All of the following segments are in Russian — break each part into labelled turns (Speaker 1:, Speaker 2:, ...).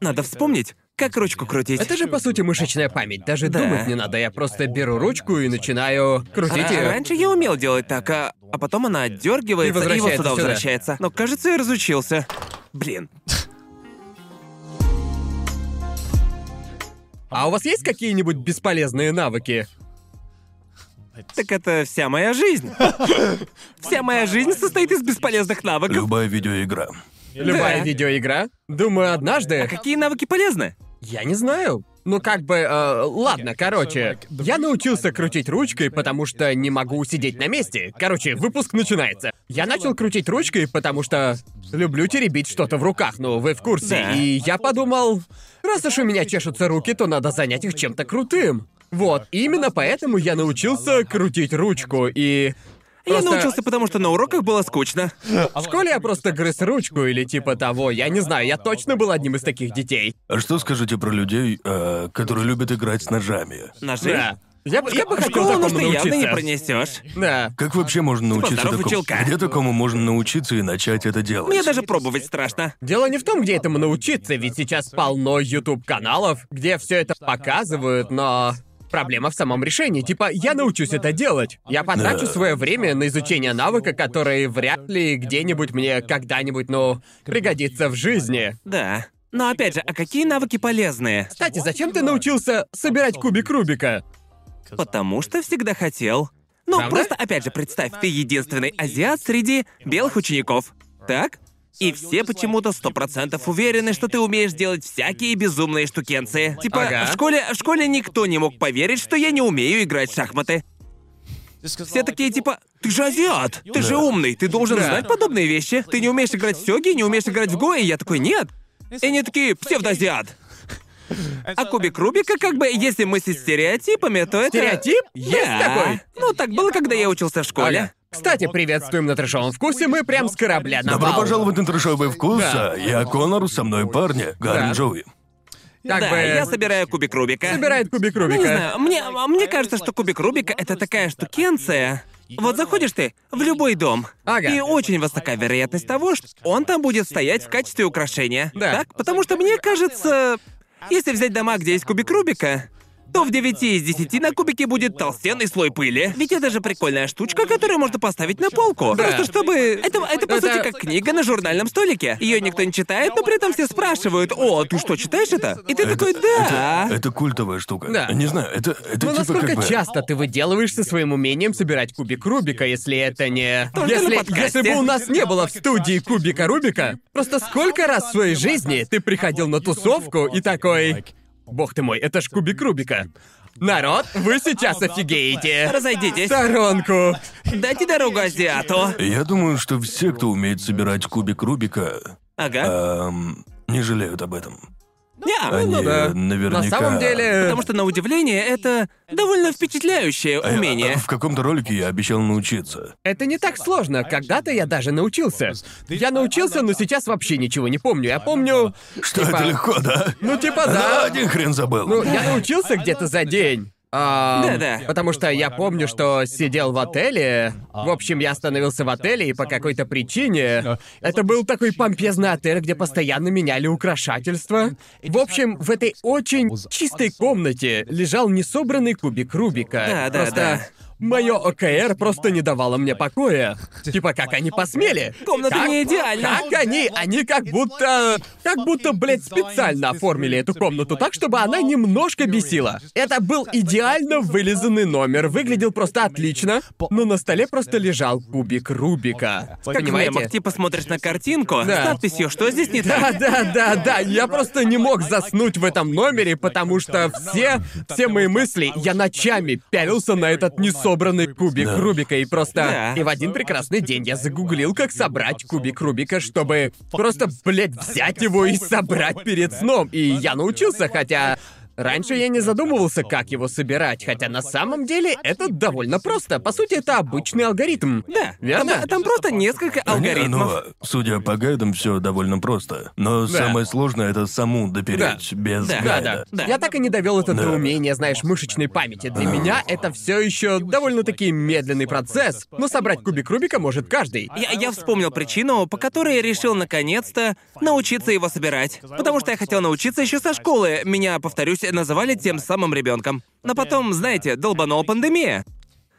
Speaker 1: Надо вспомнить, как ручку крутить.
Speaker 2: Это же, по сути, мышечная память. Даже
Speaker 1: Да.
Speaker 2: думать не надо. Я просто беру ручку и начинаю
Speaker 1: А-
Speaker 2: крутить
Speaker 1: а
Speaker 2: ее.
Speaker 1: раньше я умел делать так, а, а потом она отдергивается
Speaker 2: И
Speaker 1: и, вот
Speaker 2: возвращается
Speaker 1: сюда,
Speaker 2: сюда.
Speaker 1: возвращается. Но кажется, я разучился. Блин.
Speaker 2: А у вас есть какие-нибудь бесполезные навыки?
Speaker 1: Так это вся моя жизнь. Вся моя жизнь состоит из бесполезных навыков.
Speaker 3: Любая видеоигра.
Speaker 2: Любая видеоигра? Думаю, однажды.
Speaker 1: А Какие навыки полезны?
Speaker 2: Я не знаю. Ну как бы, э, ладно, короче. Я научился крутить ручкой, потому что не могу сидеть на месте. Короче, выпуск начинается. Я начал крутить ручкой, потому что люблю теребить что-то в руках, ну вы в курсе.
Speaker 1: Да.
Speaker 2: И я подумал, раз уж у меня чешутся руки, то надо занять их чем-то крутым. Вот, именно поэтому я научился крутить ручку и...
Speaker 1: Я
Speaker 2: просто-
Speaker 1: научился, потому что на уроках было скучно.
Speaker 2: В школе я просто грыз ручку или типа того. Я не знаю, я точно был одним из таких детей.
Speaker 3: А что скажете про людей, э, которые любят играть с ножами?
Speaker 1: Ножи.
Speaker 2: Да. Я, бы- я бы хотел
Speaker 1: Школу
Speaker 2: такому
Speaker 1: нужно явно ну, не
Speaker 2: научиться.
Speaker 1: пронесешь.
Speaker 2: Да.
Speaker 3: Как вообще можно
Speaker 2: Типа
Speaker 3: научиться
Speaker 1: здоров,
Speaker 3: такому?
Speaker 1: училка.
Speaker 3: Где такому можно научиться и начать это делать?
Speaker 1: Мне даже пробовать страшно.
Speaker 2: Дело не в том, где этому научиться, ведь сейчас полно YouTube-каналов, где все это показывают, но проблема в самом решении. Типа, я научусь это делать. Я потрачу
Speaker 3: Да.
Speaker 2: свое время на изучение навыка, который вряд ли где-нибудь мне когда-нибудь, ну, пригодится в жизни.
Speaker 1: Да. Но опять же, а какие навыки полезные?
Speaker 2: Кстати, зачем ты научился собирать кубик Рубика?
Speaker 1: Потому что всегда хотел. Ну,
Speaker 2: Правда?
Speaker 1: просто опять же представь, ты единственный азиат среди белых учеников. Так? И все почему-то сто процентов уверены, что ты умеешь делать всякие безумные штукенции. Типа,
Speaker 2: Ага.
Speaker 1: в школе, в школе никто не мог поверить, что я не умею играть в шахматы. Все такие типа, ты же азиат, ты же умный, ты должен
Speaker 2: Да.
Speaker 1: знать подобные вещи. Ты не умеешь играть в сёги, не умеешь играть в го, и я такой, нет. И они такие, псевдоазиат. А кубик Рубика, как бы, если мы с стереотипами, то это...
Speaker 2: Стереотип?
Speaker 1: Я?
Speaker 2: Есть такой?
Speaker 1: Ну, так было, когда я учился в школе.
Speaker 2: Оля. Кстати, приветствуем на трешовом вкусе, мы прям с корабля на
Speaker 3: Добро
Speaker 2: бал.
Speaker 3: пожаловать на трешовый вкус.
Speaker 2: Да.
Speaker 3: а Я Конор, со мной парни, Гарри
Speaker 2: Да.
Speaker 3: Джоуи.
Speaker 2: Как
Speaker 1: да,
Speaker 2: бы...
Speaker 1: я собираю кубик Рубика.
Speaker 2: Собирает кубик Рубика.
Speaker 1: Ну, не знаю, мне, а мне кажется, что кубик Рубика — это такая штукенция. Вот заходишь ты в любой дом,
Speaker 2: Ага.
Speaker 1: и очень высока вероятность того, что он там будет стоять в качестве украшения.
Speaker 2: Да.
Speaker 1: Так? Потому что мне кажется, если взять дома, где есть кубик Рубика, то в 9 из 10 на кубике будет толстенный слой пыли. Ведь это же прикольная штучка, которую можно поставить на полку.
Speaker 2: Да.
Speaker 1: Просто чтобы... Это, это по
Speaker 2: Это-
Speaker 1: сути, как книга на журнальном столике. Ее никто не читает, но при этом все спрашивают, «О, ты что, читаешь это?» И ты такой, «Да».
Speaker 3: Это культовая штука.
Speaker 2: Да.
Speaker 3: Не знаю, это, это
Speaker 2: Ну
Speaker 3: типа
Speaker 2: насколько
Speaker 3: как бы...
Speaker 2: часто ты выделываешься своим умением собирать кубик Рубика, если это не...
Speaker 1: Только на
Speaker 2: Если,
Speaker 1: подкасте.
Speaker 2: если бы у нас не было в студии кубика Рубика, просто сколько раз в своей жизни ты приходил на тусовку и такой... Бог ты мой, это ж кубик Рубика. Народ, вы сейчас офигеете.
Speaker 1: Разойдитесь.
Speaker 2: Сторонку.
Speaker 1: Дайте дорогу азиату.
Speaker 3: Я думаю, что все, кто умеет собирать кубик Рубика,
Speaker 1: Ага.
Speaker 3: эм, не жалеют об этом.
Speaker 1: Не,
Speaker 3: Они
Speaker 2: ну да.
Speaker 3: наверняка...
Speaker 2: На самом деле...
Speaker 1: потому что на удивление это довольно впечатляющее
Speaker 3: Э,
Speaker 1: умение.
Speaker 3: В каком-то ролике я обещал научиться.
Speaker 2: Это не так сложно. Когда-то я даже научился. Я научился, но сейчас вообще ничего не помню. Я помню...
Speaker 3: Что
Speaker 2: Типа-
Speaker 3: это легко, да?
Speaker 2: Ну типа
Speaker 3: Да,
Speaker 2: да.
Speaker 3: один хрен забыл.
Speaker 2: Ну, я научился где-то за день. Ам,
Speaker 1: Да-да.
Speaker 2: Потому что я помню, что сидел в отеле. В общем, я остановился в отеле, и по какой-то причине... Это был такой помпезный отель, где постоянно меняли украшательства. В общем, в этой очень чистой комнате лежал несобранный кубик Рубика.
Speaker 1: Да, да,
Speaker 2: просто...
Speaker 1: да.
Speaker 2: Мое ОКР просто не давало мне покоя. Типа, как они посмели?
Speaker 1: Комната
Speaker 2: Как-
Speaker 1: не идеальна.
Speaker 2: Как они? Они как будто... Как будто, блядь, специально оформили эту комнату так, чтобы она немножко бесила. Это был идеально вылизанный номер, выглядел просто отлично, но на столе просто лежал кубик Рубика.
Speaker 1: Как в мемах,
Speaker 2: Понимаете?
Speaker 1: типа смотришь на картинку
Speaker 2: Да.
Speaker 1: с надписью «Что здесь не так?»
Speaker 2: Да, да, да, да. Я просто не мог заснуть в этом номере, потому что все, все мои мысли, я ночами пялился на этот несобранный кубик
Speaker 3: Да.
Speaker 2: Рубика и просто.
Speaker 1: Да.
Speaker 2: И в один прекрасный день я загуглил, как собрать кубик Рубика, чтобы просто, блядь, взять его и собрать перед сном. И я научился, хотя. Раньше я не задумывался, как его собирать, хотя на самом деле это довольно просто. По сути, это обычный алгоритм.
Speaker 1: Да,
Speaker 2: Верно?
Speaker 1: Там, там просто несколько алгоритмов.
Speaker 3: Ну, судя по гайдам, все довольно просто. Но самое сложное это саму допереть без
Speaker 1: Да.
Speaker 2: Да,
Speaker 3: гайда.
Speaker 1: да.
Speaker 2: да, Я так и не довел это до
Speaker 3: Да. А.
Speaker 2: умения, знаешь, мышечной памяти. Для меня это все еще довольно-таки медленный процесс, но собрать кубик Рубика может каждый.
Speaker 1: Я, я вспомнил причину, по которой я решил наконец-то научиться его собирать. Потому что я хотел научиться еще со школы. Меня, повторюсь, называли тем самым ребенком. Но потом, знаете, долбанула пандемия.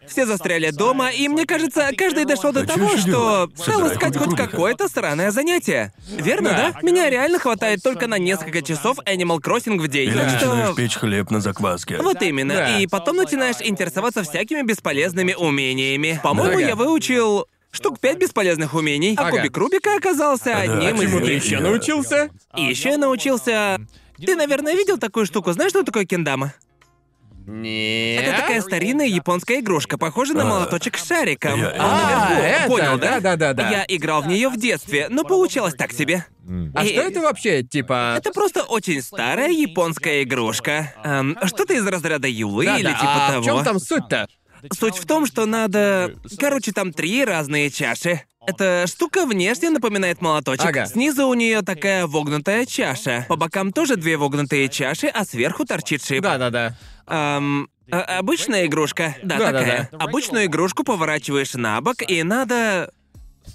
Speaker 1: Все застряли дома, и мне кажется, каждый дошел до
Speaker 3: А чё
Speaker 1: того,
Speaker 3: ещё
Speaker 1: что
Speaker 3: делать?
Speaker 1: стал
Speaker 3: Собирать
Speaker 1: искать хоть
Speaker 3: кубик Рубика.
Speaker 1: какое-то сраное занятие. Верно, да.
Speaker 2: Да.
Speaker 1: Меня реально хватает только на несколько часов Animal Crossing в день.
Speaker 3: Или
Speaker 1: Так
Speaker 3: начинаешь
Speaker 1: что
Speaker 3: печь хлеб на закваске.
Speaker 1: Э, вот именно.
Speaker 2: Да.
Speaker 1: И потом начинаешь интересоваться всякими бесполезными умениями. По-моему,
Speaker 2: Ага.
Speaker 1: я выучил штук пять бесполезных умений, а
Speaker 2: Ага. А
Speaker 1: кубик Рубика оказался одним из
Speaker 2: Чему Ну
Speaker 3: Чему-то
Speaker 2: ты
Speaker 1: них.
Speaker 2: еще
Speaker 3: я-
Speaker 2: научился?
Speaker 1: И еще А, я а, научился. Ты, наверное, видел такую штуку. Знаешь, что такое кендама?
Speaker 2: Нет.
Speaker 1: Это такая старинная японская игрушка, похожа на молоточек с шариком.
Speaker 3: Я-
Speaker 1: Он
Speaker 2: А,
Speaker 1: наверху.
Speaker 2: это,
Speaker 1: Понял, да?
Speaker 2: да, да, да.
Speaker 1: Я играл в нее в детстве, но получалось так себе.
Speaker 2: А
Speaker 1: И-
Speaker 2: что это вообще, типа...
Speaker 1: Это просто очень старая японская игрушка. Эм, что-то из разряда Юлы
Speaker 2: Да-да,
Speaker 1: или типа
Speaker 2: а
Speaker 1: того.
Speaker 2: в чем там суть-то?
Speaker 1: Суть в том, что надо... Короче, там три разные чаши. Эта штука внешне напоминает молоточек.
Speaker 2: Ага.
Speaker 1: Снизу у нее такая вогнутая чаша. По бокам тоже две вогнутые чаши, а сверху торчит шип.
Speaker 2: Да-да-да.
Speaker 1: Эм, а- обычная игрушка. Да,
Speaker 2: Да-да-да.
Speaker 1: такая. Обычную игрушку поворачиваешь на бок, и надо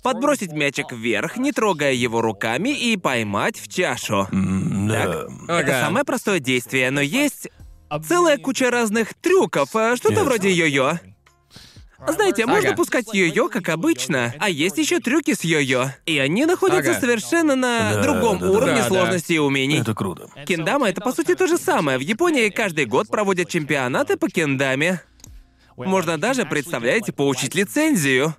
Speaker 1: подбросить мячик вверх, не трогая его руками, и поймать в чашу.
Speaker 3: М, Да.
Speaker 1: Это
Speaker 2: Ага.
Speaker 1: самое простое действие, но есть целая куча разных трюков, э, что-то
Speaker 3: Yes.
Speaker 1: вроде йо-йо. Знаете, можно
Speaker 2: Ага.
Speaker 1: пускать йо-йо, как обычно, а есть еще трюки с йо-йо. И они находятся
Speaker 2: Ага.
Speaker 1: совершенно на
Speaker 3: Да,
Speaker 1: другом
Speaker 3: да, да.
Speaker 1: уровне
Speaker 2: Да, да.
Speaker 1: сложности и умений.
Speaker 3: Это круто.
Speaker 1: Кендама — это, по сути, то же самое. В Японии каждый год проводят чемпионаты по кендаме. Можно даже, представляете, получить лицензию.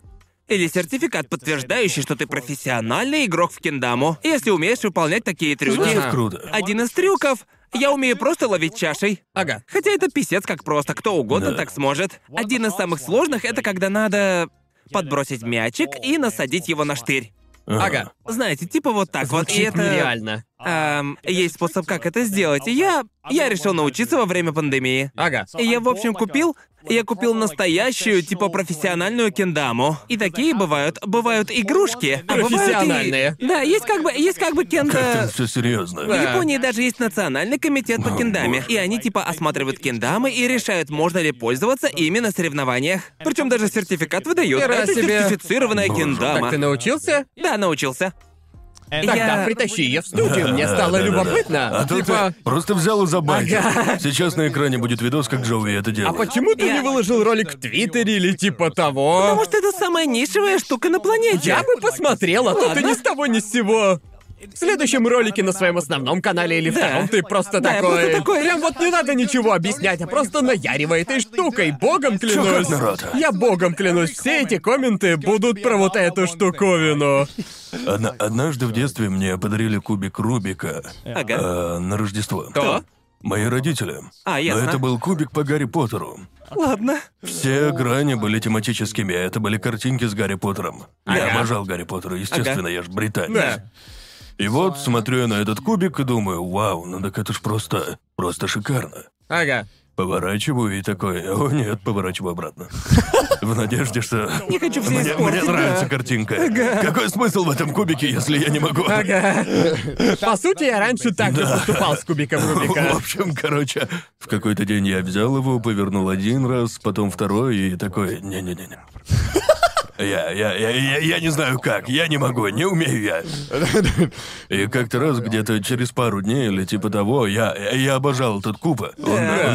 Speaker 1: Или сертификат, подтверждающий, что ты профессиональный игрок в кендаму, если умеешь выполнять такие трюки.
Speaker 3: Звучит круто.
Speaker 1: Один из трюков — я умею просто ловить чашей.
Speaker 2: Ага.
Speaker 1: Хотя это писец как просто, кто угодно
Speaker 3: Да.
Speaker 1: так сможет. Один из самых сложных — это когда надо подбросить мячик и насадить его на штырь.
Speaker 3: А.
Speaker 2: Ага.
Speaker 1: Знаете, типа вот так вот. И
Speaker 2: Звучит
Speaker 1: это...
Speaker 2: нереально.
Speaker 1: Эм, есть способ, как это сделать. И я... Я решил научиться во время пандемии.
Speaker 2: Ага.
Speaker 1: И я, в общем, купил... Я купил настоящую, типа, профессиональную кендаму. И такие бывают. Бывают игрушки. а бывают и-
Speaker 2: Профессиональные.
Speaker 1: Да, есть как бы... Есть как бы
Speaker 3: Как-то
Speaker 1: кенда...
Speaker 3: все серьезно.
Speaker 1: В
Speaker 2: Да.
Speaker 1: Японии даже есть национальный комитет по
Speaker 3: О,
Speaker 1: кендаме.
Speaker 3: боже.
Speaker 1: И они типа осматривают кендамы и решают, можно ли пользоваться ими на соревнованиях. Причем даже сертификат выдают.
Speaker 2: Хера
Speaker 1: Это
Speaker 2: себе.
Speaker 1: сертифицированная
Speaker 3: Боже.
Speaker 1: кендама.
Speaker 2: Так ты научился?
Speaker 1: Да, научился.
Speaker 2: Тогда
Speaker 1: Я-
Speaker 2: притащи ее в студию, мне
Speaker 3: Да,
Speaker 2: стало
Speaker 3: да, да,
Speaker 2: любопытно.
Speaker 3: А тут
Speaker 2: Типа...
Speaker 3: ты просто взял и забайтил. Сейчас на экране будет видос, как Джоуи это
Speaker 2: А
Speaker 3: делает.
Speaker 2: почему ты не
Speaker 1: Я-
Speaker 2: выложил ролик в Твиттере или типа того?
Speaker 1: Потому что это самая нишевая штука на планете.
Speaker 2: Я бы посмотрел, а то ты
Speaker 1: Ладно.
Speaker 2: ни с того ни с сего. В следующем ролике на своем основном канале или
Speaker 1: Да.
Speaker 2: втором ты просто
Speaker 1: Да, я
Speaker 2: такой...
Speaker 1: просто такой,
Speaker 2: Прям вот не надо ничего объяснять, а просто наяривай этой штукой, богом
Speaker 3: Чё,
Speaker 2: клянусь.
Speaker 3: как народ?
Speaker 2: Я богом клянусь, все эти комменты будут про вот эту штуковину.
Speaker 3: Одна- однажды в детстве мне подарили кубик Рубика
Speaker 1: Ага.
Speaker 3: э, на Рождество.
Speaker 2: Кто?
Speaker 3: Мои родители.
Speaker 1: А,
Speaker 3: Но
Speaker 1: ясно.
Speaker 3: это был кубик по Гарри Поттеру.
Speaker 1: Ладно.
Speaker 3: Все грани были тематическими, это были картинки с Гарри Поттером. Я
Speaker 2: Ага.
Speaker 3: обожал Гарри Поттера, естественно,
Speaker 1: Ага.
Speaker 3: я же британец.
Speaker 2: Да.
Speaker 3: И вот смотрю я на этот кубик и думаю, вау, ну так это ж просто, просто шикарно.
Speaker 2: Ага.
Speaker 3: Поворачиваю и такой, о нет, поворачиваю обратно. В надежде, что...
Speaker 1: Не хочу все
Speaker 3: Мне, мне
Speaker 1: испортить. да.
Speaker 3: нравится картинка. Какой смысл в этом кубике, если я не могу?
Speaker 2: Ага. По сути, я раньше так же поступал с кубиком
Speaker 3: В
Speaker 2: Рубика.
Speaker 3: общем, короче, в какой-то день я взял его, повернул один раз, потом второй и такой, не-не-не-не. Я, я, я, я, я не знаю как, я не могу, не умею я. И как-то раз где-то через пару дней или типа того, я, я обожал этот куба. Он-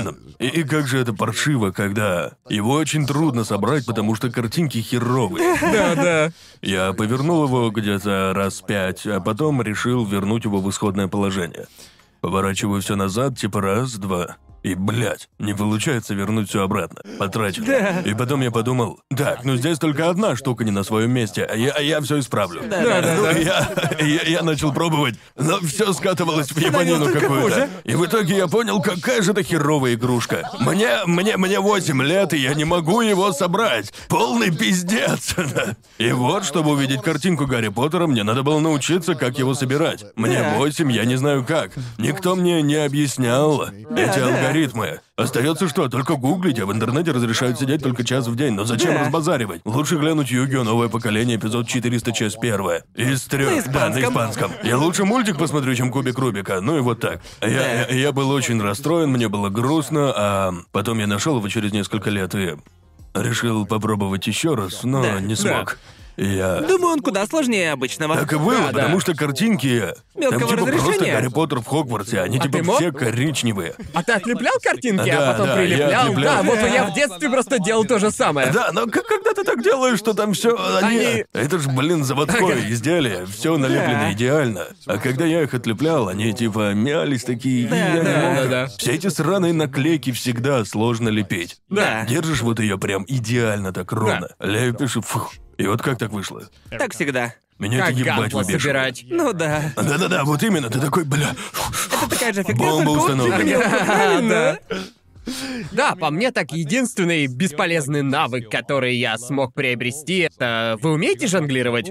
Speaker 3: он- и, и как же это паршиво, когда его очень трудно собрать, потому что картинки херовые.
Speaker 2: Да, да.
Speaker 3: Я повернул его где-то раз пять, а потом решил вернуть его в исходное положение. Поворачиваю все назад, типа раз, два. И, блядь, не получается вернуть все обратно. Потратил. Да. И потом я подумал, так, ну здесь только одна штука не на своем месте, а я, а я все исправлю.
Speaker 1: да, да,
Speaker 3: Ну,
Speaker 1: да.
Speaker 3: Я, я, я начал пробовать, но все скатывалось в ебанину
Speaker 1: только хуже.
Speaker 3: какую-то. И в итоге я понял, какая же это херовая игрушка. Мне, мне, мне 8 лет, и я не могу его собрать. Полный пиздец. И вот, чтобы увидеть картинку Гарри Поттера, мне надо было научиться, как его собирать. Мне
Speaker 1: Да.
Speaker 3: 8, я не знаю как. Никто мне не объяснял эти
Speaker 1: да.
Speaker 3: алгоритмы. Остается что, только гуглить, а в интернете разрешают сидеть только час в день. Но зачем
Speaker 1: Да.
Speaker 3: разбазаривать? Лучше глянуть Югио новое поколение, эпизод 400, часть первая. Из трех.
Speaker 1: На
Speaker 3: Да,
Speaker 1: испанском.
Speaker 3: на испанском. Я лучше мультик посмотрю, чем кубик Рубика. Ну и вот так. Я, я, я был очень расстроен, мне было грустно, а потом я нашел его через несколько лет и решил попробовать еще раз, но
Speaker 1: Да. Ну,
Speaker 3: не смог. И Я.
Speaker 1: Думаю, он куда сложнее обычного.
Speaker 3: Так и было,
Speaker 2: Да, да.
Speaker 3: потому что картинки. Там
Speaker 1: Мелкого
Speaker 3: типа просто
Speaker 1: разрешения? А
Speaker 3: Гарри Поттер в Хогвартсе, они
Speaker 2: ты
Speaker 3: типа
Speaker 2: мог?
Speaker 3: все коричневые.
Speaker 2: А ты отлеплял картинки,
Speaker 3: Да,
Speaker 2: а потом
Speaker 3: да, я
Speaker 2: прилеплял?
Speaker 3: отлеплял.
Speaker 2: Да, вот я в детстве просто делал то же самое.
Speaker 3: Да, но к- когда ты так делаешь, что там все они...
Speaker 2: Они-
Speaker 3: Это ж, блин, заводское изделие, все налеплено
Speaker 1: Да.
Speaker 3: идеально. А когда я их отлеплял, они типа мялись такие. и я не
Speaker 1: да,
Speaker 3: мог.
Speaker 2: да, да.
Speaker 3: Все эти сраные наклейки всегда сложно лепить.
Speaker 1: Да.
Speaker 3: Держишь вот ее прям идеально так ровно. Лепишь и фух. И вот как так вышло?
Speaker 1: Так всегда.
Speaker 3: Меня
Speaker 2: Как
Speaker 3: это ебать
Speaker 2: Гампла
Speaker 3: выбешивает.
Speaker 2: собирать.
Speaker 1: Ну да.
Speaker 3: Да-да-да, вот именно, ты такой, бля,
Speaker 1: Это такая же фигня,
Speaker 3: Бомба
Speaker 1: только он
Speaker 3: установлена.
Speaker 1: прикрепил. Правильно.
Speaker 2: Да, по мне так единственный бесполезный навык, который я смог приобрести, это вы умеете жонглировать?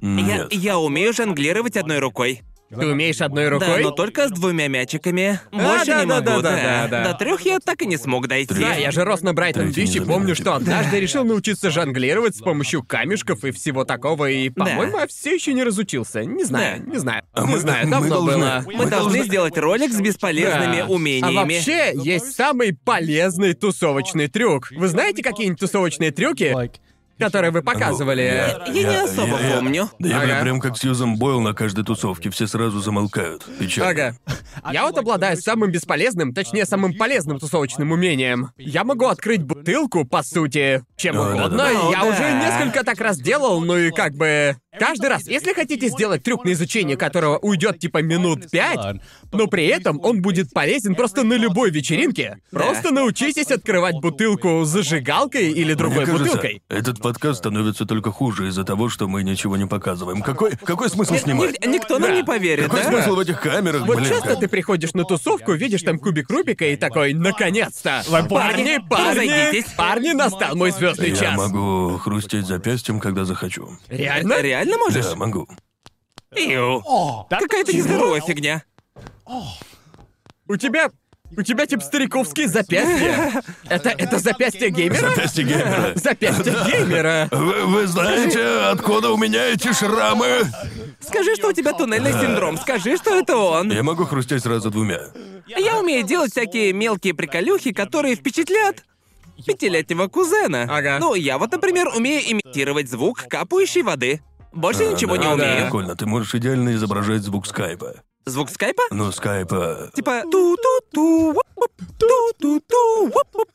Speaker 1: Я,
Speaker 3: нет. Ну,
Speaker 1: я умею жонглировать одной рукой.
Speaker 2: Ты умеешь одной рукой?
Speaker 1: Да, но только с двумя мячиками. Больше
Speaker 2: да,
Speaker 1: не
Speaker 2: да,
Speaker 1: могу,
Speaker 2: да, да, да, да.
Speaker 1: До трех я так и не смог дойти.
Speaker 2: Да, я же рос на Брайтон Бич и помню, что однажды решил научиться жонглировать с помощью камешков и всего такого, и, по-моему, я все еще не разучился. Не знаю,
Speaker 1: Да.
Speaker 2: не знаю.
Speaker 3: А мы-
Speaker 2: Не знаю,
Speaker 3: мы
Speaker 2: давно
Speaker 3: должны-
Speaker 2: было.
Speaker 1: Мы должны сделать ролик с бесполезными
Speaker 2: Да.
Speaker 1: умениями.
Speaker 2: А вообще, есть самый полезный тусовочный трюк. Вы знаете какие-нибудь тусовочные трюки, которые вы показывали?
Speaker 1: Я не особо помню.
Speaker 3: Да я бля,
Speaker 2: Ага.
Speaker 3: прям как Сьюзен Бойл на каждой тусовке, все сразу замолкают. Печально.
Speaker 2: Ага. Я вот обладаю самым бесполезным, точнее, самым полезным тусовочным умением. Я могу открыть бутылку, по сути, чем
Speaker 3: О,
Speaker 2: угодно.
Speaker 3: да-да.
Speaker 2: Я
Speaker 1: О,
Speaker 2: уже
Speaker 1: да.
Speaker 2: несколько так раз делал, ну и как бы... Каждый раз, если хотите сделать трюк на изучение, которого уйдет типа минут пять, но при этом он будет полезен просто на любой вечеринке. Просто научитесь открывать бутылку зажигалкой или другой
Speaker 3: Мне кажется,
Speaker 2: бутылкой.
Speaker 3: этот подкаст становится только хуже из-за того, что мы ничего не показываем. Какой, какой смысл снимать?
Speaker 1: Ни- никто нам
Speaker 2: Да.
Speaker 1: Э, не поверит,
Speaker 3: Какой
Speaker 1: да?
Speaker 3: смысл в этих камерах,
Speaker 2: Вот
Speaker 3: блин?
Speaker 2: часто
Speaker 3: как-
Speaker 2: ты приходишь на тусовку, видишь там кубик Рубика и такой, наконец-то! Парни, парни,
Speaker 1: разойдитесь.
Speaker 2: парни, настал мой звездный
Speaker 3: Я
Speaker 2: час.
Speaker 3: могу хрустеть запястьем, когда захочу.
Speaker 2: Реально?
Speaker 1: Реально можешь?
Speaker 3: Да, могу.
Speaker 1: Иу. Какая-то нездоровая фигня.
Speaker 2: У тебя... У тебя типа стариковские запястья. Это, это запястье геймера?
Speaker 3: Запястье геймера.
Speaker 2: Запястье геймера.
Speaker 3: Вы, вы знаете, откуда у меня эти шрамы?
Speaker 1: Скажи, что у тебя туннельный синдром. Скажи, что это он.
Speaker 3: Я могу хрустеть сразу двумя.
Speaker 1: Я умею делать всякие мелкие приколюхи, которые впечатлят пятилетнего кузена.
Speaker 2: Ага.
Speaker 1: Ну, я вот, например, умею имитировать звук капающей воды. Больше
Speaker 2: А,
Speaker 1: ничего
Speaker 3: Да,
Speaker 1: не
Speaker 3: да,
Speaker 1: умею.
Speaker 3: Прикольно, ты можешь идеально изображать звук скайпа.
Speaker 1: Звук скайпа?
Speaker 3: Но скайпа...
Speaker 1: Типа ту-ту-ту, воп-воп, ту-ту-ту, воп-воп.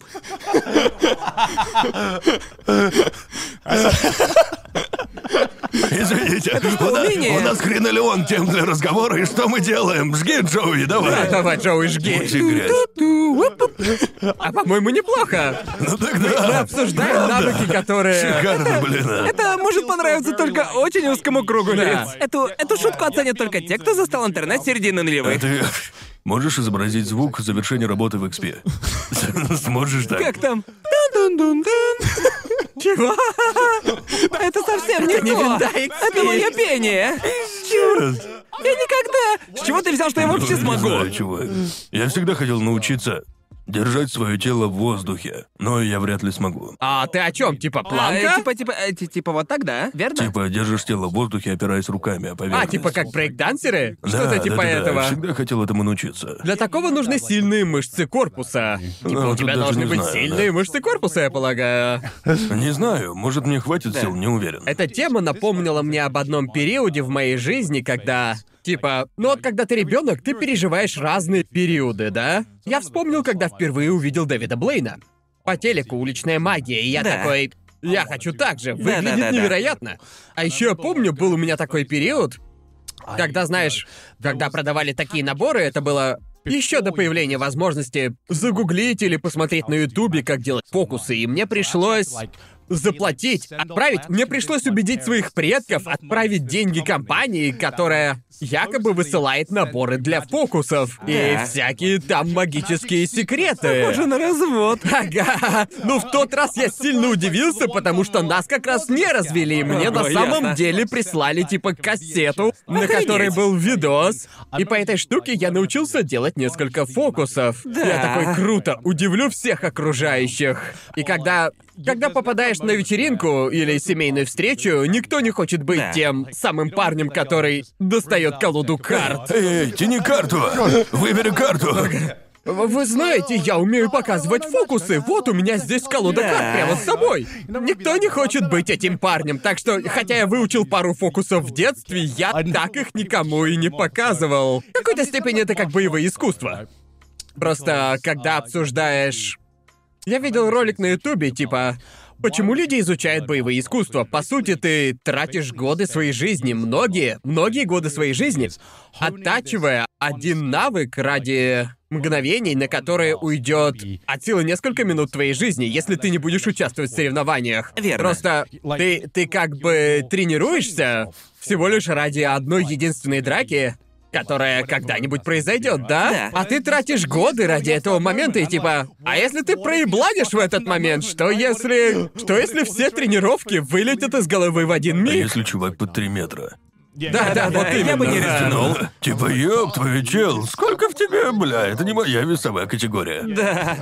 Speaker 3: Извините, у нас,
Speaker 1: умение.
Speaker 3: у нас хренолеон тем для разговора, и что мы делаем? Жги, Джоуи, давай.
Speaker 2: Давай, Джоуи, жги.
Speaker 3: Мочи грязь.
Speaker 1: Ту, воп-воп.
Speaker 2: А по-моему, неплохо.
Speaker 3: Ну
Speaker 2: Мы
Speaker 3: тогда...
Speaker 2: обсуждаем навыки, которые...
Speaker 3: Шикарно, блин. а.
Speaker 1: Это может понравиться только очень узкому кругу
Speaker 2: Да.
Speaker 1: лиц. Эту, эту шутку оценят только те, кто застал интернет середины
Speaker 3: А
Speaker 1: нулевых.
Speaker 3: ты можешь изобразить звук завершения работы в XP? Сможешь так?
Speaker 1: Как там? Дун-дун-дун-дун. Чего? Это совсем не
Speaker 2: не
Speaker 1: то.
Speaker 2: винда XP.
Speaker 1: Это мое пение.
Speaker 3: Черт!
Speaker 1: Я никогда... С чего ты взял, что я вообще
Speaker 3: Не знаю,
Speaker 1: смогу?
Speaker 3: чувак. Я всегда хотел научиться держать свое тело в воздухе, но я вряд ли смогу.
Speaker 2: А ты о чем? Типа
Speaker 1: А, э,
Speaker 2: планка?
Speaker 1: Типа, типа, э, ти- типа вот так, да? Верно?
Speaker 3: Типа, держишь тело в воздухе, опираясь руками о
Speaker 2: А,
Speaker 3: поверхность.
Speaker 2: типа как брейкдансеры?
Speaker 3: Да,
Speaker 2: Что-то
Speaker 3: да,
Speaker 2: типа
Speaker 3: да, да,
Speaker 2: этого.
Speaker 3: Я всегда хотел этому научиться.
Speaker 2: Для такого нужны сильные мышцы корпуса. Типа, у
Speaker 3: Ну, тут
Speaker 2: тебя
Speaker 3: даже
Speaker 2: должны
Speaker 3: не
Speaker 2: быть
Speaker 3: знаю,
Speaker 2: сильные мышцы корпуса, я полагаю.
Speaker 3: Не знаю, может, мне хватит сил, не уверен.
Speaker 2: Эта тема напомнила мне об одном периоде в моей жизни, когда... Типа, ну вот когда ты ребенок, ты переживаешь разные периоды, да? Я вспомнил, когда впервые увидел Дэвида Блейна. По телеку уличная магия, и я
Speaker 1: Да.
Speaker 2: такой... Я хочу так же,
Speaker 1: Да, да,
Speaker 2: выглядит
Speaker 1: да, да.
Speaker 2: невероятно. А еще я помню, был у меня такой период, когда, знаешь, когда продавали такие наборы, это было еще до появления возможности загуглить или посмотреть на Ютубе, как делать фокусы, и мне пришлось заплатить, отправить. Мне пришлось убедить своих предков отправить деньги компании, которая якобы высылает наборы для фокусов и
Speaker 1: Да.
Speaker 2: всякие там магические
Speaker 1: Похоже
Speaker 2: секреты.
Speaker 1: на развод.
Speaker 2: Ага, ну в тот раз я сильно удивился, потому что нас как раз не развели. и Мне на
Speaker 1: Ого,
Speaker 2: самом
Speaker 1: ясно.
Speaker 2: деле прислали типа кассету, на которой был видос. И по этой штуке я научился делать несколько фокусов. Я такой круто, удивлю всех окружающих. И когда когда попадаешь на вечеринку или семейную встречу, никто не хочет быть
Speaker 1: Да.
Speaker 2: тем самым парнем, который достает колоду карт.
Speaker 3: Эй, эй, тяни карту! Выбери карту!
Speaker 2: Вы знаете, я умею показывать фокусы. Вот у меня здесь колода
Speaker 1: Да.
Speaker 2: карт прямо с собой. Никто не хочет быть этим парнем, так что, хотя я выучил пару фокусов в детстве, я так их никому и не показывал. В какой-то степени это как боевое искусство. Просто, когда обсуждаешь... Я видел ролик на Ютубе, типа... Почему люди изучают боевые искусства? По сути, ты тратишь годы своей жизни, многие, многие годы своей жизни, оттачивая один навык ради мгновений, на которые уйдет от силы несколько минут твоей жизни, если ты не будешь участвовать в соревнованиях.
Speaker 1: Верно.
Speaker 2: Просто ты, ты как бы тренируешься всего лишь ради одной единственной драки, которая когда-нибудь произойдет, да?
Speaker 1: Да.
Speaker 2: А ты тратишь годы ради этого момента и типа, а если ты проебладишь в этот момент, что если... Что если все тренировки вылетят из головы в один
Speaker 3: А
Speaker 2: миг?
Speaker 3: если чувак под три метра?
Speaker 2: Да, да, вот
Speaker 1: я
Speaker 2: именно.
Speaker 1: бы не
Speaker 2: Да.
Speaker 1: рискнул.
Speaker 3: Ну, типа, ёб твою чел, сколько в тебе, бля, это не моя весовая категория.
Speaker 1: Да.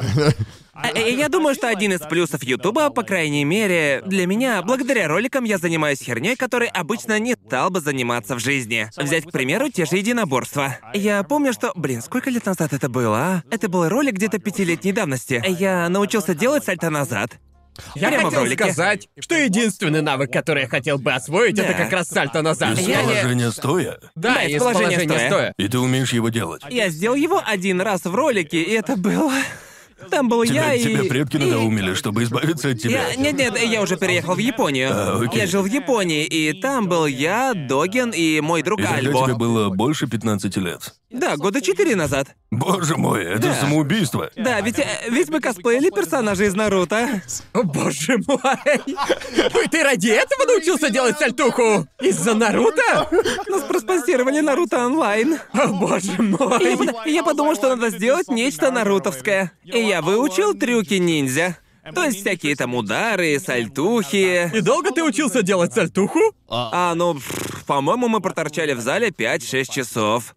Speaker 1: А, э, Я думаю, что один из плюсов Ютуба, по крайней мере, для меня, благодаря роликам я занимаюсь херней, которой обычно не стал бы заниматься в жизни. Взять, к примеру, те же единоборства. Я помню, что... Блин, сколько лет назад это было, а? Это был ролик где-то пятилетней давности. Я научился делать сальто назад.
Speaker 2: Я
Speaker 1: Прямо в
Speaker 2: хотел
Speaker 1: ролике.
Speaker 2: сказать, что единственный навык, который я хотел бы освоить, это
Speaker 1: Да.
Speaker 2: как раз сальто назад.
Speaker 3: Из
Speaker 2: Я не-
Speaker 3: положения стоя.
Speaker 2: Да,
Speaker 1: Да,
Speaker 2: из
Speaker 1: из положения
Speaker 2: положения
Speaker 1: стоя.
Speaker 2: стоя.
Speaker 3: И ты умеешь его делать.
Speaker 1: Я сделал его один раз в ролике, и это было... Там был я
Speaker 3: Тебя,
Speaker 1: и...
Speaker 3: тебя предки
Speaker 1: и-
Speaker 3: надоумили, чтобы избавиться от тебя.
Speaker 1: Я, нет, нет, я уже переехал в Японию.
Speaker 3: А, окей.
Speaker 1: Я жил в Японии, и там был я, Доген и мой друг
Speaker 3: И тогда
Speaker 1: Альбо.
Speaker 3: тебе было больше 15 лет.
Speaker 1: Да, года четыре назад.
Speaker 3: Боже мой, это
Speaker 1: Да.
Speaker 3: самоубийство.
Speaker 1: Да, ведь, э, ведь мы косплеили персонажей из Наруто.
Speaker 2: О, боже мой! Вы ты ради этого научился делать сальтуху? Из-за Наруто?
Speaker 1: Нас проспонсировали Наруто онлайн.
Speaker 2: О, боже
Speaker 1: И я,
Speaker 2: мой!
Speaker 1: под- и я подумал, что надо сделать нечто нарутовское. И я выучил трюки ниндзя. То есть всякие там удары, сальтухи.
Speaker 2: И долго ты учился делать сальтуху?
Speaker 1: А, ну, пф, по-моему, мы проторчали в зале 5-6 часов.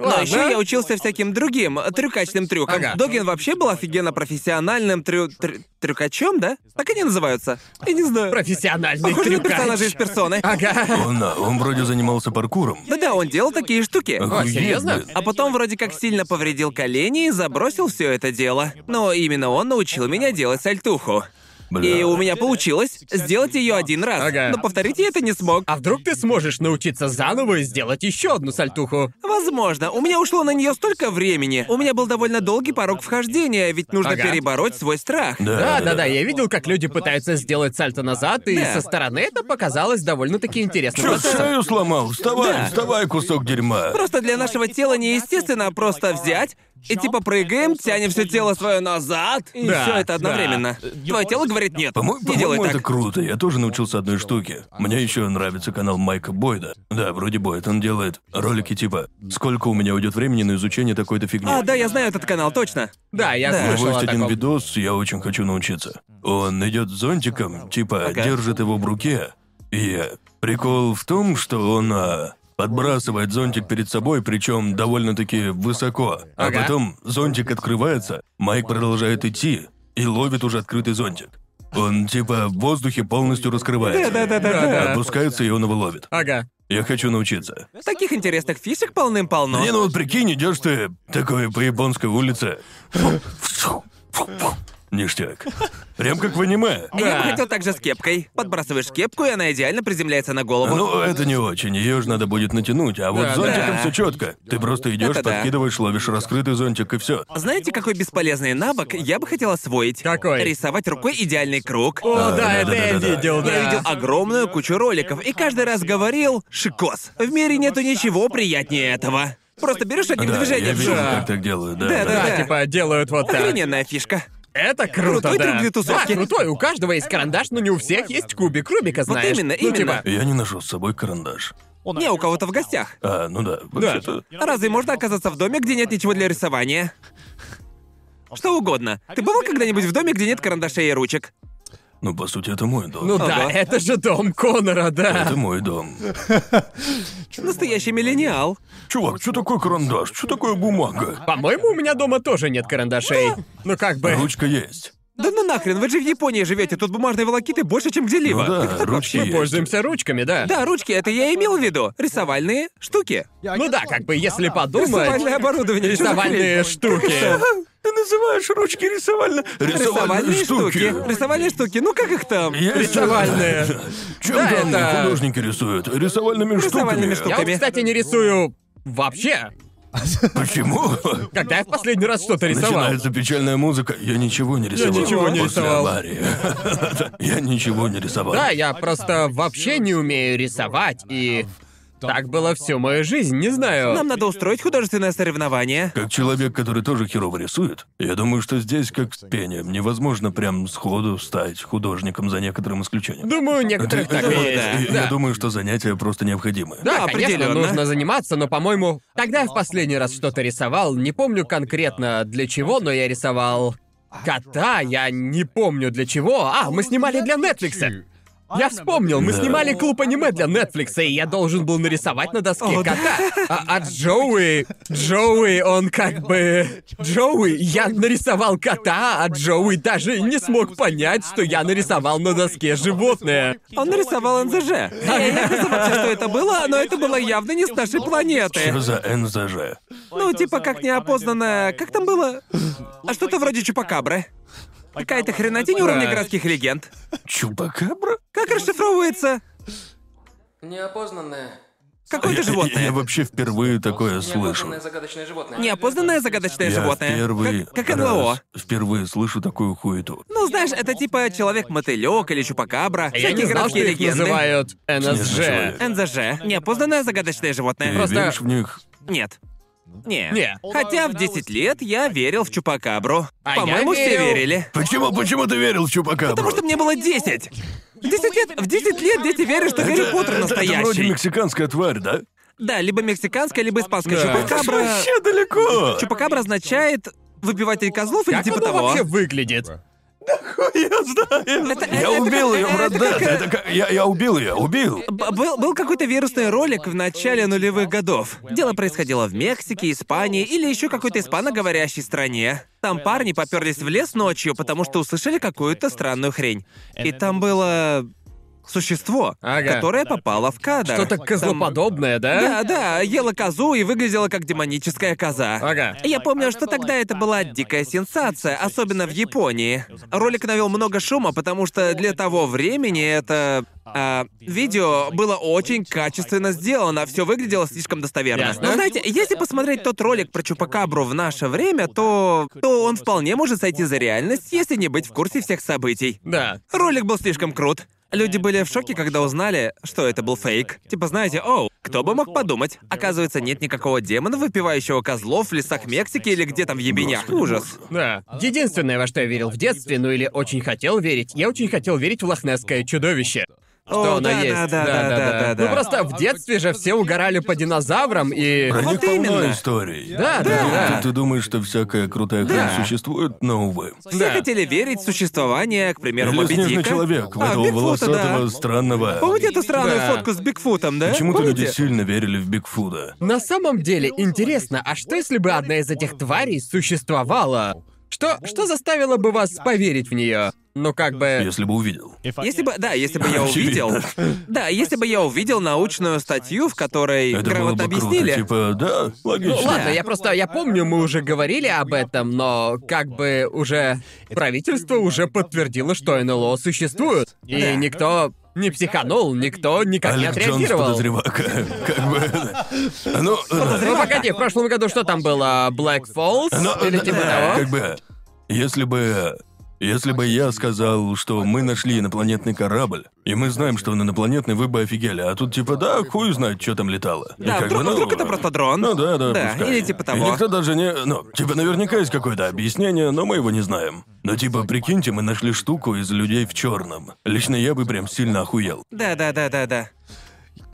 Speaker 1: Но
Speaker 2: Ладно.
Speaker 1: еще я учился всяким другим э, трюкачным трюкам.
Speaker 2: Ага.
Speaker 1: Догин вообще был офигенно профессиональным трю... трю- трюкачом, да? Так они называются. Я не знаю.
Speaker 2: Профессиональный
Speaker 1: Похоже на
Speaker 2: трюкач.
Speaker 1: персонажа из персоны.
Speaker 2: Ага.
Speaker 3: Он, а, он вроде занимался паркуром.
Speaker 1: Да-да, он делал такие штуки.
Speaker 3: Ага. Охуенно.
Speaker 2: серьезно?
Speaker 1: А потом вроде как сильно повредил колени и забросил все это дело. Но именно он научил меня делать сальтуху.
Speaker 3: Бля.
Speaker 1: И у меня получилось сделать ее один раз.
Speaker 2: Ага.
Speaker 1: Но повторить я это не смог.
Speaker 2: А вдруг ты сможешь научиться заново и сделать еще одну сальтуху?
Speaker 1: Возможно, у меня ушло на нее столько времени. У меня был довольно долгий порог вхождения, ведь нужно
Speaker 2: Ага.
Speaker 1: перебороть свой страх.
Speaker 2: Да, да, да, я видел, как люди пытаются сделать сальто назад, и
Speaker 1: Да.
Speaker 2: со стороны это показалось довольно-таки интересным
Speaker 3: Чё,
Speaker 2: процессом.
Speaker 3: шею сломал? Вставай,
Speaker 1: Да.
Speaker 3: вставай, кусок дерьма.
Speaker 1: Просто для нашего тела неестественно просто взять и типа прыгаем, тянем все тело свое назад, и
Speaker 2: Да,
Speaker 1: все это
Speaker 2: да.
Speaker 1: одновременно. Твое тело говорит нет,
Speaker 3: По-моему,
Speaker 1: не делай
Speaker 3: по-моему,
Speaker 1: так.
Speaker 3: это круто. Я тоже научился одной штуке. Мне еще нравится канал Майка Бойда. Да, вроде Бойд. Он делает ролики типа «Сколько у меня уйдет времени на изучение такой-то фигни?»
Speaker 1: А, да, я знаю этот канал, точно.
Speaker 2: Да, я
Speaker 1: Да.
Speaker 2: слышал
Speaker 3: Есть
Speaker 2: о
Speaker 3: один
Speaker 2: таком.
Speaker 3: видос, я очень хочу научиться. Он идет с зонтиком, типа
Speaker 1: Ага.
Speaker 3: держит его в руке. И прикол в том, что он а, подбрасывает зонтик перед собой, причем довольно-таки высоко. А
Speaker 2: Ага.
Speaker 3: потом зонтик открывается, Майк продолжает идти и ловит уже открытый зонтик. Он типа в воздухе полностью раскрывается.
Speaker 2: Да-да-да-да-да.
Speaker 3: Опускается, и он его ловит.
Speaker 2: Ага.
Speaker 3: Я хочу научиться.
Speaker 1: Таких интересных фишек полным-полно.
Speaker 3: Не, ну вот прикинь, идешь ты такой по японской улице. Ништяк. Прям как в аниме.
Speaker 1: Я бы
Speaker 2: Да.
Speaker 1: хотел также с кепкой. Подбрасываешь кепку, и она идеально приземляется на голову.
Speaker 3: Ну, это не очень, ее же надо будет натянуть, а вот
Speaker 2: Да,
Speaker 3: с зонтиком
Speaker 1: да.
Speaker 3: все четко. Ты просто идешь,
Speaker 1: Это да.
Speaker 3: подкидываешь, ловишь раскрытый зонтик и все.
Speaker 1: Знаете, какой бесполезный навык я бы хотел освоить?
Speaker 2: Какой?
Speaker 1: Рисовать рукой идеальный круг.
Speaker 2: О, да,
Speaker 3: да,
Speaker 2: это я
Speaker 3: да-да-да-да.
Speaker 2: видел, да.
Speaker 1: Я видел огромную кучу роликов и каждый раз говорил «Шикос, в мире нету ничего приятнее этого». Просто берешь одним
Speaker 3: Да, я
Speaker 1: движением.
Speaker 3: видел,
Speaker 1: Да.
Speaker 3: как так делают, да.
Speaker 1: Да,
Speaker 2: Да,
Speaker 1: да.
Speaker 2: типа делают вот так.
Speaker 1: Охрененная фишка.
Speaker 2: Это круто,
Speaker 1: Крутой
Speaker 2: да.
Speaker 1: друг для тусовки.
Speaker 2: Да, крутой. У каждого есть карандаш, но не у всех есть кубик Рубика,
Speaker 1: Вот
Speaker 2: знаешь.
Speaker 1: именно,
Speaker 2: Ну,
Speaker 1: именно.
Speaker 2: типа,
Speaker 3: Я не ношу с собой карандаш.
Speaker 1: Не, у кого-то в гостях.
Speaker 3: А, ну да, вообще-то.
Speaker 1: Разве можно оказаться в доме, где нет ничего для рисования? Что угодно. Ты была когда-нибудь в доме, где нет карандашей и ручек?
Speaker 3: Ну, по сути, это мой дом.
Speaker 2: ну да,
Speaker 1: Ага.
Speaker 2: это же дом Конора, да.
Speaker 3: Это мой дом.
Speaker 1: Настоящий миллениал.
Speaker 3: Чувак, что такое карандаш? Что такое бумага?
Speaker 2: По-моему, у меня дома тоже нет карандашей. Ну как бы.
Speaker 3: Ручка есть.
Speaker 1: Да ну нахрен, вы же в Японии живете, тут бумажные волокиты больше, чем где-либо.
Speaker 3: Ну
Speaker 1: Как
Speaker 3: да,
Speaker 1: так
Speaker 3: ручки
Speaker 1: вообще?
Speaker 2: Мы
Speaker 3: есть.
Speaker 2: пользуемся ручками, да.
Speaker 1: Да, ручки, это я имел в виду. Рисовальные штуки.
Speaker 2: Ну да, как бы если подумать,
Speaker 1: Рисовальное оборудование. чё за хрень?
Speaker 2: рисовальные штуки.
Speaker 3: Ты называешь ручки рисовально...
Speaker 1: Рисовальные
Speaker 3: Рисовальные
Speaker 1: штуки.
Speaker 3: штуки.
Speaker 1: Рисовальные штуки. Ну как их там?
Speaker 3: Я не
Speaker 2: Рисовальные.
Speaker 3: знаю. Чем
Speaker 2: Да,
Speaker 3: там
Speaker 2: это-
Speaker 3: художники рисуют?
Speaker 1: Рисовальными
Speaker 3: Рисовальными
Speaker 2: Я,
Speaker 3: штуками. А
Speaker 2: вот,
Speaker 1: штуками.
Speaker 2: кстати, не рисую вообще.
Speaker 3: Почему?
Speaker 2: Когда я в последний раз что-то рисовал?
Speaker 3: Начинается печальная музыка. Я ничего не рисовал.
Speaker 2: ничего не
Speaker 3: после
Speaker 2: рисовал.
Speaker 3: аварии. Я ничего не рисовал.
Speaker 2: Да, я просто вообще не умею рисовать, и так было всю мою жизнь, не
Speaker 1: Нам
Speaker 2: знаю.
Speaker 1: надо устроить художественное соревнование.
Speaker 3: Как человек, который тоже херово рисует, я думаю, что здесь, как с пением, невозможно прям сходу стать художником за некоторым исключением.
Speaker 2: Думаю,
Speaker 3: Это-
Speaker 2: некоторых так
Speaker 3: это
Speaker 2: и
Speaker 3: вот,
Speaker 1: да,
Speaker 3: и
Speaker 2: есть.
Speaker 3: Я думаю, что занятия просто необходимы.
Speaker 2: Да,
Speaker 1: Да,
Speaker 2: конечно,
Speaker 1: определенно.
Speaker 2: нужно заниматься, но, по-моему, тогда я в последний раз что-то рисовал, не помню конкретно для чего, но я рисовал кота, я не помню для чего. А, мы снимали для Netflix. Я вспомнил, мы
Speaker 3: Да.
Speaker 2: снимали клуб аниме для Netflix, и я должен был нарисовать на доске
Speaker 1: О, да.
Speaker 2: кота. А, а Джоуи, Джоуи, он как бы... Джоуи, я нарисовал кота, а Джоуи даже не смог понять, что я нарисовал на доске животное.
Speaker 1: Он нарисовал НЗЖ. Я не разобрался, что это было, но это было явно не с нашей
Speaker 3: Что
Speaker 2: э.
Speaker 1: планеты.
Speaker 3: за НЗЖ?
Speaker 1: Ну, типа, как неопознанное... Как там было? А что-то вроде Чупакабры. Какая-то хренотень уровня
Speaker 2: Да.
Speaker 1: городских легенд.
Speaker 3: Чупакабра?
Speaker 1: Как расшифровывается?
Speaker 4: Неопознанное.
Speaker 1: Какое-то
Speaker 3: Я,
Speaker 1: животное.
Speaker 3: вообще впервые такое слышу.
Speaker 4: Неопознанное загадочное животное.
Speaker 1: Неопознанное загадочное
Speaker 3: Я
Speaker 1: животное.
Speaker 3: впервые
Speaker 1: Как, как НЛО.
Speaker 3: раз впервые слышу такую хуету.
Speaker 1: Ну, знаешь, это типа человек-мотылек или чупакабра.
Speaker 2: А Я не
Speaker 1: всякие
Speaker 2: знал, что
Speaker 1: городские
Speaker 2: их
Speaker 1: легенды.
Speaker 2: называют
Speaker 3: Снежный человек.
Speaker 2: НСЖ.
Speaker 1: НЗЖ. Неопознанное загадочное
Speaker 3: Ты
Speaker 1: животное.
Speaker 2: Просто-
Speaker 3: веришь в них?
Speaker 1: Нет. Не.
Speaker 2: Не.
Speaker 1: Хотя в 10 лет я верил в Чупакабру.
Speaker 2: А я
Speaker 1: По-моему, все
Speaker 2: верил.
Speaker 1: верили.
Speaker 3: Почему, почему ты верил в Чупакабру?
Speaker 1: Потому что мне было 10. В 10 лет, в 10 лет дети верят, что Гарри Поттер
Speaker 3: это, это вроде
Speaker 1: настоящий.
Speaker 3: мексиканская тварь, да?
Speaker 1: Да, либо мексиканская, либо испанская
Speaker 2: Да.
Speaker 1: чупакабра.
Speaker 3: Вообще далеко.
Speaker 1: Чупакабра означает выбиватель козлов или
Speaker 2: Как
Speaker 1: типа
Speaker 2: оно
Speaker 1: того.
Speaker 2: вообще выглядит?
Speaker 3: Я знаю.
Speaker 1: Это-
Speaker 3: я
Speaker 1: это
Speaker 3: убил
Speaker 1: как-
Speaker 3: ее,
Speaker 1: это
Speaker 3: брат.
Speaker 1: как-
Speaker 3: да, это как- я, я убил ее, убил.
Speaker 1: Б- был, был какой-то вирусный ролик в начале нулевых годов. Дело происходило в Мексике, Испании или еще какой-то испаноговорящей стране. Там парни поперлись в лес ночью, потому что услышали какую-то странную хрень. И там было существо,
Speaker 2: Ага.
Speaker 1: которое попало в кадр.
Speaker 2: Что-то козлоподобное,
Speaker 1: Да,
Speaker 2: да?
Speaker 1: да, ела козу и выглядела как демоническая коза.
Speaker 2: Ага.
Speaker 1: Я помню, что тогда это была дикая сенсация, особенно в Японии. Ролик навел много шума, потому что для того времени это а, видео было очень качественно сделано, все выглядело слишком достоверно.
Speaker 2: Ясно.
Speaker 1: Но знаете, если посмотреть тот ролик про Чупакабру в наше время, то то он вполне может сойти за реальность, если не быть в курсе всех событий.
Speaker 2: Да.
Speaker 1: Ролик был слишком крут. Люди были в шоке, когда узнали, что это был фейк. Типа, знаете, оу, кто бы мог подумать? Оказывается, нет никакого демона, выпивающего козлов в лесах Мексики или где там в ебенях. Ужас.
Speaker 2: Да. Единственное, во что я верил в детстве, ну или очень хотел верить, я очень хотел верить в лохнесское чудовище.
Speaker 1: О,
Speaker 2: Что оно
Speaker 1: да,
Speaker 2: есть.
Speaker 1: да, да, да, да, да,
Speaker 2: Ну
Speaker 1: да.
Speaker 2: просто в детстве же все угорали по динозаврам и...
Speaker 3: Про
Speaker 1: Вот
Speaker 3: них полно
Speaker 1: именно.
Speaker 3: историй.
Speaker 2: Да, да,
Speaker 3: Ты-
Speaker 2: да.
Speaker 3: Ты, думаешь, что всякая крутая
Speaker 2: Да.
Speaker 3: хрень существует, но увы.
Speaker 1: Все
Speaker 2: да.
Speaker 1: хотели верить в существование, к примеру,
Speaker 3: Или
Speaker 1: Моби
Speaker 3: снежный
Speaker 1: Дика.
Speaker 3: человек, в
Speaker 1: А,
Speaker 3: этого
Speaker 1: Бигфута,
Speaker 3: волосатого
Speaker 1: да.
Speaker 3: странного.
Speaker 1: Помните эту странную
Speaker 2: Да.
Speaker 1: фотку с Бигфутом, да?
Speaker 3: Почему-то люди
Speaker 1: Помните?
Speaker 3: сильно верили в Бигфуда.
Speaker 2: На самом деле, интересно, а что если бы одна из этих тварей существовала? Что, что заставило бы вас поверить в нее? Ну как бы...
Speaker 3: Если бы увидел.
Speaker 1: Если бы, да, если бы я
Speaker 3: Очевидно.
Speaker 1: увидел, да, если бы я увидел научную статью, в которой
Speaker 3: Это было бы
Speaker 1: грамотно объяснили,
Speaker 3: круто. Типа, да,
Speaker 2: Ну
Speaker 3: логично.
Speaker 2: ладно, я просто, я помню, мы уже говорили об этом, но как бы уже правительство уже подтвердило, что НЛО существует. И
Speaker 5: Да.
Speaker 2: никто не психанул, никто никак не
Speaker 3: Алек Джонс
Speaker 2: отреагировал.
Speaker 3: подозревака. Как бы... Ну, да.
Speaker 2: Ну погоди, в прошлом году что там было? Black Falls?
Speaker 3: Ну,
Speaker 2: Или
Speaker 3: да,
Speaker 2: типа
Speaker 3: да,
Speaker 2: того?
Speaker 3: Как бы, если бы Если бы я сказал, что мы нашли инопланетный корабль, и мы знаем, что он инопланетный, вы бы офигели. А тут типа, да, хуй знает, что там летало. И
Speaker 1: Да,
Speaker 3: как
Speaker 1: вдруг,
Speaker 3: бы, ну,
Speaker 1: вдруг это просто дрон.
Speaker 3: Ну да, да,
Speaker 1: Да,
Speaker 3: пускай.
Speaker 1: или типа того.
Speaker 3: И никто даже не... Ну, типа наверняка есть какое-то объяснение, но мы его не знаем. Но типа, прикиньте, мы нашли штуку из людей в черном. Лично я бы прям сильно охуел.
Speaker 1: Да, да, да, да, да.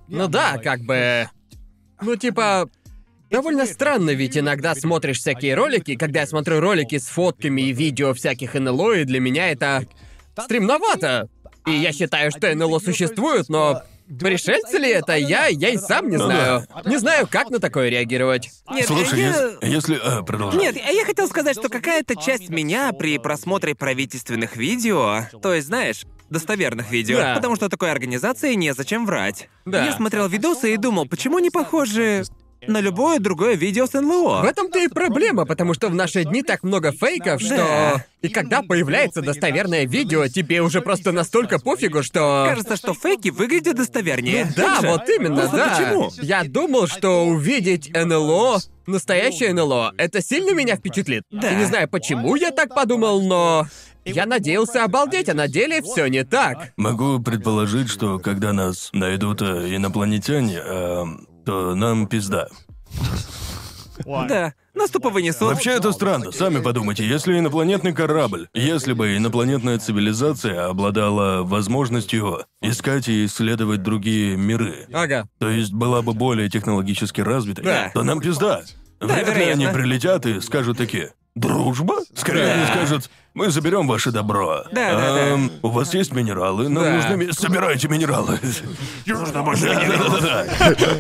Speaker 2: Ну да, как бы... Ну типа... Довольно странно, ведь иногда смотришь всякие ролики, когда я смотрю ролики с фотками и видео всяких НЛО, и для меня это стремновато. И я считаю, что НЛО существуют, но пришельцы ли это я, я и сам не
Speaker 3: Ну
Speaker 2: знаю. Не знаю, как на такое реагировать.
Speaker 1: Нет,
Speaker 3: Слушай,
Speaker 1: я...
Speaker 3: ес- если... а, продолжай.
Speaker 1: Нет, а я хотел сказать, что какая-то часть меня при просмотре правительственных видео, то есть, знаешь, достоверных видео,
Speaker 2: Да.
Speaker 1: потому что такой организации незачем врать.
Speaker 2: Да.
Speaker 1: Я смотрел видосы и думал, почему не похожи на любое другое видео с НЛО?
Speaker 2: В этом-то и проблема, потому что в наши дни так много фейков, что...
Speaker 1: Да.
Speaker 2: И когда появляется достоверное видео, тебе уже просто настолько пофигу, что...
Speaker 1: Кажется, что фейки выглядят
Speaker 3: Ну,
Speaker 1: достовернее.
Speaker 2: Ну Да,
Speaker 1: Так же?
Speaker 2: вот именно,
Speaker 1: Просто
Speaker 2: да.
Speaker 1: Почему?
Speaker 2: Я думал, что увидеть НЛО, настоящее НЛО, это сильно меня впечатлит.
Speaker 1: Да.
Speaker 2: Я не знаю, почему я так подумал, но... Я надеялся обалдеть, а на деле все не так.
Speaker 3: Могу предположить, что когда нас найдут э, инопланетяне, эм, то нам пизда.
Speaker 1: Да. Нас тупо вынесут.
Speaker 3: Вообще это странно, сами подумайте, если инопланетный корабль, если бы инопланетная цивилизация обладала возможностью искать и исследовать другие миры,
Speaker 2: Ага.
Speaker 3: то есть была бы более технологически развитой,
Speaker 2: Да.
Speaker 3: то нам пизда. Вряд ли
Speaker 1: вероятно.
Speaker 3: они прилетят и скажут такие. Дружба? Скорее они скажут, мы заберем ваше добро.
Speaker 1: Да, да, да.
Speaker 3: Эм, У вас есть минералы? Нам
Speaker 2: Да.
Speaker 3: нужны ми- Собирайте минералы. Нужно больше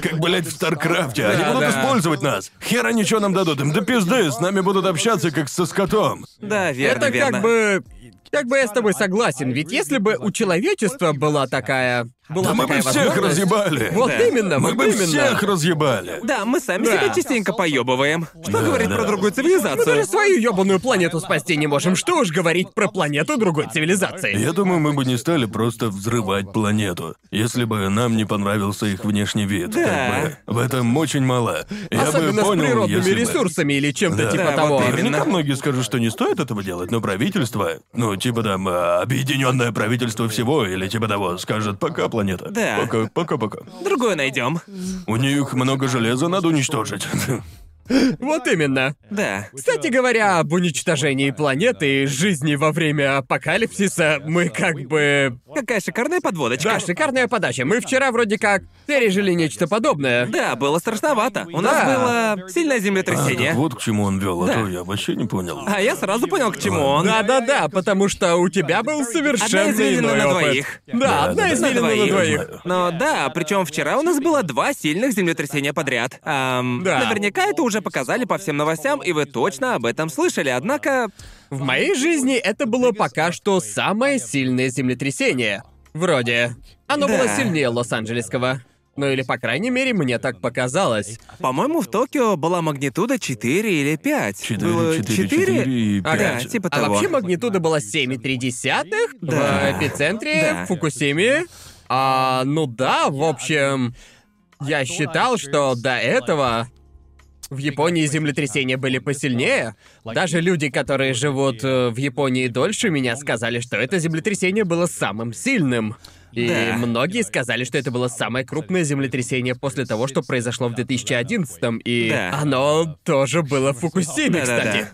Speaker 3: Как, блядь, в Старкрафте. Они
Speaker 2: Да,
Speaker 3: будут
Speaker 2: да.
Speaker 3: использовать нас. Хера ничего нам дадут. Им да пизды, с нами будут общаться, как со скотом.
Speaker 1: Да, верно,
Speaker 2: это
Speaker 1: верно.
Speaker 2: как бы... Как бы я с тобой согласен, ведь если бы у человечества была такая... Была
Speaker 3: Да мы бы
Speaker 2: такая
Speaker 3: всех
Speaker 2: возможность-
Speaker 3: разъебали.
Speaker 2: Вот
Speaker 1: Да.
Speaker 2: именно,
Speaker 3: Мы
Speaker 2: вот
Speaker 3: бы
Speaker 2: именно.
Speaker 3: всех разъебали.
Speaker 1: Да, мы сами
Speaker 2: Да.
Speaker 1: себя частенько поебываем. Что говорит
Speaker 3: да.
Speaker 1: про другую
Speaker 2: Мы даже
Speaker 1: цивилизацию?
Speaker 2: свою ёбаную планету спасти не можем, что уж говорить про планету другой цивилизации.
Speaker 3: Я думаю, мы бы не стали просто взрывать планету, если бы нам не понравился их внешний вид.
Speaker 1: Да.
Speaker 3: Как бы в этом очень мало. Я бы
Speaker 2: Особенно с
Speaker 3: понял,
Speaker 2: природными
Speaker 3: если бы-
Speaker 2: ресурсами или чем-то
Speaker 3: Да.
Speaker 2: типа
Speaker 1: Да, вот
Speaker 2: того.
Speaker 1: именно.
Speaker 3: Наверняка многие скажут, что не стоит этого делать, но правительство, ну, типа там, объединенное правительство всего, или типа того, скажет, пока планета.
Speaker 1: Да.
Speaker 3: Пока, пока, пока.
Speaker 1: Другую найдем.
Speaker 3: У них много железа, надо уничтожить.
Speaker 2: Вот именно.
Speaker 1: Да.
Speaker 2: Кстати говоря, об уничтожении планеты и жизни во время апокалипсиса мы как бы...
Speaker 1: Какая шикарная подводочка.
Speaker 2: Да, шикарная подача. Мы вчера вроде как пережили нечто подобное.
Speaker 1: Да, было страшновато. У нас было сильное
Speaker 3: А, так
Speaker 1: землетрясение.
Speaker 3: вот к чему он вел, а то я вообще не понял.
Speaker 1: А я сразу понял, к чему он.
Speaker 2: Да-да-да, потому что у тебя был
Speaker 1: Одна
Speaker 2: совершенно
Speaker 1: извилина
Speaker 2: иной
Speaker 1: на
Speaker 2: опыт.
Speaker 1: двоих.
Speaker 2: Да, одна
Speaker 3: Да-да-да.
Speaker 2: извилина на двоих.
Speaker 3: двоих.
Speaker 1: Но да, причем вчера у нас было два сильных землетрясения подряд. Ам,
Speaker 2: Да.
Speaker 1: Наверняка это уже показали по всем новостям, и вы точно об этом слышали. Однако,
Speaker 2: В моей жизни это было пока что самое сильное землетрясение. Вроде. Оно
Speaker 1: Да.
Speaker 2: было сильнее Лос-Анджелесского. Ну или, по крайней мере, мне так показалось.
Speaker 1: по-моему, в Токио была магнитуда 4 или 5.
Speaker 3: Четыре, четыре, четыре и
Speaker 1: Ага,
Speaker 3: пять.
Speaker 1: типа
Speaker 2: А
Speaker 1: того.
Speaker 2: вообще магнитуда была 7,3
Speaker 1: Да.
Speaker 2: в эпицентре,
Speaker 1: Да.
Speaker 2: в Фукусиме. А, ну да, в общем, я считал, что до этого в Японии землетрясения были посильнее. Даже люди, которые живут э, в Японии дольше меня, сказали, что это землетрясение было самым сильным. И
Speaker 1: Да.
Speaker 2: многие сказали, что это было самое крупное землетрясение после того, что произошло в 2011 и
Speaker 1: Да.
Speaker 2: оно тоже было в Фукусиме,
Speaker 1: Да-да-да.
Speaker 2: кстати.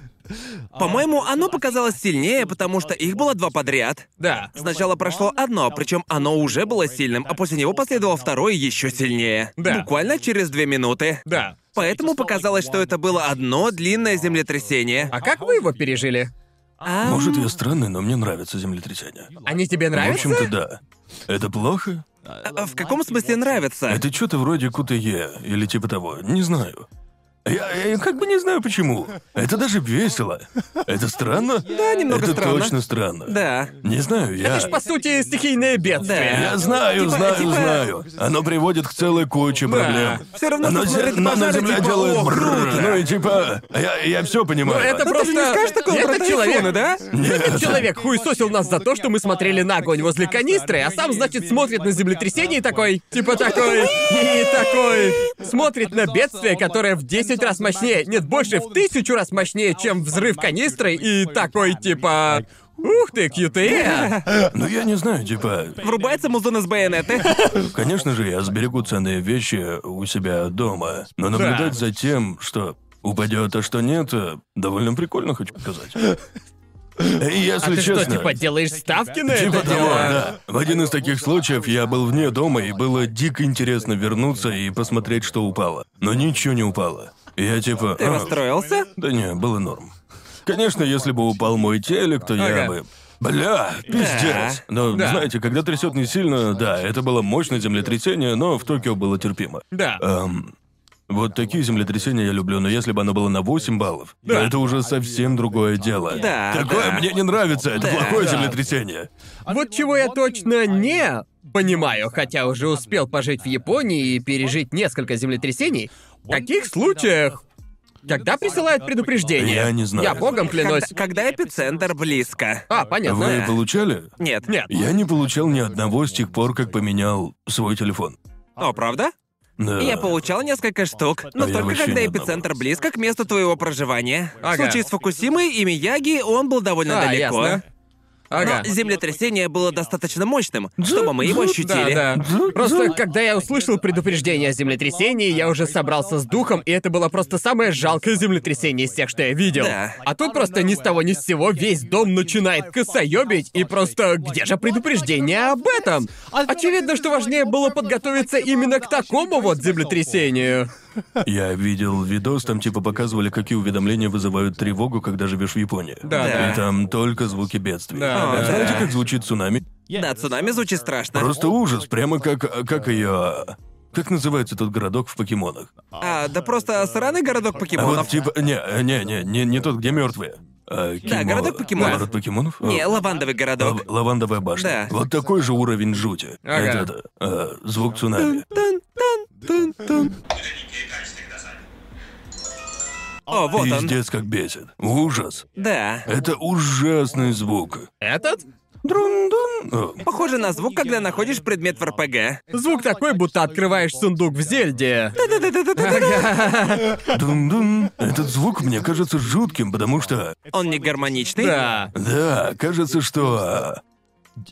Speaker 1: По-моему, оно показалось сильнее, потому что их было два подряд.
Speaker 2: Да.
Speaker 1: Сначала прошло одно, причем оно уже было сильным, а после него последовало второе еще сильнее.
Speaker 2: Да.
Speaker 1: Буквально через две минуты.
Speaker 2: Да.
Speaker 1: Поэтому показалось, что это было одно длинное землетрясение.
Speaker 2: А как вы его пережили?
Speaker 1: А,
Speaker 3: Может, я странный, но мне нравится землетрясение.
Speaker 2: Они тебе
Speaker 3: В
Speaker 2: нравятся?
Speaker 3: общем-то, да. Это плохо?
Speaker 1: а в каком смысле нравится?
Speaker 3: Это что-то вроде кутае или типа того. Не знаю. Я, я как бы не знаю почему. Это даже весело. Это странно? Да,
Speaker 1: немного
Speaker 3: это
Speaker 1: странно.
Speaker 3: точно странно.
Speaker 1: Да.
Speaker 3: Не знаю, я.
Speaker 2: Это ж, по сути, стихийное бедствие.
Speaker 1: Да.
Speaker 3: Я знаю,
Speaker 1: Типа-
Speaker 3: знаю,
Speaker 1: типа-
Speaker 3: знаю. Оно приводит к целой куче проблем.
Speaker 1: Все равно
Speaker 3: Оно
Speaker 1: тут
Speaker 3: зе-
Speaker 1: смотрит
Speaker 3: на- на
Speaker 1: пожары,
Speaker 3: земля
Speaker 1: типа,
Speaker 3: делает
Speaker 1: «О,
Speaker 3: бррр».
Speaker 1: круто.
Speaker 3: Ну и типа, я, я все понимаю.
Speaker 2: Это
Speaker 1: Ну, ты
Speaker 2: просто...
Speaker 1: же не скажешь такого про
Speaker 2: Этот человек,
Speaker 1: тайфуны, да?
Speaker 2: Этот человек хуесосил нас за то, что мы смотрели на огонь возле канистры, а сам, значит, смотрит на землетрясение и такой... Типа такой... И такой... Смотрит на бедствие, которое в 10 раз мощнее... Нет, больше в тысячу раз мощнее, чем взрыв канистры, и такой, типа... Ух ты, QTE!
Speaker 3: Ну я не знаю, типа,
Speaker 1: Врубается музон из байонеты.
Speaker 3: конечно же, я сберегу ценные вещи у себя дома, но наблюдать за тем, что упадет, а что нет, э, довольно прикольно, хочу сказать. И
Speaker 2: А
Speaker 3: Если
Speaker 2: ты что,
Speaker 3: честно.
Speaker 2: типа, делаешь ставки на
Speaker 3: Типа
Speaker 2: это
Speaker 3: того,
Speaker 2: дело?
Speaker 3: да. В один из таких случаев я был вне дома, и было дико интересно вернуться и посмотреть, что упало. Но ничего не упало. И Я типа...
Speaker 1: Ты
Speaker 3: «А,
Speaker 1: расстроился?
Speaker 3: Да не, было норм. Конечно, если бы упал мой телек, то я
Speaker 2: Ага.
Speaker 3: бы... Бля, пиздец. Но,
Speaker 2: Да.
Speaker 3: знаете, когда трясет не сильно, да, это было мощное землетрясение, но в Токио было терпимо.
Speaker 2: Да.
Speaker 3: Эм, вот такие землетрясения я люблю, но если бы оно было на 8 баллов,
Speaker 2: Да.
Speaker 3: это уже совсем другое дело.
Speaker 1: Да,
Speaker 3: Такое
Speaker 1: да.
Speaker 3: мне не нравится, это плохое землетрясение.
Speaker 2: А Вот чего я точно не понимаю, хотя уже успел пожить в Японии и пережить несколько землетрясений. В каких случаях? Когда присылают предупреждение?
Speaker 3: Я не знаю.
Speaker 2: Я богом клянусь.
Speaker 1: Когда, когда эпицентр близко.
Speaker 2: А,
Speaker 3: Вы
Speaker 2: понятно.
Speaker 3: получали?
Speaker 1: Нет.
Speaker 2: Нет.
Speaker 3: Я не получал ни одного с тех пор, как поменял свой телефон.
Speaker 1: О, правда?
Speaker 3: Да.
Speaker 1: Я получал несколько штук, но
Speaker 3: А я
Speaker 1: только
Speaker 3: вообще
Speaker 1: когда
Speaker 3: ни одного.
Speaker 1: эпицентр близко к месту твоего проживания.
Speaker 2: Ага.
Speaker 1: В случае с Фукусимой и Мияги он был довольно
Speaker 2: А,
Speaker 1: далеко.
Speaker 2: ясно. Ага.
Speaker 3: Ну,
Speaker 1: Но землетрясение было достаточно мощным, чтобы мы его ощутили.
Speaker 2: Да, да. Просто когда я услышал предупреждение о землетрясении, я уже собрался с духом, и это было просто самое жалкое землетрясение из всех, что я видел.
Speaker 1: Да.
Speaker 2: А тут просто ни с того ни с сего весь дом начинает косоебить, и просто где же предупреждение об этом? Очевидно, что важнее было подготовиться именно к такому вот землетрясению.
Speaker 3: Я видел видос, там типа показывали, какие уведомления вызывают тревогу, когда живешь в Японии.
Speaker 2: Да,
Speaker 1: да.
Speaker 3: И там только звуки бедствий.
Speaker 2: Да,
Speaker 3: А
Speaker 1: да.
Speaker 3: знаете, как звучит цунами?
Speaker 1: Да, цунами звучит страшно.
Speaker 3: Просто ужас, прямо как как ее. Как называется тот городок в покемонах?
Speaker 1: А, да просто сраный городок
Speaker 3: А
Speaker 1: покемонов.
Speaker 3: вот типа. Не, не, не, не, не тот, где мертвые. А, Кимо-
Speaker 1: городок покемонов.
Speaker 3: Город покемонов?
Speaker 1: Не,
Speaker 3: А,
Speaker 1: лавандовый городок.
Speaker 3: лав- Лавандовая башня.
Speaker 1: Да.
Speaker 3: Вот такой же уровень жути.
Speaker 2: Ага.
Speaker 3: Это, это, э, звук цунами.
Speaker 1: О, вот он.
Speaker 3: А Пиздец, как бесит. Ужас.
Speaker 1: Да.
Speaker 3: Это ужасный звук. а,
Speaker 2: Этот?
Speaker 3: О,
Speaker 1: Похоже на звук, когда находишь предмет в РПГ.
Speaker 2: Звук такой, будто открываешь сундук в Зельде.
Speaker 3: Дун-дун. Этот звук мне кажется жутким, потому что...
Speaker 1: Он не гармоничный.
Speaker 2: Да.
Speaker 3: Да, кажется, что... а,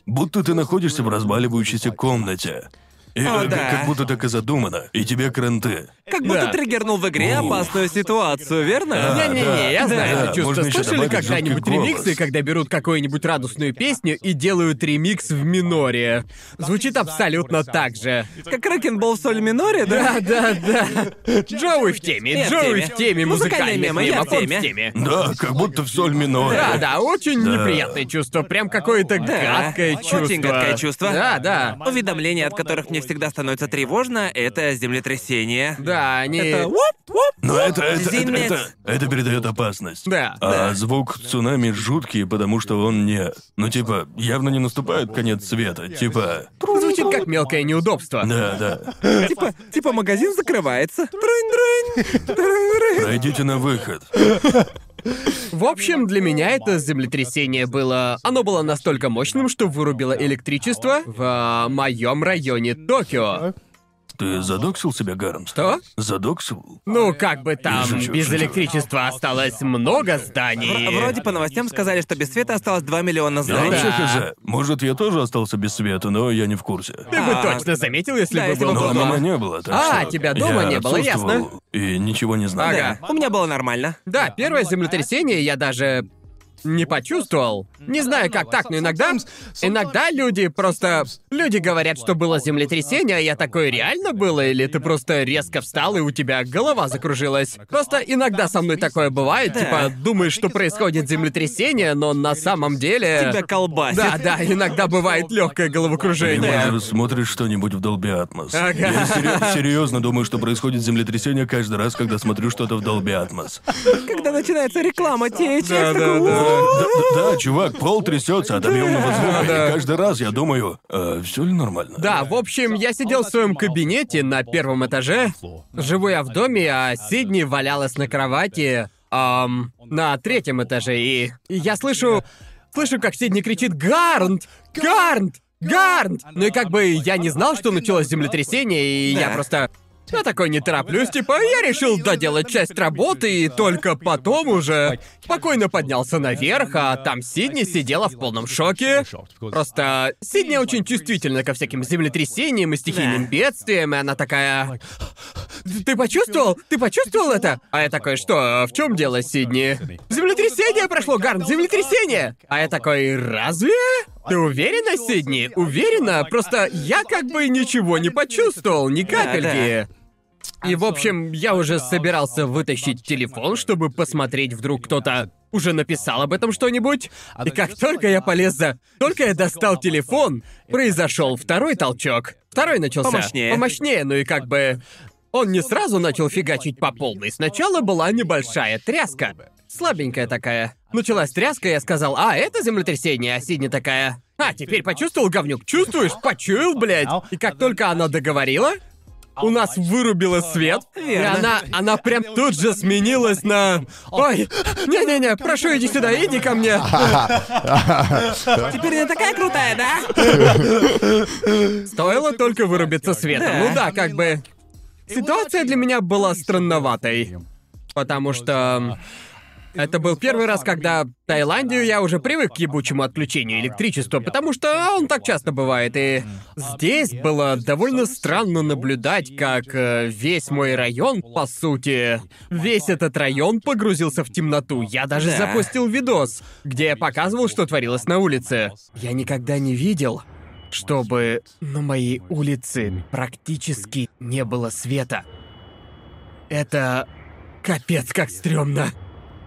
Speaker 3: Будто ты находишься в разваливающейся комнате. И,
Speaker 1: О,
Speaker 3: э,
Speaker 1: да.
Speaker 3: как, как будто так и задумано. И тебе кранты.
Speaker 1: Как будто
Speaker 2: Да.
Speaker 1: триггернул в игре
Speaker 3: Ух.
Speaker 1: опасную ситуацию, верно?
Speaker 3: Да,
Speaker 2: Не-не-не, я
Speaker 3: да,
Speaker 2: знаю
Speaker 3: да,
Speaker 2: это чувство.
Speaker 3: можно ещё
Speaker 2: Слышали
Speaker 3: добавить
Speaker 2: когда-нибудь
Speaker 3: жуткий голос.
Speaker 2: ремиксы, когда берут какую-нибудь радостную песню и делают ремикс в миноре? Звучит абсолютно так же.
Speaker 1: Как ракетбол в соль миноре, да?
Speaker 2: Да, да, да. Джоуи в теме,
Speaker 1: Я в
Speaker 2: Джоуи
Speaker 1: теме.
Speaker 2: в
Speaker 1: Музыкальные
Speaker 2: теме, музыкальные
Speaker 1: мемы,
Speaker 2: мемы,
Speaker 1: я
Speaker 2: он
Speaker 1: в
Speaker 2: в
Speaker 1: теме.
Speaker 2: теме.
Speaker 3: Да, как будто в соль миноре.
Speaker 2: Да, да, очень неприятное чувство, прям какое-то гадкое чувство.
Speaker 1: Очень гадкое чувство.
Speaker 2: Да, да.
Speaker 1: Уведомления, от которых мне всегда становится тревожно, это землетрясение.
Speaker 2: Да, они...
Speaker 1: Это «Уоп, уоп».
Speaker 3: Но это, это, это,
Speaker 1: Зимец.
Speaker 3: это- это передает опасность.
Speaker 2: Да,
Speaker 3: А
Speaker 2: да.
Speaker 3: звук цунами жуткий, потому что он не. Ну, типа, явно не наступает конец света. Типа.
Speaker 2: Звучит как мелкое неудобство.
Speaker 3: Да, да.
Speaker 1: Типа, типа магазин закрывается. Трунь-трунь. Трунь-трунь.
Speaker 3: Пройдите на выход.
Speaker 2: В общем, для меня это землетрясение было... Оно было настолько мощным, что вырубило электричество в а, моем районе Токио.
Speaker 3: Ты задоксил себя, Гарнс?
Speaker 2: Что?
Speaker 3: Задоксил?
Speaker 2: Ну, как бы там,
Speaker 3: Шучу,
Speaker 2: без
Speaker 3: шучу.
Speaker 2: электричества осталось много зданий.
Speaker 1: Вро- Вроде по новостям сказали, что без света осталось 2 миллиона
Speaker 3: Я
Speaker 1: зданий.
Speaker 3: вообще
Speaker 2: Да.
Speaker 3: хз. Ну, Может, я тоже остался без света, но я не в курсе.
Speaker 2: Ты бы
Speaker 1: А.
Speaker 2: точно заметил, если
Speaker 1: Да,
Speaker 2: бы
Speaker 1: если
Speaker 2: был
Speaker 1: бы был
Speaker 3: Но
Speaker 2: дома.
Speaker 1: дома.
Speaker 3: меня не было, так
Speaker 2: Ну, А,
Speaker 3: что
Speaker 2: тебя дома
Speaker 3: я
Speaker 2: не было, ясно.
Speaker 3: отсутствовал И ничего не знал.
Speaker 2: Ага.
Speaker 1: У меня было нормально.
Speaker 2: Да, первое землетрясение я даже не почувствовал. Не знаю, как так, но иногда... Иногда люди просто... Люди говорят, что было землетрясение, а я такой, реально было? Или ты просто резко встал, и у тебя голова закружилась? Просто иногда со мной такое бывает,
Speaker 1: Да.
Speaker 2: типа, думаешь, что происходит землетрясение, но на самом деле...
Speaker 1: Тебя колбасит.
Speaker 2: Да, да, иногда бывает легкое
Speaker 3: Ты
Speaker 2: головокружение.
Speaker 3: может, смотришь что-нибудь в Dolby Atmos.
Speaker 2: Ага.
Speaker 3: Я серьезно думаю, что происходит землетрясение каждый раз, когда смотрю что-то в Э, Dolby Atmos.
Speaker 1: Когда начинается реклама течь,
Speaker 2: Да,
Speaker 1: я
Speaker 2: да,
Speaker 1: такой,
Speaker 2: да.
Speaker 1: «Ууу».
Speaker 3: Да, да, чувак, пол трясется от объемного звука.
Speaker 2: Да.
Speaker 3: И каждый раз я думаю, все ли нормально?
Speaker 2: Да, в общем, я сидел в своем кабинете на первом этаже. Живу я в доме, а Сидни валялась на кровати ам, на третьем этаже, и, и я слышу, слышу, как Сидни кричит «Гарнт! Гарнт! Гарнт!» Ну и как бы я не знал, что началось землетрясение, и я
Speaker 1: Да.
Speaker 2: просто... Я такой не тороплюсь, типа, я решил доделать часть работы и только потом уже спокойно поднялся наверх, а там Сидни сидела в полном шоке. Просто Сидни очень чувствительна ко всяким землетрясениям и стихийным
Speaker 1: Да.
Speaker 2: бедствиям, и она такая... Ты почувствовал? Ты почувствовал это? А я такой, что, в чем дело, Сидни? Землетрясение прошло, Гарн, землетрясение! А я такой, разве? Ты уверена, Сидни? Уверена? Просто я как бы ничего не почувствовал, ни капельки. И, в общем, я уже собирался вытащить телефон, чтобы посмотреть, вдруг кто-то уже написал об этом что-нибудь. И как только я полез за... Только я достал телефон, произошел второй толчок. Второй начался.
Speaker 1: Помощнее.
Speaker 2: Помощнее, ну и как бы... Он не сразу начал фигачить по полной. Сначала была небольшая тряска. Слабенькая такая. Началась тряска, я сказал, а, это землетрясение, а Сидни такая... А, теперь почувствовал, говнюк? Чувствуешь? Почуял, блядь. И как только она договорила, у нас вырубило свет, и она, она прям тут же сменилась на... Ой, не-не-не, прошу, иди сюда, иди ко мне.
Speaker 1: Теперь я такая крутая, да?
Speaker 2: Стоило только вырубиться светом.
Speaker 1: Да.
Speaker 2: Ну да, как бы... Ситуация для меня была странноватой. Потому что... Это был первый раз, когда в Таиландию я уже привык к ебучему отключению электричества, потому что он так часто бывает. И здесь было довольно странно наблюдать, как э, весь мой район, по сути, весь этот район погрузился в темноту. Я даже
Speaker 1: Да.
Speaker 2: запустил видос, где я показывал, что творилось на улице. Я никогда не видел, чтобы на моей улице практически не было света. Это капец как стрёмно.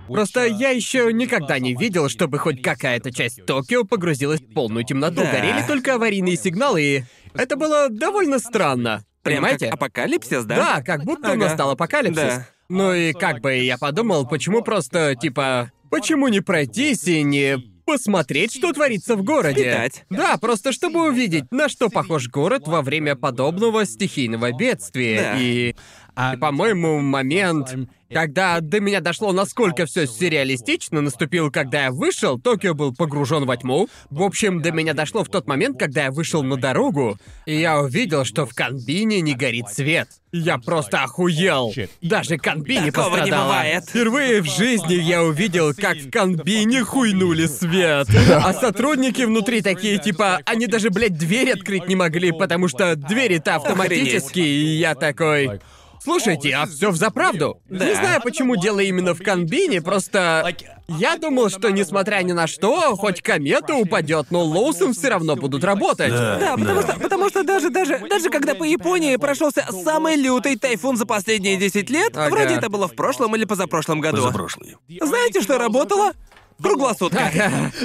Speaker 2: Просто я еще никогда не видел, чтобы хоть какая-то часть Токио погрузилась в полную темноту.
Speaker 1: Да.
Speaker 2: Горели только аварийные сигналы, и это было довольно странно.
Speaker 1: Прям как
Speaker 2: Понимаете?
Speaker 1: апокалипсис, да?
Speaker 2: Да, как будто
Speaker 1: Ага.
Speaker 2: настал апокалипсис.
Speaker 1: Да.
Speaker 2: Ну и как бы я подумал, почему просто, типа, почему не пройтись и не посмотреть, что творится в городе?
Speaker 1: Видать.
Speaker 2: Да, просто чтобы увидеть, на что похож город во время подобного стихийного бедствия.
Speaker 1: Да.
Speaker 2: И, и, по-моему, момент, когда до меня дошло, насколько все сюрреалистично, наступил, когда я вышел, Токио был погружен во тьму. В общем, до меня дошло в тот момент, когда я вышел на дорогу, и я увидел, что в комбине не горит свет. Я просто охуел. Даже комбини
Speaker 1: Такого не
Speaker 2: пострадала.
Speaker 1: бывает.
Speaker 2: Впервые в жизни я увидел, как в комбине хуйнули свет. А сотрудники внутри такие, типа, они даже, блядь, дверь открыть не могли, потому что двери-то автоматические, и я такой... Слушайте, а все в заправду. Не знаю, почему дело именно в комбине, просто я думал, что несмотря ни на что, хоть комета упадет, но Лоусон все равно будут работать.
Speaker 1: Да, потому что, потому что даже, даже, даже когда по Японии прошелся самый лютый тайфун за последние 10 лет,
Speaker 2: Ага.
Speaker 1: вроде это было в прошлом или позапрошлом году.
Speaker 3: Позапрошлый.
Speaker 1: Знаете, что работало? Круглосутка.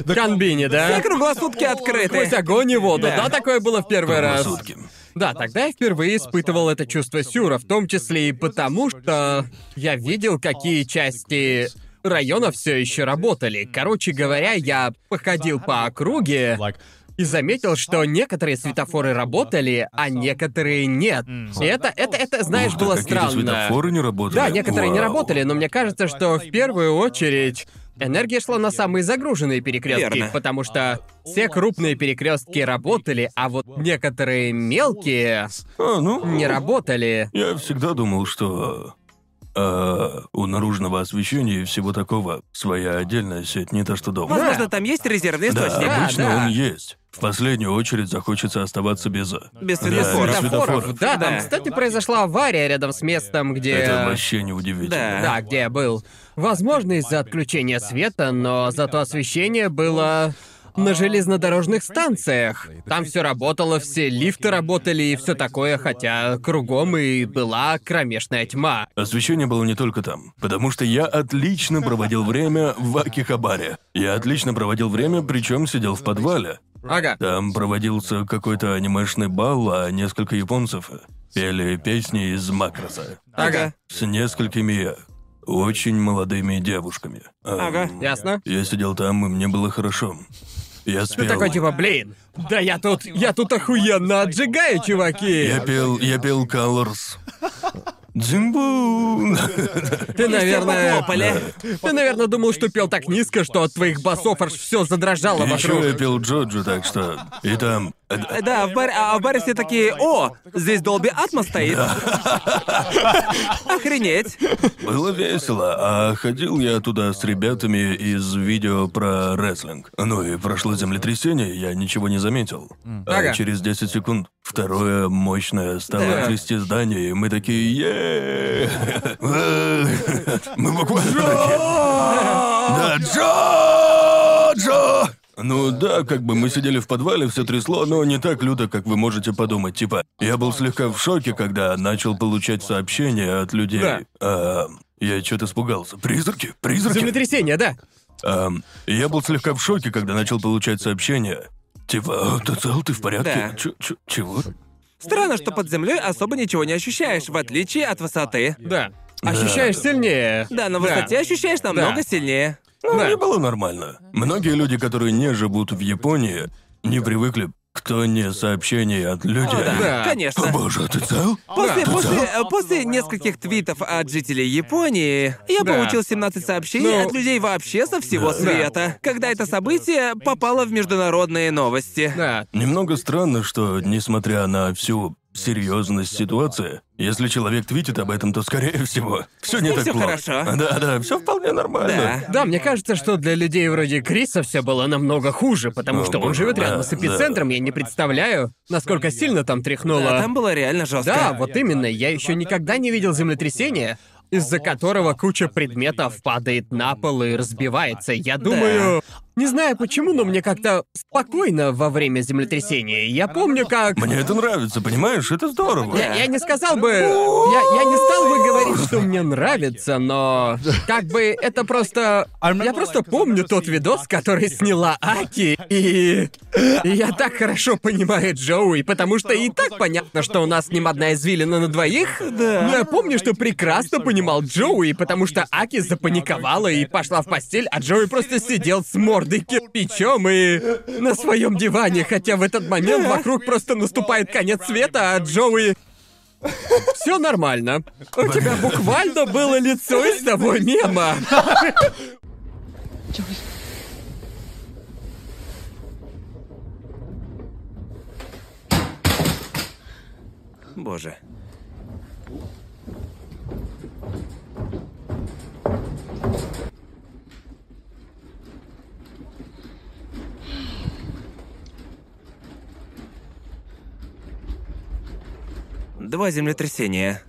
Speaker 2: В комбине, да?
Speaker 1: Все круглосутки
Speaker 2: Сквозь
Speaker 1: открыты.
Speaker 2: огонь и воду,
Speaker 1: Да.
Speaker 2: да, такое было в первый раз.
Speaker 3: Сутки.
Speaker 2: Да, тогда я впервые испытывал это чувство сюра, в том числе и потому, что я видел, какие части района все еще работали. Короче говоря, я походил по округе и заметил, что некоторые светофоры работали, а некоторые нет. И это, это, это, знаешь,
Speaker 3: Ух ты,
Speaker 2: было
Speaker 3: какие-то
Speaker 2: странно.
Speaker 3: светофоры не работали.
Speaker 2: Да, некоторые не
Speaker 3: Вау.
Speaker 2: работали, но мне кажется, что в первую очередь энергия шла на самые загруженные перекрестки,
Speaker 1: Верно.
Speaker 2: потому что все крупные перекрестки работали, а вот некоторые мелкие
Speaker 3: А, ну,
Speaker 2: не работали.
Speaker 3: Я всегда думал, что э, у наружного освещения и всего такого своя отдельная сеть, не то что дома.
Speaker 1: Возможно, там Ну, есть резервный
Speaker 3: Да,
Speaker 1: источник.
Speaker 2: Да,
Speaker 3: обычно
Speaker 2: да.
Speaker 3: он есть. В последнюю очередь захочется оставаться без... э,
Speaker 1: Без
Speaker 3: Да, без
Speaker 1: светофоров.
Speaker 3: светофоров.
Speaker 2: Да, там,
Speaker 1: Да.
Speaker 2: кстати, произошла авария рядом с местом, где.
Speaker 3: Это вообще неудивительно.
Speaker 1: Да.
Speaker 2: Да, где я был. Возможно, из-за отключения света, но зато освещение было на железнодорожных станциях. Там все работало, все лифты работали и все такое, хотя кругом и была кромешная тьма.
Speaker 3: Освещение было не только там, потому что я отлично проводил время в Акихабаре. Я отлично проводил время, причем сидел в подвале.
Speaker 2: Ага.
Speaker 3: Там проводился какой-то анимешный бал, а несколько японцев пели песни из макроса.
Speaker 2: Ага.
Speaker 3: С несколькими очень молодыми девушками. Эм,
Speaker 1: Ага.
Speaker 2: Ясно?
Speaker 3: Я сидел там, и мне было хорошо. Я спел.
Speaker 2: Ты такой типа, блин, да я тут, я тут охуенно отжигаю, чуваки.
Speaker 3: Я пел, я пел Colors. Дзимбу.
Speaker 2: Ты, наверное,
Speaker 1: Похлопали.
Speaker 2: Ты, наверное, думал, что пел так низко, что от твоих басов аж все задрожало
Speaker 3: Еще я
Speaker 2: вокруг.
Speaker 3: пил Джоджу, так что... И там... э,
Speaker 1: Э, Да, в баре, а в баре все такие, о, здесь Долби Атма стоит. Охренеть.
Speaker 3: Было весело, а ходил я туда с ребятами из видео про рестлинг. Ну и прошло землетрясение, я ничего не заметил. А
Speaker 2: Ага.
Speaker 3: через 10 секунд второе мощное стало
Speaker 2: Да.
Speaker 3: трясти здание, и мы такие е Мы буквально такие, Да,
Speaker 1: А,
Speaker 3: Джо! Джо! Ну да, как бы мы сидели в подвале, все трясло, но не так люто, как вы можете подумать. Типа, я был слегка в шоке, когда начал получать сообщения от людей.
Speaker 2: Да.
Speaker 3: А, я что-то испугался. Призраки? Призраки?
Speaker 2: Землетрясение, да.
Speaker 3: Ам, я был слегка в шоке, когда начал получать сообщения. Типа, «А, ты цел, ты в порядке?
Speaker 1: Да.
Speaker 3: Чё- чё- чего?
Speaker 1: Странно, что под землей особо ничего не ощущаешь, в отличие от высоты.
Speaker 2: Да. Ощущаешь сильнее.
Speaker 1: Да, на высоте ощущаешь намного сильнее.
Speaker 3: Ну,
Speaker 2: Да.
Speaker 3: мне было нормально. Многие люди, которые не живут в Японии, не привыкли к тоне сообщений от людей.
Speaker 1: О, да,
Speaker 2: Да.
Speaker 3: О,
Speaker 1: конечно.
Speaker 3: боже, а ты цел?
Speaker 2: А,
Speaker 1: После,
Speaker 3: Да.
Speaker 1: после, э, после нескольких твитов от жителей Японии, я
Speaker 2: Да.
Speaker 1: получил 17 сообщений
Speaker 2: Ну-
Speaker 1: от людей вообще со всего
Speaker 3: Да.
Speaker 1: света, когда это событие попало в международные новости.
Speaker 2: Да.
Speaker 3: Немного странно, что, несмотря на всю серьезность ситуации, если человек твитит об этом, то, скорее всего, все не
Speaker 1: Ну,
Speaker 3: так
Speaker 1: всё
Speaker 3: плохо.
Speaker 1: хорошо.
Speaker 3: Да, да, все вполне нормально.
Speaker 1: Да.
Speaker 2: Да, мне кажется, что для людей вроде Криса все было намного хуже, потому
Speaker 3: О,
Speaker 2: что он
Speaker 3: боже,
Speaker 2: живет
Speaker 3: да,
Speaker 2: рядом с эпицентром, я не представляю, насколько сильно там
Speaker 1: Да,
Speaker 2: тряхнуло.
Speaker 1: там было реально жестко.
Speaker 2: Да, вот именно, я еще никогда не видел землетрясения, из-за которого куча предметов падает на пол и разбивается. Я думаю... Не знаю почему, но мне как-то спокойно во время землетрясения. Я помню, как...
Speaker 3: Мне это нравится, понимаешь? Это здорово.
Speaker 2: Я, я не сказал бы... Я, я не стал бы говорить, что мне нравится, но... Как бы это просто... Я просто помню тот видос, который сняла Аки, и... и я так хорошо понимаю Джоуи, потому что и так понятно, что у нас с ним одна извилина на двоих. Да. Но я помню, что прекрасно понимал Джоуи, потому что Аки запаниковала и пошла в постель, а Джоуи просто сидел с мордой кирпичом и... на своем диване, хотя в этот момент вокруг просто наступает конец света, а Джоуи... Все нормально. У тебя буквально было лицо из того мема.
Speaker 1: Боже. Два землетрясения.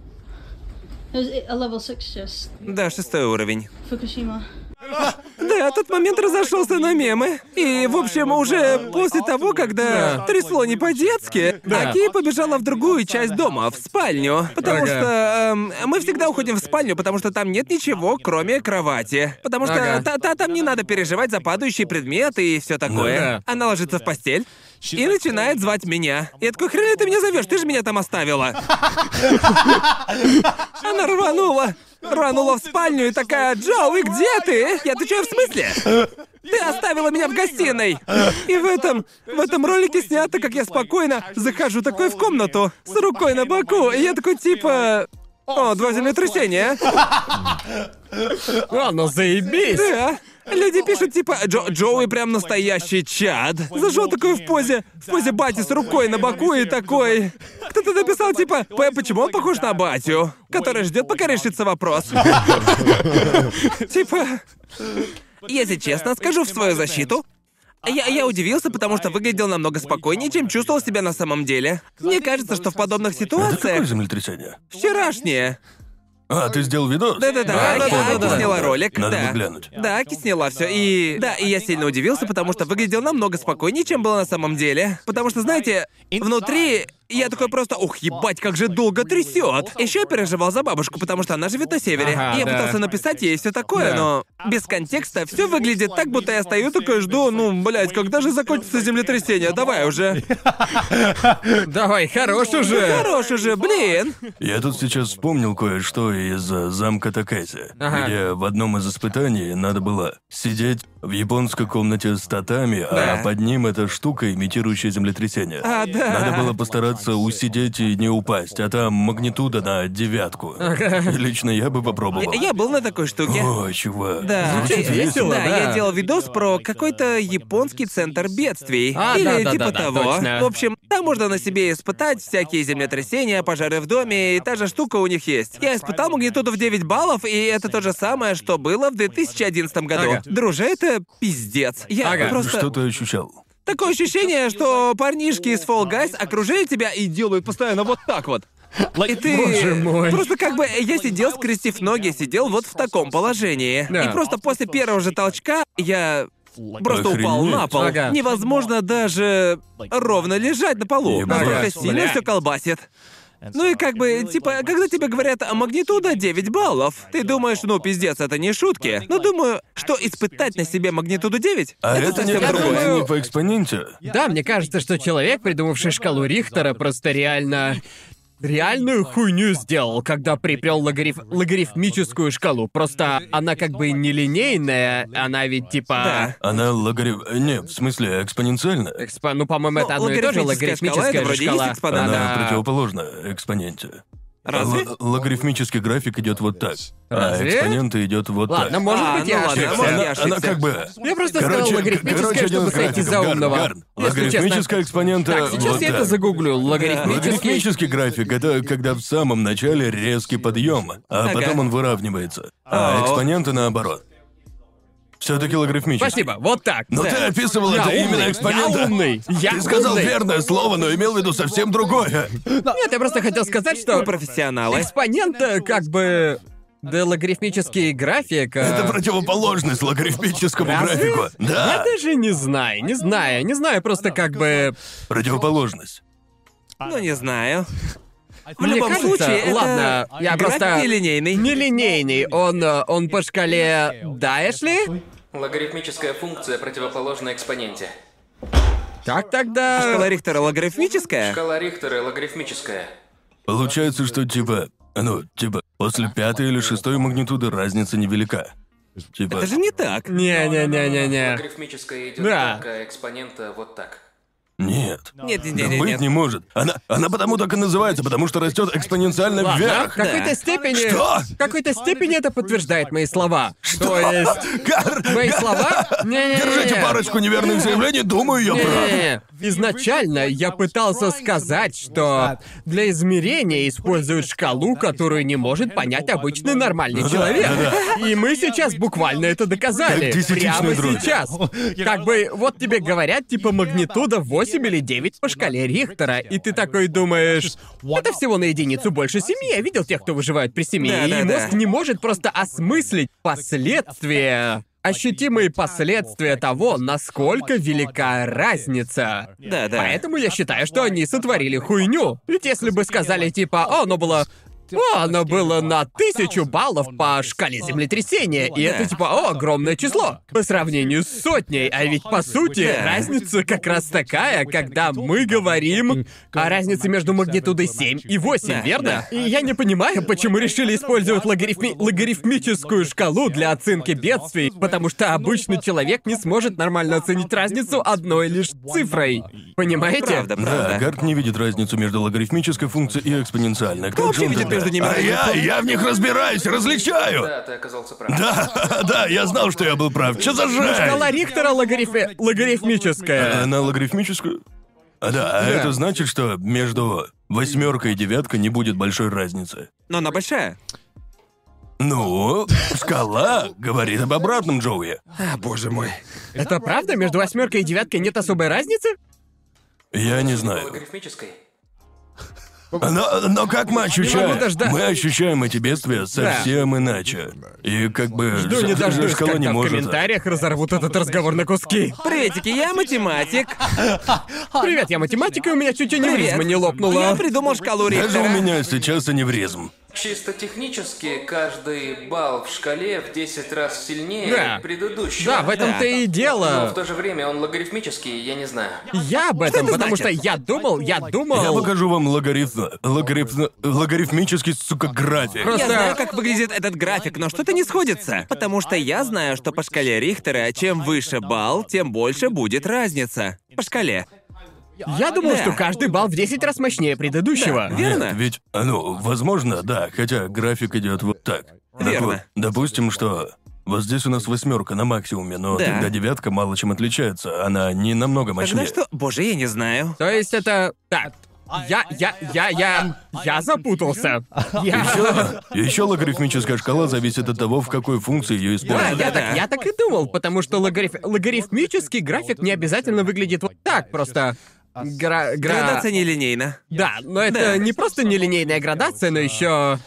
Speaker 4: It was a level six, just
Speaker 1: Да, шестой уровень.
Speaker 4: Fukushima.
Speaker 1: Да, тот момент разошелся на мемы. И, в общем, уже после того, когда
Speaker 5: Да.
Speaker 1: трясло не по-детски,
Speaker 2: Да.
Speaker 1: Аки побежала в другую часть дома, в спальню. Потому
Speaker 2: Ага.
Speaker 1: что эм, мы всегда уходим в спальню, потому что там нет ничего, кроме кровати. Потому что
Speaker 2: Ага. Ну
Speaker 1: та- та- там не надо переживать за падающие предметы и все такое.
Speaker 2: Да.
Speaker 1: Она ложится в постель. И начинает звать меня. Я такой, хрен ли ты меня зовешь? Ты же меня там оставила. Она рванула. Рванула в спальню и такая, Джоуи, где ты? Я отвечаю, в смысле? Ты оставила меня в гостиной. И в этом, в этом ролике снято, как я спокойно захожу такой в комнату, с рукой на боку. И я такой, типа, о, два землетрясения. а?»
Speaker 2: О, ну заебись!
Speaker 1: Да. Люди пишут, типа, «Джо- Джоуи прям настоящий чад. Зашел такой в позе, в позе бати с рукой на боку и такой. Кто-то написал, типа, П, почему он похож на батю? Который ждет, пока решится вопрос. Типа. Если честно, скажу в свою защиту. Я, я удивился, потому что выглядел намного спокойнее, чем чувствовал себя на самом деле. Мне кажется, что в подобных
Speaker 3: Это какое
Speaker 1: ситуациях
Speaker 3: землетрясение?
Speaker 1: вчерашнее.
Speaker 3: А, ты сделал видос?
Speaker 1: Да-да-да,
Speaker 3: А,
Speaker 1: Аки-
Speaker 3: понял,
Speaker 1: Аки
Speaker 3: понял.
Speaker 1: сняла ролик,
Speaker 3: Надо
Speaker 1: да.
Speaker 3: бы глянуть.
Speaker 1: Да, Аки сняла все. И. Да, и я сильно удивился, потому что выглядел намного спокойнее, чем было на самом деле. Потому что, знаете, внутри. Я такой просто, ух, ебать, как же долго трясет. Еще я переживал за бабушку, потому что она живет на севере.
Speaker 2: Ага,
Speaker 1: И я
Speaker 2: да.
Speaker 1: пытался написать ей все такое,
Speaker 2: Да. А
Speaker 1: но без контекста все выглядит так, будто я стою такой жду, ну, блядь, когда же закончится землетрясение? Давай уже.
Speaker 2: Давай, хорош уже!
Speaker 1: Хорош уже, блин.
Speaker 3: Я тут сейчас вспомнил кое-что из э, замка Такэси,
Speaker 2: Ага.
Speaker 3: где в одном из испытаний надо было сидеть в японской комнате с татами,
Speaker 1: Да.
Speaker 3: а под ним эта штука, имитирующая землетрясение.
Speaker 1: А, да.
Speaker 3: Надо было постараться пытаться усидеть и не упасть, а там магнитуда на девятку. И лично я бы попробовал.
Speaker 1: Я был на такой штуке.
Speaker 3: О, чувак.
Speaker 1: Да.
Speaker 3: Звучит
Speaker 1: Э,
Speaker 3: весело.
Speaker 1: да,
Speaker 2: да.
Speaker 1: я делал видос про какой-то японский центр бедствий.
Speaker 2: А,
Speaker 1: Или
Speaker 2: да-да-да-да,
Speaker 1: типа того.
Speaker 2: точно.
Speaker 1: В общем, там можно на себе испытать всякие землетрясения, пожары в доме, и та же штука у них есть. Я испытал магнитуду в 9 баллов, и это то же самое, что было в 2011 году.
Speaker 2: Ага.
Speaker 1: Друже, это пиздец. Я
Speaker 2: Ага.
Speaker 1: просто...
Speaker 3: Что ты ощущал?
Speaker 1: Такое ощущение, что парнишки из Fall Guys окружили тебя и делают постоянно вот так вот. И ты...
Speaker 2: Боже мой.
Speaker 1: Просто как бы э, я сидел, скрестив ноги, сидел вот в таком положении.
Speaker 2: Да.
Speaker 1: И просто после первого же толчка я просто
Speaker 3: Охренеть.
Speaker 1: упал на пол.
Speaker 2: Ага.
Speaker 1: Невозможно даже ровно лежать на полу.
Speaker 3: Ебать.
Speaker 1: Настолько сильно
Speaker 2: Блядь.
Speaker 1: все колбасит. Ну и как бы, типа, когда тебе говорят а магнитуда 9 баллов, ты думаешь, ну пиздец, это не шутки. Но думаю, что испытать на себе магнитуду 9,
Speaker 3: А это,
Speaker 1: совсем
Speaker 3: не
Speaker 1: другое.
Speaker 3: другое. не по экспоненте.
Speaker 2: Да, мне кажется, что человек, придумавший шкалу Рихтера, просто реально... Реальную хуйню сделал, когда припрел логариф... логарифмическую шкалу. Просто она как бы нелинейная, она ведь типа...
Speaker 1: Да.
Speaker 3: Она логариф... Не, в смысле, экспоненциально.
Speaker 2: экспо- Ну, по-моему, это
Speaker 1: Ну,
Speaker 2: одно и то же,
Speaker 1: логарифмическая
Speaker 2: логарифмическая
Speaker 1: шкала, это
Speaker 2: же
Speaker 1: вроде
Speaker 2: шкала.
Speaker 1: есть экспонат.
Speaker 3: Она
Speaker 2: Да.
Speaker 3: противоположна экспоненте.
Speaker 2: а,
Speaker 1: Разве?
Speaker 3: Л- логарифмический график идет вот так.
Speaker 2: Разве?
Speaker 3: А экспоненты идет вот
Speaker 2: Ладно,
Speaker 3: так.
Speaker 2: может
Speaker 1: А,
Speaker 2: быть,
Speaker 1: ну
Speaker 2: я
Speaker 1: ладно,
Speaker 2: ошибся.
Speaker 1: может,
Speaker 3: она,
Speaker 1: я
Speaker 3: она
Speaker 1: ошибся.
Speaker 3: как бы...
Speaker 2: Я просто
Speaker 3: Короче,
Speaker 2: сказал
Speaker 3: к- короче,
Speaker 2: логарифмическое,
Speaker 3: один
Speaker 2: чтобы
Speaker 3: из
Speaker 2: сойти
Speaker 3: графиков.
Speaker 2: за
Speaker 3: Гарн,
Speaker 2: умного.
Speaker 3: Гарн.
Speaker 2: Если
Speaker 3: Логарифмическая
Speaker 2: честно.
Speaker 3: экспонента
Speaker 2: Так, сейчас
Speaker 3: вот
Speaker 2: я это
Speaker 3: так.
Speaker 2: загуглю. Логарифмический...
Speaker 3: Логарифмический график — это когда в самом начале резкий подъем, а
Speaker 1: Ага.
Speaker 3: потом он выравнивается. А
Speaker 1: О.
Speaker 3: экспоненты наоборот. Все-таки логарифмический.
Speaker 2: Спасибо, вот так.
Speaker 3: Но ты описывал
Speaker 2: Я
Speaker 3: это
Speaker 2: умный,
Speaker 3: именно экспонента.
Speaker 2: я умный, я
Speaker 3: ты сказал
Speaker 2: умный.
Speaker 3: верное слово, но имел в виду совсем другое.
Speaker 2: Нет, я просто хотел сказать, что...
Speaker 1: Мы профессионалы.
Speaker 2: Экспонент э, как бы... Да логарифмический график... э,
Speaker 3: Это противоположность логарифмическому
Speaker 2: разве?
Speaker 3: графику. Да,
Speaker 2: Я даже не знаю, не знаю, не знаю, просто как бы...
Speaker 3: противоположность.
Speaker 1: Ну, не знаю. В
Speaker 2: Мне
Speaker 1: любом
Speaker 2: кажется,
Speaker 1: случае, это
Speaker 2: ладно, я
Speaker 1: график
Speaker 2: просто...
Speaker 1: нелинейный.
Speaker 2: Нелинейный, он, э, он по шкале Дайшли?
Speaker 5: Логарифмическая функция противоположна экспоненте.
Speaker 2: Так тогда...
Speaker 1: Шкала Рихтера логарифмическая?
Speaker 5: Шкала Рихтера логарифмическая.
Speaker 3: Получается, что типа, ну, типа, после пятой или шестой магнитуды разница невелика. Типа,
Speaker 1: Это же не так.
Speaker 2: Не-не-не-не-не.
Speaker 5: Логарифмическая идет
Speaker 2: Да.
Speaker 5: только экспонента вот так.
Speaker 3: нет.
Speaker 1: Нет, нет,
Speaker 3: Да
Speaker 1: нет,
Speaker 3: быть
Speaker 1: нет,
Speaker 3: не
Speaker 1: нет.
Speaker 3: может. Она, она потому так и называется, потому что растет экспоненциально
Speaker 2: Ладно, в
Speaker 3: вверх.
Speaker 2: какой-то
Speaker 1: Да.
Speaker 2: степени...
Speaker 3: Что?
Speaker 2: В какой-то степени это подтверждает мои слова. То есть...
Speaker 3: Гар,
Speaker 2: Мои
Speaker 3: Гар,
Speaker 2: слова... Не-не-не-не.
Speaker 3: держите парочку неверных заявлений, думаю, я прав.
Speaker 2: Не-не-не. Изначально я пытался сказать, что для измерения используют шкалу, которую не может понять обычный нормальный
Speaker 3: Ну да,
Speaker 2: человек.
Speaker 3: да,
Speaker 2: И мы сейчас буквально это доказали.
Speaker 3: Как
Speaker 2: Прямо
Speaker 3: десятичный дрожь.
Speaker 2: сейчас. Как бы вот тебе говорят, типа магнитуда 8 или 9 по шкале Рихтера, и ты такой думаешь, это всего на единицу больше семьи. Я видел тех, кто выживает при семье,
Speaker 1: Да,
Speaker 2: и
Speaker 1: да, да.
Speaker 2: мозг не может просто осмыслить последствия ощутимые последствия того, насколько велика разница.
Speaker 1: Да, да.
Speaker 2: Поэтому я считаю, что они сотворили хуйню. Ведь если бы сказали типа, «О, оно было... О, оно было на тысячу баллов по шкале землетрясения, и это
Speaker 1: Да.
Speaker 2: типа, о, огромное число, по сравнению с сотней, а ведь по сути
Speaker 6: Да.
Speaker 2: разница как раз такая, когда мы говорим о разнице между магнитудой 7 и 8,
Speaker 1: Да,
Speaker 2: верно? И я не понимаю, почему решили использовать логарифми- логарифмическую шкалу для оценки бедствий, потому что обычный человек не сможет нормально оценить разницу одной лишь цифрой. Понимаете?
Speaker 1: Правда,
Speaker 3: Да,
Speaker 1: правда.
Speaker 3: Гарт не видит разницу между логарифмической функцией и экспоненциальной. Кто
Speaker 1: вообще видит между ними
Speaker 3: А я, я в них разбираюсь, различаю.
Speaker 5: Да, ты оказался прав.
Speaker 3: Да, да, я знал, что я был прав. Че за жесть?
Speaker 2: Шкала Рихтера логарифе-
Speaker 3: А
Speaker 2: логарифмическая.
Speaker 3: Она логарифмическую? А да, а это значит, что между восьмеркой и девяткой не будет большой разницы.
Speaker 1: Но она большая.
Speaker 3: Ну, шкала говорит об обратном, Джоуи.
Speaker 2: Это правда? Между восьмеркой и девяткой нет особой разницы?
Speaker 3: Я не знаю.
Speaker 5: Логарифмической?
Speaker 3: Но, но как мы ощущаем?
Speaker 2: могу дождаться.
Speaker 3: Мы ощущаем эти бедствия совсем иначе. И как бы
Speaker 2: Ну, не
Speaker 3: ж-
Speaker 2: дождусь,
Speaker 3: шкала не
Speaker 2: когда в
Speaker 3: может.
Speaker 2: комментариях разорвут этот разговор на куски.
Speaker 1: Приветики, я математик.
Speaker 2: Привет, я математик, и у меня чуть аневризма
Speaker 1: Привет.
Speaker 2: не
Speaker 1: Я
Speaker 2: лопнула.
Speaker 1: придумал шкалу
Speaker 3: Даже у
Speaker 1: Рихтера.
Speaker 3: меня сейчас аневризм.
Speaker 5: Чисто технически каждый балл в шкале в 10 раз сильнее
Speaker 2: Да.
Speaker 5: предыдущего.
Speaker 2: Да, в этом-то и
Speaker 5: Но
Speaker 1: Ну,
Speaker 5: в
Speaker 2: дело.
Speaker 5: то же время он логарифмический, я не знаю.
Speaker 2: Я об этом,
Speaker 1: это
Speaker 2: потому что
Speaker 1: значит?
Speaker 2: я думал, я
Speaker 3: Я
Speaker 2: думал...
Speaker 3: покажу вам логарифм... логарифм... логарифмический, сука, график.
Speaker 1: Я
Speaker 2: Просто-
Speaker 1: знаю, как выглядит этот график, но что-то не сходится. Потому что я знаю, что по шкале Рихтера, чем выше балл, тем больше будет разница. По шкале.
Speaker 2: Я думал,
Speaker 1: Да.
Speaker 2: что каждый балл в 10 раз мощнее предыдущего.
Speaker 1: верно.
Speaker 3: Нет, ведь, а, ну, возможно, да, хотя график идет вот так. Так
Speaker 1: Верно.
Speaker 3: вот, допустим, что вот здесь у нас восьмерка на максимуме, но
Speaker 1: Да.
Speaker 3: тогда девятка мало чем отличается, она не намного
Speaker 1: Тогда
Speaker 3: мощнее.
Speaker 1: что? Боже, я не знаю.
Speaker 2: То есть это... Так, я, я, я, я, я запутался. Я,
Speaker 3: Еще логарифмическая шкала зависит от того, в какой функции ее
Speaker 2: Да,
Speaker 3: используют.
Speaker 2: я так, я так и думал, потому что логариф- логарифмический график не обязательно выглядит вот так, просто гра... гра...
Speaker 1: Градация нелинейна.
Speaker 2: Да, но это
Speaker 1: Да.
Speaker 2: не просто нелинейная градация, но еще...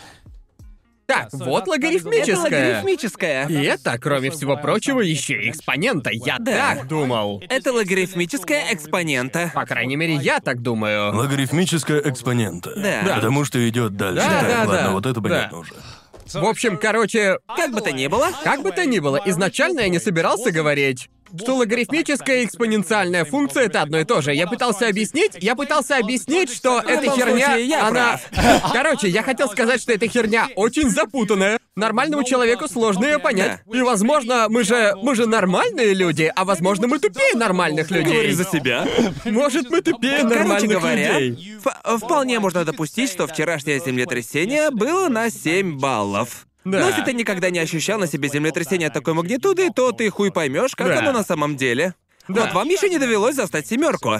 Speaker 2: Так, вот
Speaker 1: Это
Speaker 2: логарифмическая.
Speaker 1: логарифмическая.
Speaker 2: И это, кроме всего прочего, еще и экспонента. Я
Speaker 1: Да.
Speaker 2: так думал.
Speaker 1: Это логарифмическая экспонента.
Speaker 2: По крайней мере, я так думаю.
Speaker 3: Логарифмическая экспонента.
Speaker 1: Да. Да.
Speaker 3: Потому что идет дальше.
Speaker 2: Да,
Speaker 3: так,
Speaker 2: да,
Speaker 3: ладно,
Speaker 2: да.
Speaker 3: вот это
Speaker 2: Да.
Speaker 3: понятно уже.
Speaker 2: В общем, короче,
Speaker 1: Как бы то ни было,
Speaker 2: Как бы то ни было, изначально я не собирался говорить, что логарифмическая и экспоненциальная функция это одно и то же. Я пытался объяснить, я пытался объяснить, что эта
Speaker 1: любом
Speaker 2: херня,
Speaker 1: случае, я
Speaker 2: она... Короче, я хотел сказать, что эта херня очень запутанная. Нормальному человеку сложно ее понять. И, возможно, мы же... мы же нормальные люди, а, возможно, мы тупее нормальных людей.
Speaker 1: Говори за себя.
Speaker 2: Может, мы тупее
Speaker 1: Ну, Короче
Speaker 2: нормальных
Speaker 1: говоря,
Speaker 2: людей.
Speaker 1: ф- э, вполне можно допустить, что вчерашнее землетрясение было на 7 баллов.
Speaker 2: Да.
Speaker 1: Но если ты никогда не ощущал на себе землетрясение такой магнитуды, то ты хуй поймешь, как
Speaker 2: Да.
Speaker 1: оно на самом деле. Вот вам еще не довелось застать семерку.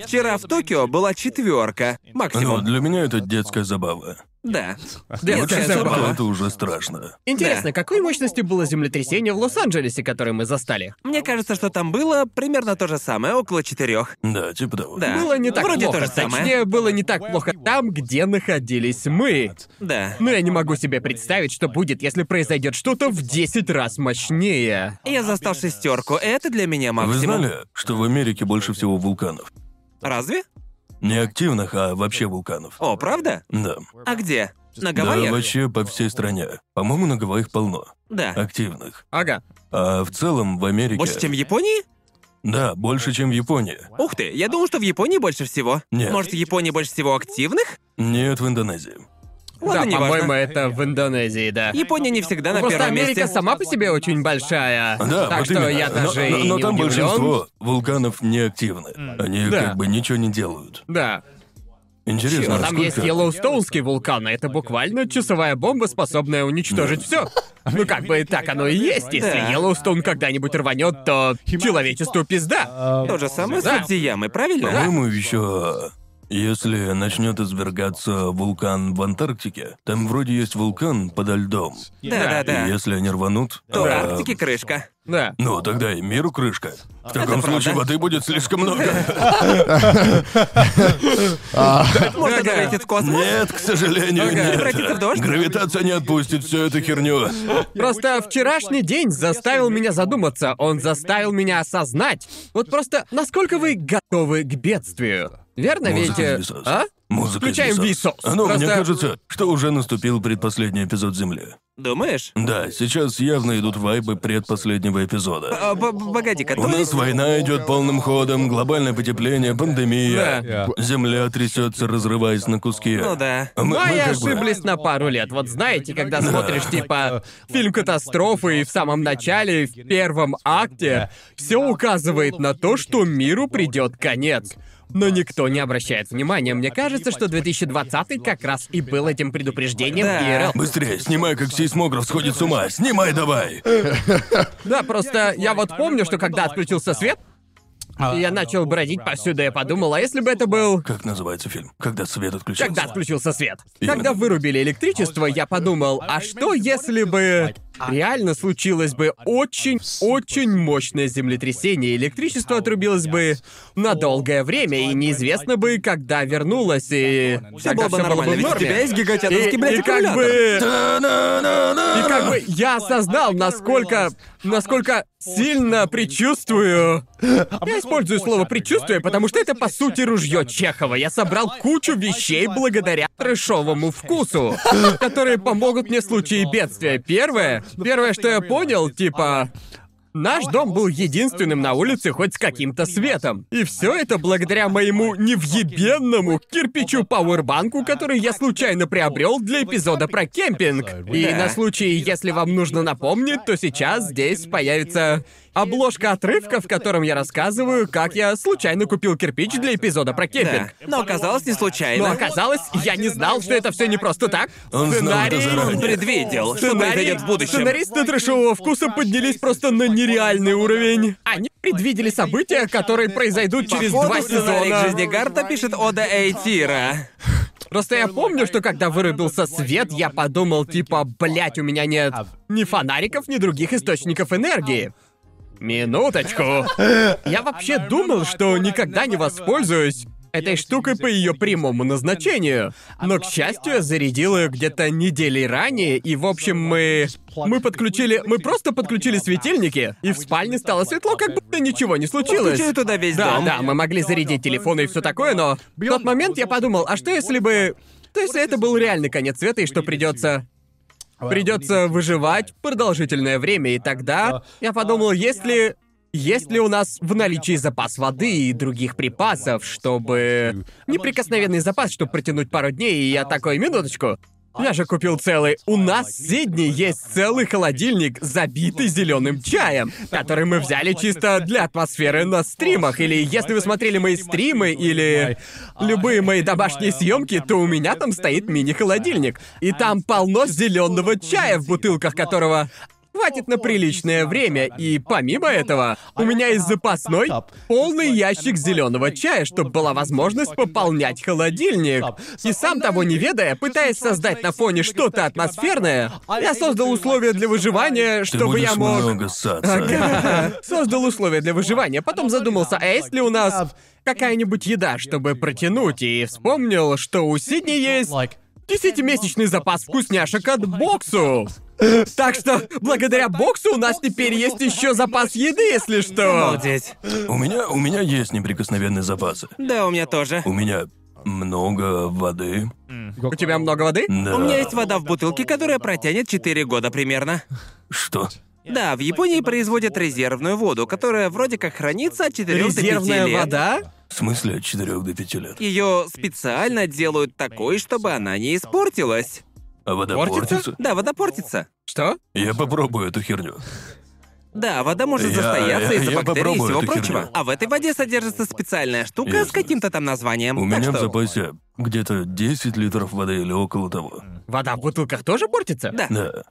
Speaker 1: Вчера в Токио была четверка.
Speaker 3: Ну,
Speaker 1: Максимум.
Speaker 3: для меня это детская забава.
Speaker 1: Да.
Speaker 2: Детская
Speaker 1: Детская
Speaker 3: Детская
Speaker 2: забава.
Speaker 1: забава.
Speaker 3: это уже страшно.
Speaker 2: Интересно,
Speaker 1: Да.
Speaker 2: какой мощности было землетрясение в Лос-Анджелесе, которое мы застали?
Speaker 1: Мне кажется, что там было примерно то же самое, около четырех.
Speaker 3: Да, типа того.
Speaker 1: Да.
Speaker 2: Было не так
Speaker 1: Вроде
Speaker 2: плохо.
Speaker 1: то же самое.
Speaker 2: Точнее, было не так плохо там, где находились мы.
Speaker 1: Да.
Speaker 2: Но я не могу себе представить, что будет, если произойдет что-то в 10 раз мощнее.
Speaker 1: Я застал шестерку. Это для меня
Speaker 3: Вы
Speaker 1: максимум.
Speaker 3: знали, что в Америке больше всего вулканов?
Speaker 1: Разве?
Speaker 3: Не активных, а вообще вулканов.
Speaker 1: О, правда?
Speaker 3: Да.
Speaker 1: А где? На
Speaker 3: Да,
Speaker 1: Гавайях?
Speaker 3: вообще по всей стране. По-моему, на Гавайях полно
Speaker 1: Да.
Speaker 3: активных.
Speaker 2: Ага.
Speaker 3: А в целом в Америке...
Speaker 1: Больше, чем в Японии?
Speaker 3: Да, больше, чем в Японии.
Speaker 1: Ух ты, я думал, что в Японии больше всего.
Speaker 3: Нет.
Speaker 1: Может, в Японии больше всего активных?
Speaker 3: Нет, в Индонезии.
Speaker 1: Ладно,
Speaker 2: да,
Speaker 1: неважно.
Speaker 2: по-моему, это в Индонезии, да.
Speaker 1: Япония не всегда на
Speaker 2: Просто
Speaker 1: первом
Speaker 2: Америка
Speaker 1: месте.
Speaker 2: сама по себе очень большая.
Speaker 3: Да,
Speaker 2: так
Speaker 3: вот
Speaker 2: что
Speaker 3: именно.
Speaker 2: я
Speaker 3: Но-
Speaker 2: даже
Speaker 3: но,
Speaker 2: и
Speaker 3: но
Speaker 2: не
Speaker 3: там
Speaker 2: удивлен.
Speaker 3: большинство вулканов не активны. Они
Speaker 2: Да.
Speaker 3: как бы ничего не делают.
Speaker 2: Да.
Speaker 3: Интересно,
Speaker 2: Но там
Speaker 3: насколько-
Speaker 2: есть Йеллоустоунский вулкан, а это буквально часовая бомба, способная уничтожить все. Ну как бы так оно и есть. Если
Speaker 1: Да.
Speaker 2: Йеллоустоун когда-нибудь рванет, то человечеству пизда.
Speaker 1: То же самое
Speaker 2: Да.
Speaker 1: с Фудзиямой, правильно?
Speaker 3: По-моему, еще. Если начнет извергаться вулкан в Антарктике, там вроде есть вулкан подо льдом.
Speaker 1: Да, да, да.
Speaker 3: И если они рванут,
Speaker 1: То
Speaker 3: а,
Speaker 1: Арктики крышка.
Speaker 2: Да.
Speaker 3: Ну, тогда и миру крышка. В таком случае
Speaker 1: правда.
Speaker 3: воды будет слишком много.
Speaker 1: Можно долететь в космос?
Speaker 3: Нет, к сожалению,
Speaker 1: Превратится в дождь?
Speaker 3: нет. Гравитация не отпустит всю эту херню.
Speaker 2: Просто вчерашний день заставил меня задуматься, он заставил меня осознать. Вот просто, насколько вы готовы к бедствию? Верно, ведь...
Speaker 3: Музыка
Speaker 2: э,
Speaker 3: из Висоса.
Speaker 2: А?
Speaker 3: Музыка из
Speaker 2: Включаем
Speaker 3: Висоса.
Speaker 2: Висос.
Speaker 3: Ну, мне
Speaker 2: Просто-
Speaker 3: кажется, что уже наступил предпоследний эпизод Земли.
Speaker 1: Думаешь?
Speaker 3: Да, сейчас явно идут вайбы предпоследнего эпизода.
Speaker 1: А, б- б- Погоди-ка,
Speaker 3: У
Speaker 1: то
Speaker 3: нас
Speaker 1: есть...
Speaker 3: война идет полным ходом, глобальное потепление, пандемия. Земля трясется, разрываясь на куски.
Speaker 1: Ну да.
Speaker 3: Мы- мы
Speaker 2: Мы
Speaker 3: как бы-
Speaker 2: ошиблись на пару лет. Вот знаете, когда смотришь, типа, фильм «Катастрофы», и в самом начале, и в первом акте, все указывает на то, что миру придет конец. Но никто не обращает внимания. Мне кажется, что 2020 как раз и был этим предупреждением
Speaker 1: Да.
Speaker 2: ИРЛ.
Speaker 3: Быстрее, снимай, как сейсмограф сходит с ума. Снимай давай!
Speaker 2: Да, просто я вот помню, что когда отключился свет, и я начал бродить повсюду, я подумал, а если бы это был...
Speaker 3: Как называется фильм? Когда свет отключился?
Speaker 2: Когда отключился свет.
Speaker 3: Именно.
Speaker 2: Когда вырубили электричество, я подумал, а что если бы... Реально случилось бы очень-очень мощное землетрясение, и электричество отрубилось бы на долгое время, и неизвестно бы, когда вернулось, и...
Speaker 1: Все было
Speaker 2: тогда
Speaker 1: бы
Speaker 2: всё
Speaker 1: нормально,
Speaker 2: в
Speaker 1: ведь у
Speaker 2: норме.
Speaker 1: тебя есть гигачатовский,
Speaker 2: И-
Speaker 1: блядь,
Speaker 2: и как бы...
Speaker 1: аккумулятор.
Speaker 2: И как бы я осознал, насколько... насколько сильно предчувствую... Я использую слово «предчувствие», потому что это, по сути, ружье Чехова. Я собрал кучу вещей благодаря трэшовому вкусу, которые помогут мне в случае бедствия. Первое... Первое, что я понял, типа... Наш дом был единственным на улице хоть с каким-то светом. И все это благодаря моему невъебенному кирпичу пауэрбанку, который я случайно приобрел для эпизода про кемпинг. И
Speaker 1: Да.
Speaker 2: на случай, если вам нужно напомнить, то сейчас здесь появится обложка отрывка, в котором я рассказываю, как я случайно купил кирпич для эпизода про кемпинг.
Speaker 1: Да. Но оказалось не
Speaker 2: Но
Speaker 1: случайно.
Speaker 2: оказалось, я не знал, что это все не просто так.
Speaker 3: Он знал это заранее.
Speaker 1: Он предвидел, что
Speaker 2: Сценарий-
Speaker 1: произойдет в будущем.
Speaker 2: Сценаристы трэшевого вкуса поднялись просто на нереальный уровень. Они предвидели события, которые произойдут через
Speaker 1: Походу,
Speaker 2: два
Speaker 1: сценарий к жизни
Speaker 2: сезона.
Speaker 1: Гарта пишет Ода Эйтира.
Speaker 2: Просто я помню, что когда вырубился свет, я подумал, типа, блять, у меня нет ни фонариков, ни других источников энергии. Минуточку. Я вообще думал, что никогда не воспользуюсь этой штукой по ее прямому назначению. Но, к счастью, я зарядил ее где-то недели ранее, и, в общем, мы... Мы подключили... Мы просто подключили светильники, и в спальне стало светло, как будто ничего не случилось.
Speaker 1: Включаю туда весь
Speaker 2: Да,
Speaker 1: дом.
Speaker 2: да, мы могли зарядить телефоны и все такое, но в тот момент я подумал, а что если бы... То если это был реальный конец света, и что придется Придется выживать продолжительное время, и тогда я подумал, есть ли... Есть ли у нас в наличии запас воды и других припасов, чтобы... Неприкосновенный запас, чтобы протянуть пару дней, и я такой, минуточку. Я же купил целый. У нас в Сидни есть целый холодильник, забитый зеленым чаем, который мы взяли чисто для атмосферы на стримах. Или если вы смотрели мои стримы, или любые мои домашние съемки, то у меня там стоит мини-холодильник. И там полно зеленого чая, в бутылках которого хватит на приличное время. И помимо этого, у меня есть запасной полный ящик зеленого чая, чтобы была возможность пополнять холодильник. И сам того не ведая, пытаясь создать на фоне что-то атмосферное, я создал условия для выживания,
Speaker 3: Ты
Speaker 2: чтобы
Speaker 3: будешь
Speaker 2: я мог...
Speaker 3: много ссаться.
Speaker 2: Создал условия для выживания, потом задумался, а есть ли у нас какая-нибудь еда, чтобы протянуть, и вспомнил, что у Сидни есть десятимесячный запас вкусняшек от боксу. Так что, благодаря боксу у нас теперь есть еще запас еды, если что.
Speaker 1: Обалдеть.
Speaker 3: У меня, у меня есть неприкосновенные запасы.
Speaker 1: Да, у меня тоже.
Speaker 3: У меня много воды.
Speaker 2: У тебя много воды?
Speaker 3: Да.
Speaker 1: У меня есть вода в бутылке, которая протянет 4 года примерно.
Speaker 3: Что?
Speaker 1: Да, в Японии производят резервную воду, которая вроде как хранится от 4
Speaker 2: Резервная
Speaker 1: до 5 лет.
Speaker 2: вода?
Speaker 3: В смысле от 4 до 5 лет?
Speaker 1: Ее специально делают такой, чтобы она не испортилась.
Speaker 3: А вода
Speaker 2: Портится?
Speaker 3: портится?
Speaker 1: Да, вода портится.
Speaker 2: Что?
Speaker 3: Я попробую эту херню.
Speaker 1: Да, вода может
Speaker 3: Я-
Speaker 1: застояться
Speaker 3: я-
Speaker 1: из-за
Speaker 3: я
Speaker 1: бактерий и
Speaker 3: попробую
Speaker 1: всего
Speaker 3: эту
Speaker 1: прочего.
Speaker 3: херню.
Speaker 1: А в этой воде содержится специальная штука с
Speaker 3: Ясно.
Speaker 1: каким-то там названием. Так
Speaker 3: У меня в
Speaker 1: что-
Speaker 3: запасе где-то 10 литров воды или около того.
Speaker 2: Вода в бутылках тоже портится?
Speaker 1: Да.
Speaker 3: Да.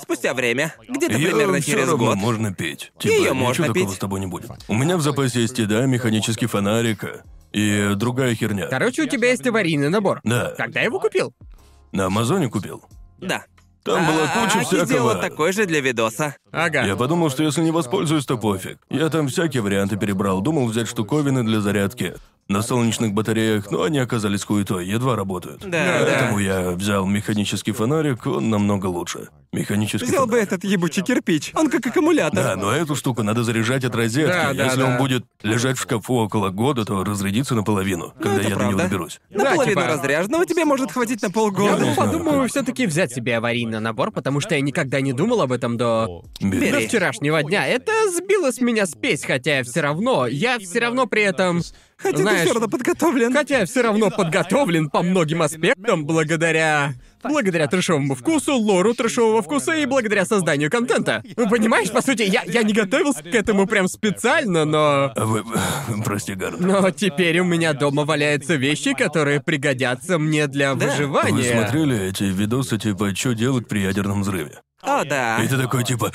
Speaker 1: Спустя время, где-то
Speaker 3: Её
Speaker 1: примерно
Speaker 3: всё
Speaker 1: через
Speaker 3: равно
Speaker 1: год.
Speaker 3: можно пить. Типа,
Speaker 1: Её
Speaker 3: ничего
Speaker 1: можно
Speaker 3: такого
Speaker 1: пить.
Speaker 3: с тобой не будет. У меня в запасе есть еда, механический фонарик э, и другая херня.
Speaker 2: Короче, у тебя есть аварийный набор.
Speaker 3: Да.
Speaker 2: Когда я его купил?
Speaker 3: На Амазоне купил.
Speaker 1: Да.
Speaker 3: Там была
Speaker 1: А,
Speaker 3: куча
Speaker 1: Аки
Speaker 3: всякого.
Speaker 1: сделала такой же для видоса.
Speaker 2: Ага.
Speaker 3: Я подумал, что если не воспользуюсь, то пофиг. Я там всякие варианты перебрал, думал взять штуковины для зарядки на солнечных батареях, но они оказались хуетой, едва работают. Э,
Speaker 1: Да,
Speaker 3: Поэтому
Speaker 1: да.
Speaker 3: я взял механический фонарик, он намного лучше. Механический
Speaker 1: Взял бы
Speaker 3: фонарик.
Speaker 1: этот ебучий кирпич. Он как аккумулятор.
Speaker 3: Да, но эту штуку надо заряжать от розетки.
Speaker 2: Да, да,
Speaker 3: Если
Speaker 2: да.
Speaker 3: он будет лежать в шкафу около года, то разрядится наполовину, когда
Speaker 1: это
Speaker 3: я до
Speaker 1: правда.
Speaker 3: него доберусь.
Speaker 1: Наполовину
Speaker 2: типа-
Speaker 1: разряженного тебе может хватить на
Speaker 2: Я
Speaker 1: полгода.
Speaker 2: думаю,
Speaker 3: не знаю,
Speaker 2: подумаю
Speaker 3: как.
Speaker 2: все-таки взять себе аварийный набор, потому что я никогда не думал об этом до...
Speaker 3: Бери.
Speaker 2: до вчерашнего дня. Это сбило с меня спесь, хотя я все равно, я все равно при этом...
Speaker 1: Хотя ты
Speaker 2: знаешь,
Speaker 1: все равно подготовлен.
Speaker 2: Хотя я все равно подготовлен по многим аспектам благодаря... Благодаря трешовому вкусу, лору трешового вкуса и благодаря созданию контента. Ну, понимаешь, по сути, я, я не готовился к этому прям специально, но...
Speaker 3: А вы- Прости, Гарн.
Speaker 2: Но теперь у меня дома валяются вещи, которые пригодятся мне для выживания.
Speaker 3: А Вы смотрели эти видосы, типа, что делать при ядерном взрыве?
Speaker 1: О, да.
Speaker 3: И ты такой, типа,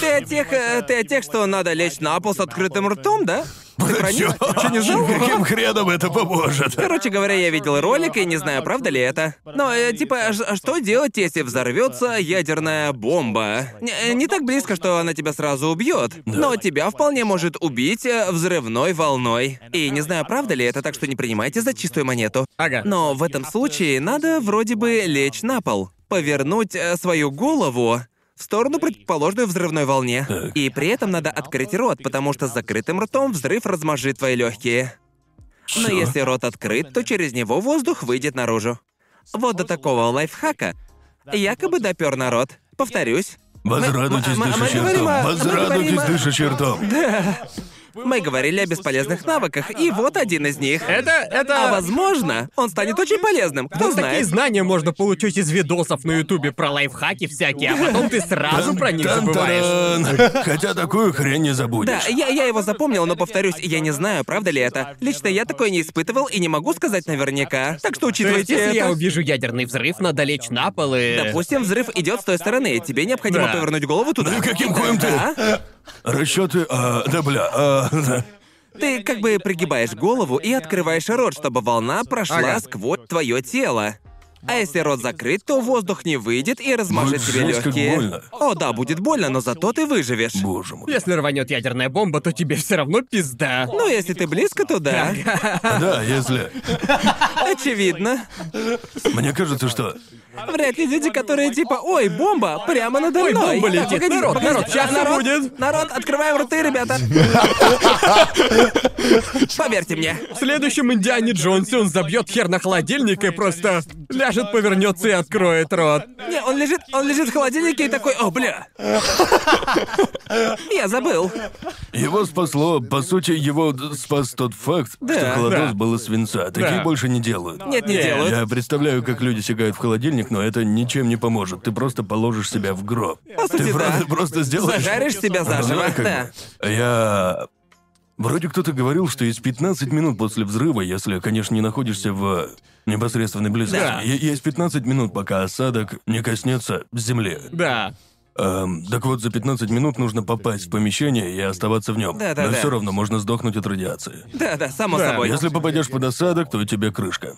Speaker 1: Ты о тех, э, ты о тех, что надо лечь на пол с открытым ртом, да? Ты про них? Чё, не знал?
Speaker 3: каким хреном это поможет?
Speaker 1: Короче говоря, я видел ролик и не знаю, правда ли это. Но э, типа, ж- что делать, если взорвется ядерная бомба? Не, э, не так близко, что она тебя сразу убьет, но тебя вполне может убить э, взрывной волной. И не знаю, правда ли это, так что не принимайте за чистую монету.
Speaker 2: Ага.
Speaker 1: Но в этом случае надо вроде бы лечь на пол, повернуть э, свою голову в сторону предположенную взрывной волне. И при этом надо открыть рот, потому что с закрытым ртом взрыв размажит твои легкие. Но
Speaker 3: Чё?
Speaker 1: если рот открыт, то через него воздух выйдет наружу. Вот до такого лайфхака. Якобы допер народ. Повторюсь,
Speaker 3: Возрадуйтесь,
Speaker 1: мы- мы- мы
Speaker 3: дышащий
Speaker 1: говорим
Speaker 3: ртом.
Speaker 1: о- мы говорим
Speaker 3: Возрадуйтесь,
Speaker 1: о-
Speaker 3: дышащий ртом.
Speaker 1: Мы говорили о бесполезных навыках, и вот один из них.
Speaker 2: Это, это...
Speaker 1: А возможно, он станет очень полезным. Кто
Speaker 2: Вот Ну, такие
Speaker 1: знает?
Speaker 2: знания можно получить из видосов на ютубе про лайфхаки всякие, а потом ты сразу про них забываешь.
Speaker 3: Тан-таран. Хотя такую хрень не
Speaker 1: Да,
Speaker 3: забудешь.
Speaker 1: я, я его запомнил, но повторюсь, я не знаю, правда ли это. Лично я такое не испытывал и не могу сказать наверняка. Так что
Speaker 2: То есть,
Speaker 1: учитывайте
Speaker 2: если я
Speaker 1: это.
Speaker 2: увижу ядерный взрыв, надо лечь на пол и...
Speaker 1: Допустим, взрыв идет с той стороны, и тебе необходимо
Speaker 2: Да. Ну,
Speaker 1: повернуть голову туда.
Speaker 3: Да каким хуем ты?
Speaker 1: Да.
Speaker 3: Расчеты. а, да бля. а, да.
Speaker 1: Ты как бы пригибаешь голову и открываешь рот, чтобы волна прошла
Speaker 2: Ага.
Speaker 1: сквозь твое тело. А если рот закрыт, то воздух не выйдет и размажет
Speaker 3: Будет
Speaker 1: тебе
Speaker 3: жесть, как
Speaker 1: легкие.
Speaker 3: больно.
Speaker 1: О, да, будет больно, но зато ты выживешь.
Speaker 3: Боже мой.
Speaker 2: Если рванет ядерная бомба, то тебе все равно пизда.
Speaker 1: Ну, если ты близко, то да.
Speaker 3: Да, если.
Speaker 1: Очевидно.
Speaker 3: Мне кажется, что.
Speaker 1: Вряд ли люди, которые типа, ой, бомба, прямо надо мной.
Speaker 2: бомба
Speaker 1: Так,
Speaker 2: летит.
Speaker 1: погоди,
Speaker 2: Народ,
Speaker 1: погоди.
Speaker 2: народ, щас
Speaker 1: народ,
Speaker 2: будет.
Speaker 1: Народ, открываем рты, ребята. Поверьте мне.
Speaker 2: В следующем Индиане Джонсе он забьет хер на холодильник и просто ляжет, повернется и откроет рот.
Speaker 1: Не, он лежит, он лежит в холодильнике и такой, о, бля. Я забыл.
Speaker 3: Его спасло, по сути, его д- спас тот факт, что холодос
Speaker 2: Да.
Speaker 3: был из свинца. Такие
Speaker 2: Да.
Speaker 3: больше не делают.
Speaker 1: Нет, не
Speaker 2: Нет.
Speaker 1: делают.
Speaker 3: Я представляю, как люди сигают в холодильник, но это ничем не поможет. Ты просто положишь себя в гроб.
Speaker 1: По сути, да.
Speaker 3: Ты просто, просто сделаешь...
Speaker 1: Зажаришь себя
Speaker 3: Да,
Speaker 1: заживо,
Speaker 3: ну, как бы.
Speaker 1: да.
Speaker 3: Я... Вроде кто-то говорил, что из 15 минут после взрыва, если, конечно, не находишься в непосредственной близости,
Speaker 2: Да.
Speaker 3: е- есть 15 минут, пока осадок не коснется земли.
Speaker 2: Да.
Speaker 3: Эм, так вот, за 15 минут нужно попасть в помещение и оставаться в нем.
Speaker 1: Да-да-да.
Speaker 3: Но все равно можно сдохнуть от радиации.
Speaker 1: Да, да, само
Speaker 2: Да,
Speaker 1: собой.
Speaker 3: Если попадешь под осадок, то тебе крышка.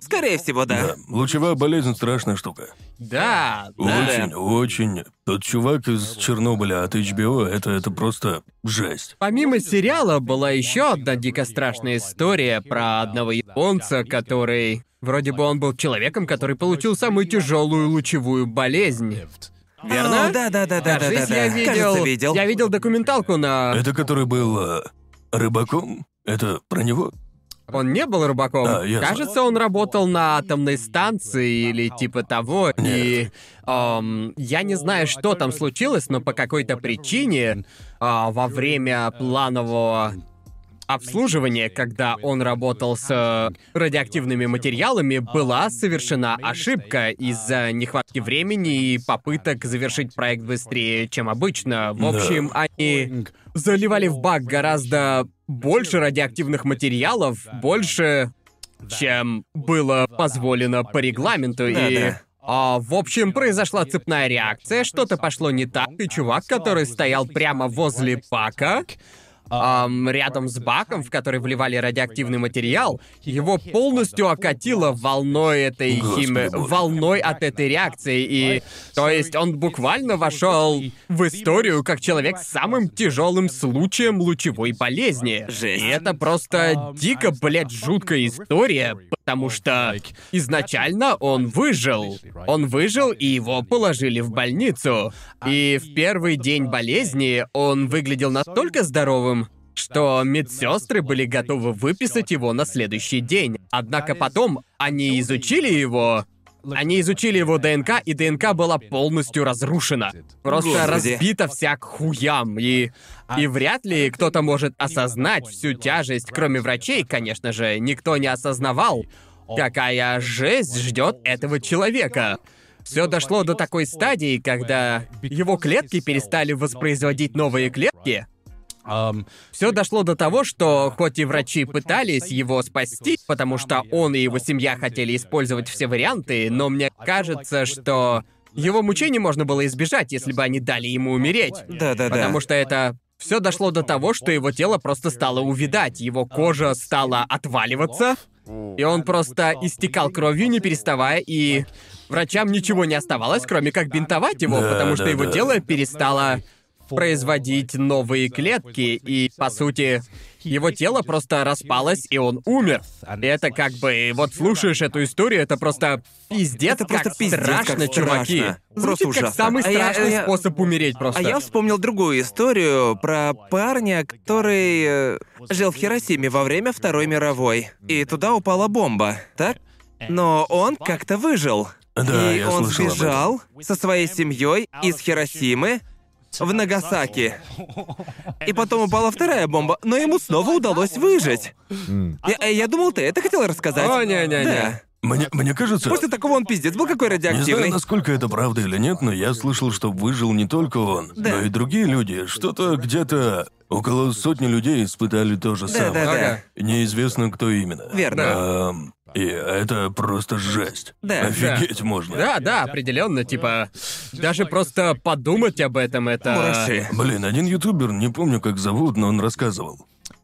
Speaker 1: Скорее всего, да.
Speaker 3: Да, лучевая болезнь страшная штука.
Speaker 2: Да.
Speaker 3: Очень, очень. Тот чувак из Чернобыля от HBO, это, это просто жесть.
Speaker 2: Помимо сериала была еще одна дико страшная история про одного японца, который... Вроде бы он был человеком, который получил самую тяжелую лучевую болезнь. Верно?
Speaker 1: А, да, да, да, да, да, да,
Speaker 2: Кажись,
Speaker 1: да.
Speaker 2: я видел...
Speaker 1: Кажется, видел.
Speaker 2: Я видел документалку
Speaker 1: А
Speaker 2: на...
Speaker 3: Это который был э, рыбаком? Это про него?
Speaker 2: Он не был рыбаком.
Speaker 3: Да, я знаю.
Speaker 2: Кажется, он работал на атомной станции или типа того. И эм, я не знаю, что там случилось, но по какой-то причине а, во время планового обслуживания, когда он работал с э, радиоактивными материалами, была совершена ошибка из-за нехватки времени и попыток завершить проект быстрее, чем обычно. В общем, они заливали в бак гораздо больше радиоактивных материалов, больше, чем было позволено по регламенту, и...
Speaker 1: Да-да.
Speaker 2: а, в общем, произошла цепная реакция, что-то пошло не так, и чувак, который стоял прямо возле бака, ам, рядом с баком, в который вливали радиоактивный материал, его полностью окатило волной этой
Speaker 3: Господи
Speaker 2: химии,
Speaker 3: боже.
Speaker 2: волной от этой реакции. И, то есть, он буквально вошел в историю как человек с самым тяжелым случаем лучевой болезни.
Speaker 1: Жесть.
Speaker 2: И это просто дико, блядь, жуткая история, потому что изначально он выжил. Он выжил, и его положили в больницу. И в первый день болезни он выглядел настолько здоровым, что медсестры были готовы выписать его на следующий день. Однако потом они изучили его. Они изучили его ДНК, и ДНК была полностью разрушена. Просто
Speaker 1: Господи.
Speaker 2: разбита вся к хуям. И, и вряд ли кто-то может осознать всю тяжесть, кроме врачей, конечно же, никто не осознавал, какая жесть ждет этого человека. Все дошло до такой стадии, когда его клетки перестали воспроизводить новые клетки, все дошло до того, что хоть и врачи пытались его спасти, потому что он и его семья хотели использовать все варианты, но мне кажется, что его мучений можно было избежать, если бы они дали ему умереть.
Speaker 1: Да, да, да.
Speaker 2: Потому что это все дошло до того, что его тело просто стало увидать, его кожа стала отваливаться, и он просто истекал кровью, не переставая, и врачам ничего не оставалось, кроме как бинтовать его,
Speaker 3: Да,
Speaker 2: потому что
Speaker 3: да,
Speaker 2: его
Speaker 3: да.
Speaker 2: тело перестало производить новые клетки, и, по сути, его тело просто распалось, и он умер. И это как бы... Вот слушаешь эту историю, это просто пиздец,
Speaker 1: Это просто
Speaker 2: как
Speaker 1: пиздец, как
Speaker 2: страшно, чуваки.
Speaker 1: страшно. Просто
Speaker 2: Звучит как
Speaker 1: ужасно.
Speaker 2: самый
Speaker 1: А я-
Speaker 2: страшный
Speaker 1: я-
Speaker 2: способ умереть просто.
Speaker 1: А я вспомнил другую историю про парня, который э, жил в Хиросиме во время Второй мировой. И туда упала бомба, так? Но он как-то выжил.
Speaker 3: Да,
Speaker 1: и
Speaker 3: я
Speaker 1: он
Speaker 3: слышал об этом.
Speaker 1: сбежал со своей семьей из Хиросимы в Нагасаки. И потом упала вторая бомба, но ему снова удалось выжить. Я, я думал, ты это хотел рассказать.
Speaker 2: О, не-не-не.
Speaker 1: Да.
Speaker 3: Мне, мне кажется...
Speaker 1: После такого он пиздец был какой
Speaker 3: Не
Speaker 1: радиоактивный.
Speaker 3: знаю, насколько это правда или нет, но я слышал, что выжил не только он, но и другие люди. Что-то где-то около сотни людей испытали то же самое.
Speaker 1: Да-да-да.
Speaker 3: Неизвестно, кто именно.
Speaker 1: Верно.
Speaker 3: Ам, и это просто жесть.
Speaker 1: Да.
Speaker 3: Офигеть можно.
Speaker 2: Да, да, определенно, типа, даже просто подумать об этом это.
Speaker 1: Мураши.
Speaker 3: Блин, один ютубер, не помню, как зовут, но он рассказывал.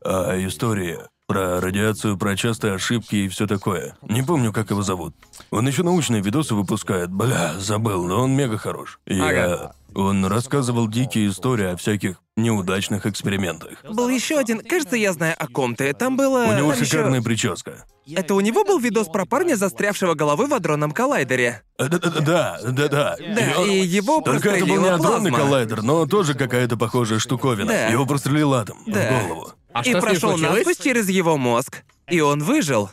Speaker 3: А истории про радиацию, про частые ошибки и все такое. Не помню, как его зовут. Он еще научные видосы выпускает. Бля, забыл, но он мега хорош. И
Speaker 2: Ага.
Speaker 3: а, он рассказывал дикие истории о всяких неудачных экспериментах.
Speaker 1: Был еще один. Кажется, я знаю о ком ты. Там было.
Speaker 3: У него
Speaker 1: Э, там ещё-
Speaker 3: шикарная прическа.
Speaker 1: Это у него был видос про парня, застрявшего головы в адронном коллайдере.
Speaker 3: А, Да, да, да, да. И
Speaker 1: Да,
Speaker 3: он-
Speaker 1: и его
Speaker 3: Только это был не
Speaker 1: прострелила
Speaker 3: адронный
Speaker 1: плазма.
Speaker 3: коллайдер, но тоже какая-то похожая штуковина.
Speaker 1: Да.
Speaker 3: Его прострелил атом в
Speaker 1: Да.
Speaker 3: голову.
Speaker 2: А
Speaker 1: и
Speaker 2: что с ним
Speaker 1: прошел
Speaker 2: случилось?
Speaker 1: насквозь через его мозг. И он выжил.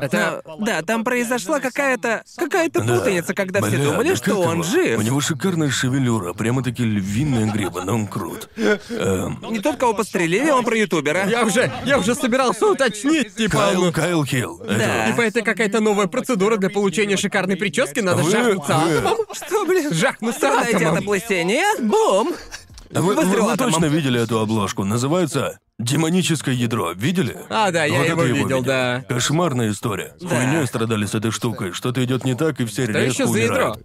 Speaker 2: Это.
Speaker 1: Но- да, там произошла какая-то какая-то
Speaker 3: Да.
Speaker 1: путаница, когда все
Speaker 3: Бля,
Speaker 1: думали,
Speaker 3: да
Speaker 1: что
Speaker 3: как
Speaker 1: он
Speaker 3: его?
Speaker 1: жив.
Speaker 3: У него шикарная шевелюра, прямо-таки львиная гриба, но он крут. Эм,
Speaker 1: Не тот, кого подстрелили, он про ютубера.
Speaker 2: Я уже, я уже собирался уточнить, типа.
Speaker 3: Кайл,
Speaker 2: ну,
Speaker 3: Кайл Хилл. Это-
Speaker 2: Типа это какая-то новая процедура для получения шикарной прически, надо
Speaker 3: Вы-
Speaker 2: жахнуться
Speaker 3: вы-
Speaker 2: атомом?
Speaker 1: Что, блин?
Speaker 2: Жахнуться
Speaker 1: Страдайте от
Speaker 2: атомом?
Speaker 1: облысения. Бум!
Speaker 3: А Вы, вы-
Speaker 1: Выстрел
Speaker 3: вы
Speaker 1: атомом.
Speaker 3: точно видели эту обложку? Называется «Демоническое ядро». Видели?
Speaker 2: А, да, я
Speaker 3: Вот
Speaker 2: его
Speaker 3: это
Speaker 2: видел, да.
Speaker 3: Кошмарная история. Хуйней страдали с этой штукой. Что-то идет не так, и все
Speaker 2: Что
Speaker 3: резко
Speaker 2: еще за ядро?
Speaker 3: умирают.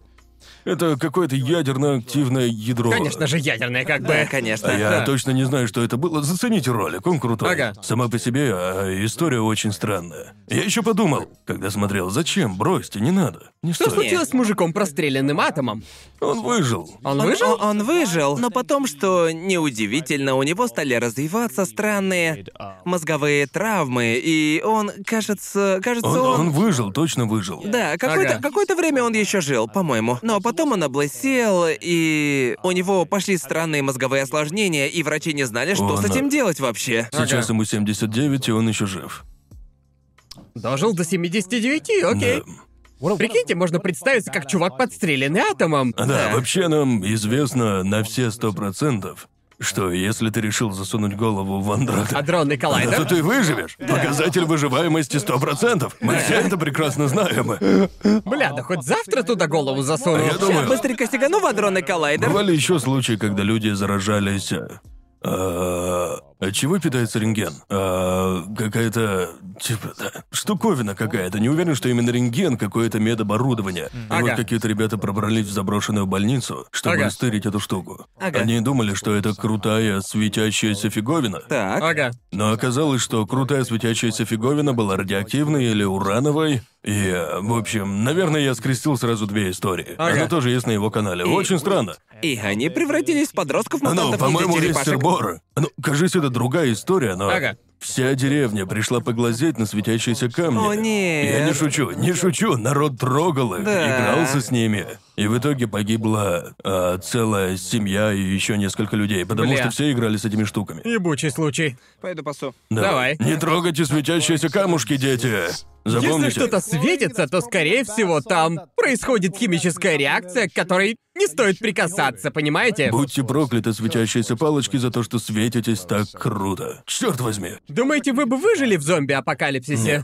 Speaker 3: Это какое-то ядерно-активное ядро.
Speaker 2: Конечно же, ядерное как бы.
Speaker 1: Да, конечно.
Speaker 3: А я
Speaker 2: Да.
Speaker 3: точно не знаю, что это было. Зацените ролик, он крутой.
Speaker 2: Ага.
Speaker 3: Сама по себе а, история очень странная. Я еще подумал, когда смотрел, зачем, бросьте, не надо. Не
Speaker 2: Что
Speaker 3: стоит.
Speaker 2: случилось с мужиком, простреленным атомом?
Speaker 3: Он выжил.
Speaker 2: Он
Speaker 1: Он-
Speaker 2: выжил?
Speaker 1: Он, он выжил, но потом, что неудивительно, у него стали развиваться странные мозговые травмы, и он, кажется, кажется,
Speaker 3: Он,
Speaker 1: он...
Speaker 3: он выжил, точно выжил.
Speaker 1: Да, какое-то
Speaker 2: Ага.
Speaker 1: какое-то время он еще жил, по-моему. Но потом он облысел, и у него пошли странные мозговые осложнения, и врачи не знали, что
Speaker 3: Он,
Speaker 1: с этим
Speaker 3: э,
Speaker 1: делать вообще.
Speaker 3: Сейчас
Speaker 2: Ага.
Speaker 3: ему 79, и он еще жив.
Speaker 2: Дожил до 79, окей. Прикиньте, можно представиться, как чувак подстреленный атомом.
Speaker 3: А, Да, вообще нам известно на все сто процентов, что если ты решил засунуть голову в андрат,
Speaker 2: Адронный
Speaker 3: то
Speaker 2: А коллайдер.
Speaker 3: ты выживешь. Показатель выживаемости сто процентов. Мы все это прекрасно знаем.
Speaker 2: Бля, да хоть завтра туда голову засуну.
Speaker 3: А Я думаю-
Speaker 1: Быстренько сигану в адронный коллайдер.
Speaker 3: Бывали еще случаи, когда люди заражались. э, э, от чего питается рентген? Э, какая-то типа да, штуковина какая-то. Не уверен, что именно рентген, какое-то медоборудование. И вот
Speaker 2: Ага.
Speaker 3: какие-то ребята пробрались в заброшенную больницу, чтобы
Speaker 2: Ага.
Speaker 3: стырить эту штуку.
Speaker 1: Ага.
Speaker 3: Они думали, что это крутая светящаяся фиговина.
Speaker 1: Так.
Speaker 2: Ага.
Speaker 3: Но оказалось, что крутая светящаяся фиговина была радиоактивной или урановой. И, э, в общем, наверное, я скрестил сразу две истории.
Speaker 2: Ага.
Speaker 3: Она тоже есть на его канале. Очень странно.
Speaker 1: И они превратились в подростков
Speaker 3: А Ну,
Speaker 1: мутантов
Speaker 3: по-моему, весь
Speaker 1: черепашек.
Speaker 3: Сербор. Ну, кажись, это другая история, но...
Speaker 2: Ага.
Speaker 3: Вся деревня пришла поглазеть на светящиеся камни.
Speaker 1: О, нет.
Speaker 3: Я не шучу, не шучу. Народ трогал их,
Speaker 1: Да.
Speaker 3: игрался с ними. И в итоге погибла а, целая семья и еще несколько людей, потому
Speaker 2: Бля.
Speaker 3: что все играли с этими штуками.
Speaker 2: Ебучий случай.
Speaker 1: Пойду пасу.
Speaker 2: Давай.
Speaker 3: Не трогайте светящиеся камушки, дети. Запомните.
Speaker 2: Если что-то светится, то, скорее всего, там происходит химическая реакция, к которой не стоит прикасаться, понимаете?
Speaker 3: Будьте прокляты, светящиеся палочки, за то, что светитесь так круто. Черт возьми.
Speaker 2: Думаете, вы бы выжили в зомби-апокалипсисе?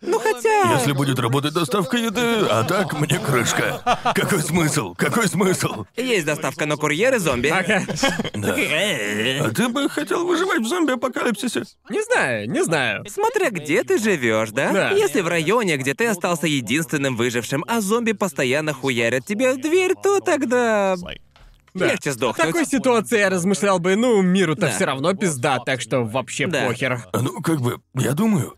Speaker 1: Ну хотя...
Speaker 3: Если будет работать доставка еды, а так мне крышка. Какой смысл? Какой смысл?
Speaker 1: Есть доставка, но курьеры зомби.
Speaker 2: Ага.
Speaker 3: Да. А ты бы хотел выживать в зомби-апокалипсисе?
Speaker 2: Не знаю, не знаю.
Speaker 1: Смотря где ты живешь, да?
Speaker 2: Да.
Speaker 1: Если в районе, где ты остался единственным выжившим, а зомби постоянно хуярят тебе в дверь, то тогда
Speaker 2: Да.
Speaker 1: легче
Speaker 2: В
Speaker 1: сдохнуть.
Speaker 2: такой ситуации я размышлял бы, ну, миру-то
Speaker 1: Да.
Speaker 2: все равно пизда, так что вообще
Speaker 1: Да.
Speaker 2: похер.
Speaker 3: А Ну, как бы, я думаю.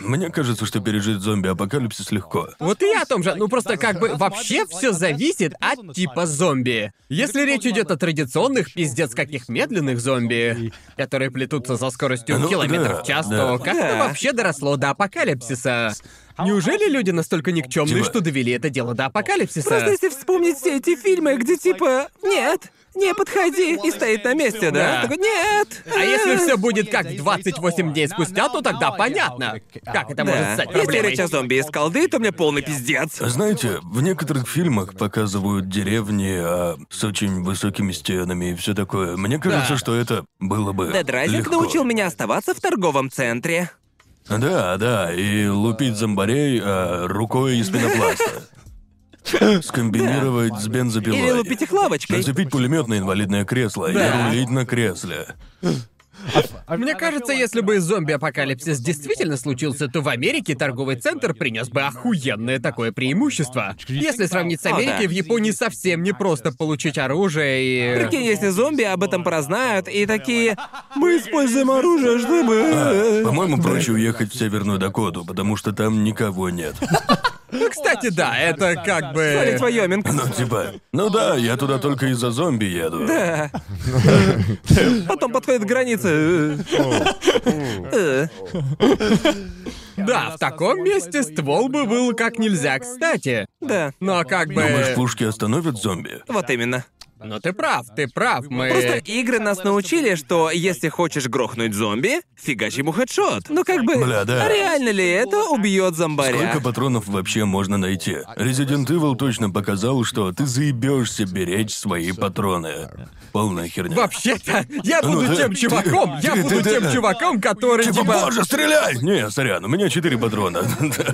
Speaker 3: Мне кажется, что пережить зомби-апокалипсис легко.
Speaker 2: Вот и я о том же. Ну просто как бы вообще все зависит от типа зомби. Если речь идет о традиционных пиздец каких медленных зомби, которые плетутся за скоростью
Speaker 3: Ну
Speaker 2: километров
Speaker 3: да,
Speaker 2: в час,
Speaker 3: да.
Speaker 2: то как это
Speaker 1: Да.
Speaker 2: вообще доросло до апокалипсиса? Неужели люди настолько никчемные,
Speaker 3: Типа-
Speaker 2: что довели это дело до апокалипсиса?
Speaker 1: Просто если вспомнить все эти фильмы, где типа... Нет, не подходи, и стоит на месте, да?
Speaker 2: Да.
Speaker 1: Такой, нет!
Speaker 2: А если все будет как 28 дней спустя, то тогда понятно. Как это может
Speaker 1: Да.
Speaker 2: стать
Speaker 1: Если
Speaker 2: проблемой?
Speaker 1: речь о зомби из колды, то мне полный пиздец.
Speaker 3: Знаете, в некоторых фильмах показывают деревни а, с очень высокими стенами и все такое. Мне кажется, что это было бы
Speaker 1: Дедразик
Speaker 3: легко.
Speaker 1: научил меня оставаться в торговом центре.
Speaker 3: Да, да, и лупить зомбарей а, рукой из пенопласта. Скомбинировать с бензопилой.
Speaker 1: Или лупить их лавочкой.
Speaker 3: Нацепить пулемет на инвалидное кресло
Speaker 2: Да.
Speaker 3: и рулить на кресле.
Speaker 2: Мне кажется, если бы зомби-апокалипсис действительно случился, то в Америке торговый центр принес бы охуенное такое преимущество. Если сравнить с
Speaker 1: О, да.
Speaker 2: Америкой, в Японии совсем не просто получить оружие и...
Speaker 1: Прикинь, если зомби об этом прознают и такие... Мы используем оружие, чтобы...
Speaker 3: По-моему, проще уехать в Северную Дакоту, потому что там никого нет.
Speaker 2: Ну, кстати, да, это как
Speaker 1: Свалить в
Speaker 2: бы...
Speaker 1: Вайоминг.
Speaker 3: Ну, типа, ну да, я туда только из-за зомби еду.
Speaker 1: Да. Потом подходит к границе. Э.
Speaker 2: Да, в таком месте ствол бы был как нельзя кстати.
Speaker 1: Да.
Speaker 2: Но как
Speaker 1: Ну,
Speaker 3: Думаешь,
Speaker 2: бы...
Speaker 3: пушки остановят зомби?
Speaker 1: Вот именно.
Speaker 2: Ну ты прав, ты прав, мы...
Speaker 3: Э.
Speaker 1: Просто игры нас научили, что если хочешь грохнуть зомби, фигачь ему хедшот. Ну как бы,
Speaker 3: Бля, да.
Speaker 1: а реально ли это убьет зомбаря?
Speaker 3: Сколько патронов вообще можно найти? Resident Evil точно показал, что ты заебешься беречь свои патроны. Полная херня.
Speaker 2: Вообще-то, я
Speaker 3: Ну,
Speaker 2: буду
Speaker 3: ты-
Speaker 2: тем
Speaker 3: ты-
Speaker 2: чуваком, я
Speaker 3: ты-
Speaker 2: буду
Speaker 3: ты-
Speaker 2: тем
Speaker 3: ты-
Speaker 2: чуваком, который
Speaker 3: Типа,
Speaker 2: типа...
Speaker 3: боже, стреляй! Не, сорян, у меня четыре патрона.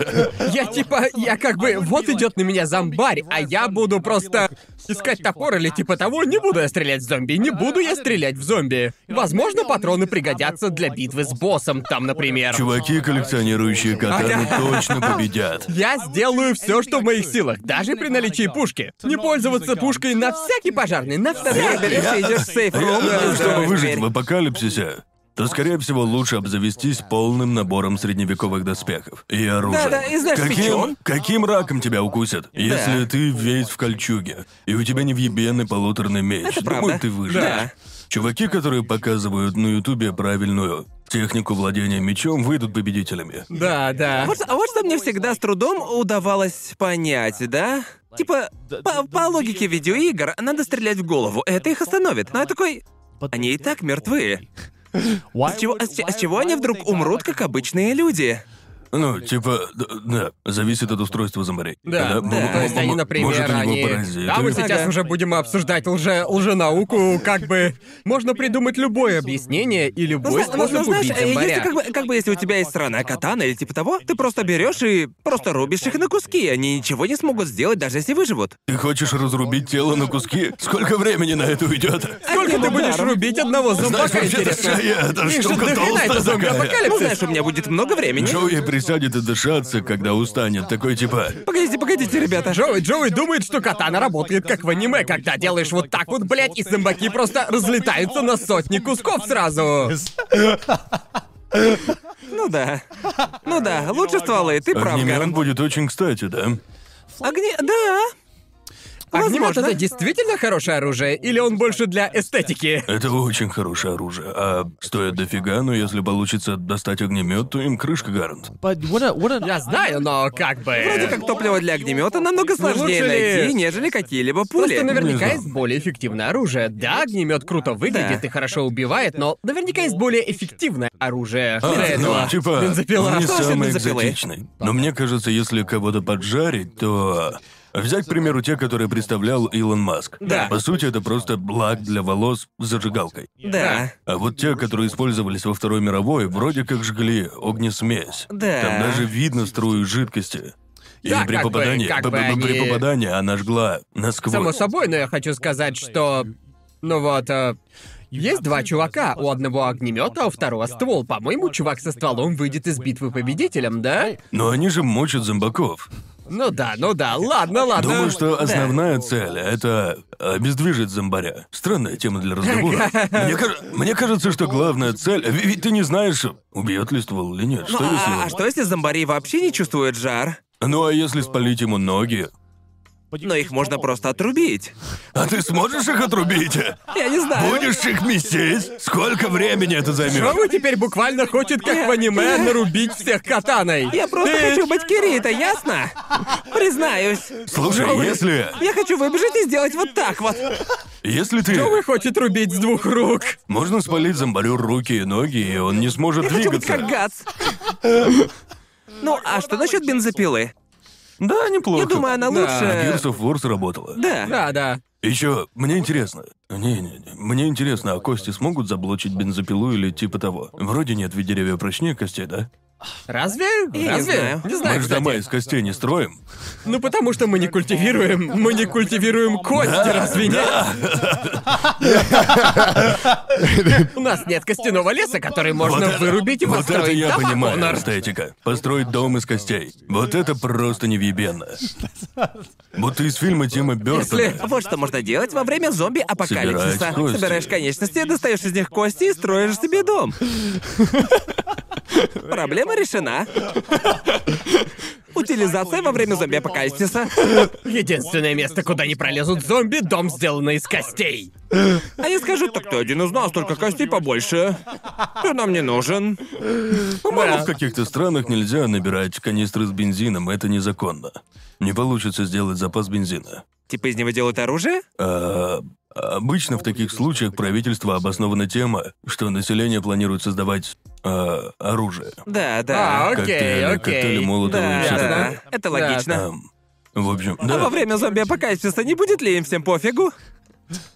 Speaker 2: Я типа, я как бы, вот идет на меня зомбарь, а я буду просто искать топор или типа того, не буду я стрелять в зомби, не буду я стрелять в зомби. Возможно, патроны пригодятся для битвы с боссом там, например.
Speaker 3: Чуваки, коллекционирующие катаны, точно победят.
Speaker 2: Я сделаю все, что в моих силах, даже при наличии пушки. Не пользоваться пушкой на всякий пожарный, на
Speaker 1: Когда
Speaker 2: всякий.
Speaker 1: ты идешь в сейф
Speaker 3: А я
Speaker 1: рум,
Speaker 3: думаю, чтобы
Speaker 1: закрываешь
Speaker 3: выжить
Speaker 1: дверь.
Speaker 3: в апокалипсисе, то, скорее всего, лучше обзавестись полным набором средневековых доспехов и оружия.
Speaker 1: Да-да, и знаешь,
Speaker 3: каким,
Speaker 1: мечом.
Speaker 3: каким раком тебя укусят, если ты весь в кольчуге, и у тебя невъебенный полуторный меч?
Speaker 1: Это
Speaker 3: Думаю,
Speaker 1: правда.
Speaker 3: ты выживешь.
Speaker 1: Да.
Speaker 3: Чуваки, которые показывают на Ютубе правильную технику владения мечом, выйдут победителями.
Speaker 2: Да, да.
Speaker 1: Вот, а вот что мне всегда с трудом удавалось понять, да? Типа, по, по логике видеоигр, надо стрелять в голову, это их остановит. Но я такой, они и так мертвы. С чего, а с че- а с чего они вдруг умрут, как обычные люди?
Speaker 3: Ну, типа, д- да, зависит от устройства зомбарей.
Speaker 2: Да,
Speaker 3: М-
Speaker 2: да.
Speaker 3: м-
Speaker 2: То есть они,
Speaker 3: м- может,
Speaker 2: например,
Speaker 3: у него
Speaker 2: они...
Speaker 3: паразиты.
Speaker 2: Да, мы сейчас
Speaker 1: Ага.
Speaker 2: уже будем обсуждать лже... лженауку, как бы... Можно придумать любое объяснение и
Speaker 1: Ну,
Speaker 2: любой
Speaker 1: зна- ну,
Speaker 2: способ
Speaker 1: знаешь,
Speaker 2: убить
Speaker 1: э, если
Speaker 2: зомбаря.
Speaker 1: как бы, как бы если у тебя есть сраная катана или типа того, ты просто берешь и просто рубишь их на куски, и они ничего не смогут сделать, даже если выживут.
Speaker 3: Ты хочешь разрубить тело на куски? Сколько времени на это уйдет?
Speaker 2: Сколько ты
Speaker 1: Одним
Speaker 2: будешь
Speaker 1: ударом.
Speaker 2: рубить одного
Speaker 3: Знаешь,
Speaker 2: зомбака,
Speaker 3: вообще-то
Speaker 2: интересно?
Speaker 3: вся эта
Speaker 2: Их же
Speaker 3: штука
Speaker 2: дохрена это
Speaker 3: толстая такая.
Speaker 1: Ну,
Speaker 2: зомби-апокалипсис.
Speaker 1: знаешь, у меня будет много времени.
Speaker 3: Джоуи присядет и дышаться, когда устанет. Такой типа...
Speaker 1: Погодите, погодите, ребята.
Speaker 2: Джоуи, Джоуи думает, что катана работает как в аниме, когда делаешь вот так вот, блядь, и зомбаки просто разлетаются на сотни кусков сразу.
Speaker 1: Ну да. Ну да, лучше стволы, ты прав,
Speaker 3: Огнемет
Speaker 1: Гарн.
Speaker 3: будет очень кстати, да?
Speaker 1: Огни... Да.
Speaker 2: Огнемет
Speaker 1: Возможно.
Speaker 2: это А действительно хорошее оружие, или он больше для эстетики?
Speaker 3: Это очень хорошее оружие. А стоит дофига, но если получится достать огнемет, то им крышка гарант.
Speaker 2: Я знаю, но как бы...
Speaker 1: Вроде как топливо для огнемета намного сложнее
Speaker 2: Ну, лучше ли-
Speaker 1: найти, нежели какие-либо пули.
Speaker 2: Просто
Speaker 3: Не
Speaker 2: наверняка
Speaker 3: знаю.
Speaker 2: есть более эффективное оружие. Да, огнемет круто выглядит
Speaker 1: Да.
Speaker 2: и хорошо убивает, но наверняка есть более эффективное оружие.
Speaker 3: А,
Speaker 2: Для
Speaker 3: ну,
Speaker 2: этого.
Speaker 3: типа,
Speaker 2: Бензопила.
Speaker 3: он не
Speaker 1: Что ж,
Speaker 3: самый
Speaker 1: бензопилы?
Speaker 3: экзотичный. Но мне кажется, если кого-то поджарить, то... Взять, к примеру, те, которые представлял Илон Маск.
Speaker 1: Да.
Speaker 3: По сути, это просто лак для волос с зажигалкой.
Speaker 1: Да.
Speaker 3: А вот те, которые использовались во Второй мировой, вроде как жгли огнесмесь.
Speaker 1: Да.
Speaker 3: Там даже видно струю жидкости. И
Speaker 2: Да,
Speaker 3: при
Speaker 2: как бы-
Speaker 3: попадании,
Speaker 2: как бы
Speaker 3: при- при
Speaker 2: они-
Speaker 3: попадании она жгла насквозь.
Speaker 2: Само собой, но я хочу сказать, что... Ну вот, э, есть два чувака. У одного огнемета, а у второго ствол. По-моему, чувак со стволом выйдет из битвы победителем, да?
Speaker 3: Но они же мочат зомбаков.
Speaker 2: Ну да, ну да, ладно,
Speaker 1: А
Speaker 2: ладно.
Speaker 3: Думаю, что основная цель — это обездвижить зомбаря. Странная тема для разговора. Мне, каж- мне кажется, что главная цель... ви- Ведь ты не знаешь, убьет ли ствол или нет. Что
Speaker 1: Ну,
Speaker 3: если...
Speaker 1: а, а что если зомбари вообще не чувствуют жар?
Speaker 3: Ну а если спалить ему ноги?
Speaker 1: но их можно просто отрубить.
Speaker 3: А ты сможешь их отрубить?
Speaker 1: Я не знаю.
Speaker 3: Будешь их месить? Сколько времени это
Speaker 2: Что
Speaker 3: займет?
Speaker 2: вы теперь буквально хочет, как в аниме, нарубить всех катаной?
Speaker 1: Я просто
Speaker 2: Ты-
Speaker 1: хочу быть Кирита, ясно? Признаюсь.
Speaker 3: Слушай, если...
Speaker 1: Я хочу выбежать и сделать вот так вот.
Speaker 3: Если ты...
Speaker 2: Что вы хочет рубить с двух рук?
Speaker 3: Можно спалить зомбарю руки и ноги, и он не сможет
Speaker 1: Хочу быть как
Speaker 3: двигаться.
Speaker 1: Гац. Ну, а что насчет бензопилы?
Speaker 3: Да, неплохо.
Speaker 1: Я думаю, она
Speaker 2: Да.
Speaker 1: лучше.
Speaker 3: Gears of War сработала.
Speaker 1: Да.
Speaker 2: Да, да.
Speaker 3: Еще мне интересно. Не, не, не. Мне интересно, а кости смогут заблочить бензопилу или типа того? Вроде нет, ведь деревья прочнее костей, да?
Speaker 2: Разве?
Speaker 1: не
Speaker 2: Разве?
Speaker 1: знаю.
Speaker 2: Не
Speaker 3: Мы
Speaker 2: знаю,
Speaker 3: же
Speaker 2: кстати.
Speaker 3: дома из костей не строим.
Speaker 2: Ну потому что мы не культивируем, мы не культивируем кости, разве нет? У нас нет костяного леса, который можно
Speaker 3: Вот это-
Speaker 2: вырубить и
Speaker 3: Вот это
Speaker 2: построить
Speaker 3: я
Speaker 2: дома,
Speaker 3: понимаю,
Speaker 2: Конор.
Speaker 3: эстетика. Построить дом из костей. Вот это просто невъебенно. Будто из фильма Тима Бёртона.
Speaker 1: Если вот что можно делать во время зомби-апокалипсиса.
Speaker 3: Собирать кости.
Speaker 1: Собираешь конечности, достаешь из них кости и строишь себе дом. Проблема решена. Утилизация во время зомби-апокалипсиса.
Speaker 2: Единственное место, куда не пролезут зомби, дом сделанный из костей.
Speaker 1: А я скажу, так ты один из нас, только костей побольше. Ты нам не нужен. Ну,
Speaker 3: По-моему, в каких-то странах нельзя набирать канистры с бензином, это незаконно. Не получится сделать запас бензина.
Speaker 1: Типа из него делают оружие?
Speaker 3: А, Обычно в таких случаях правительство обоснована тема, что население планирует создавать а, оружие.
Speaker 1: Да, да.
Speaker 2: А, Окей,
Speaker 3: коктейли,
Speaker 2: окей.
Speaker 3: коктейли Молотова и
Speaker 1: Да,
Speaker 3: все
Speaker 1: ну, да.
Speaker 3: такое.
Speaker 1: Это логично.
Speaker 3: Ам, в общем,
Speaker 1: А во
Speaker 3: да,
Speaker 1: время зомби-апокалипсиса не будет ли им всем пофигу?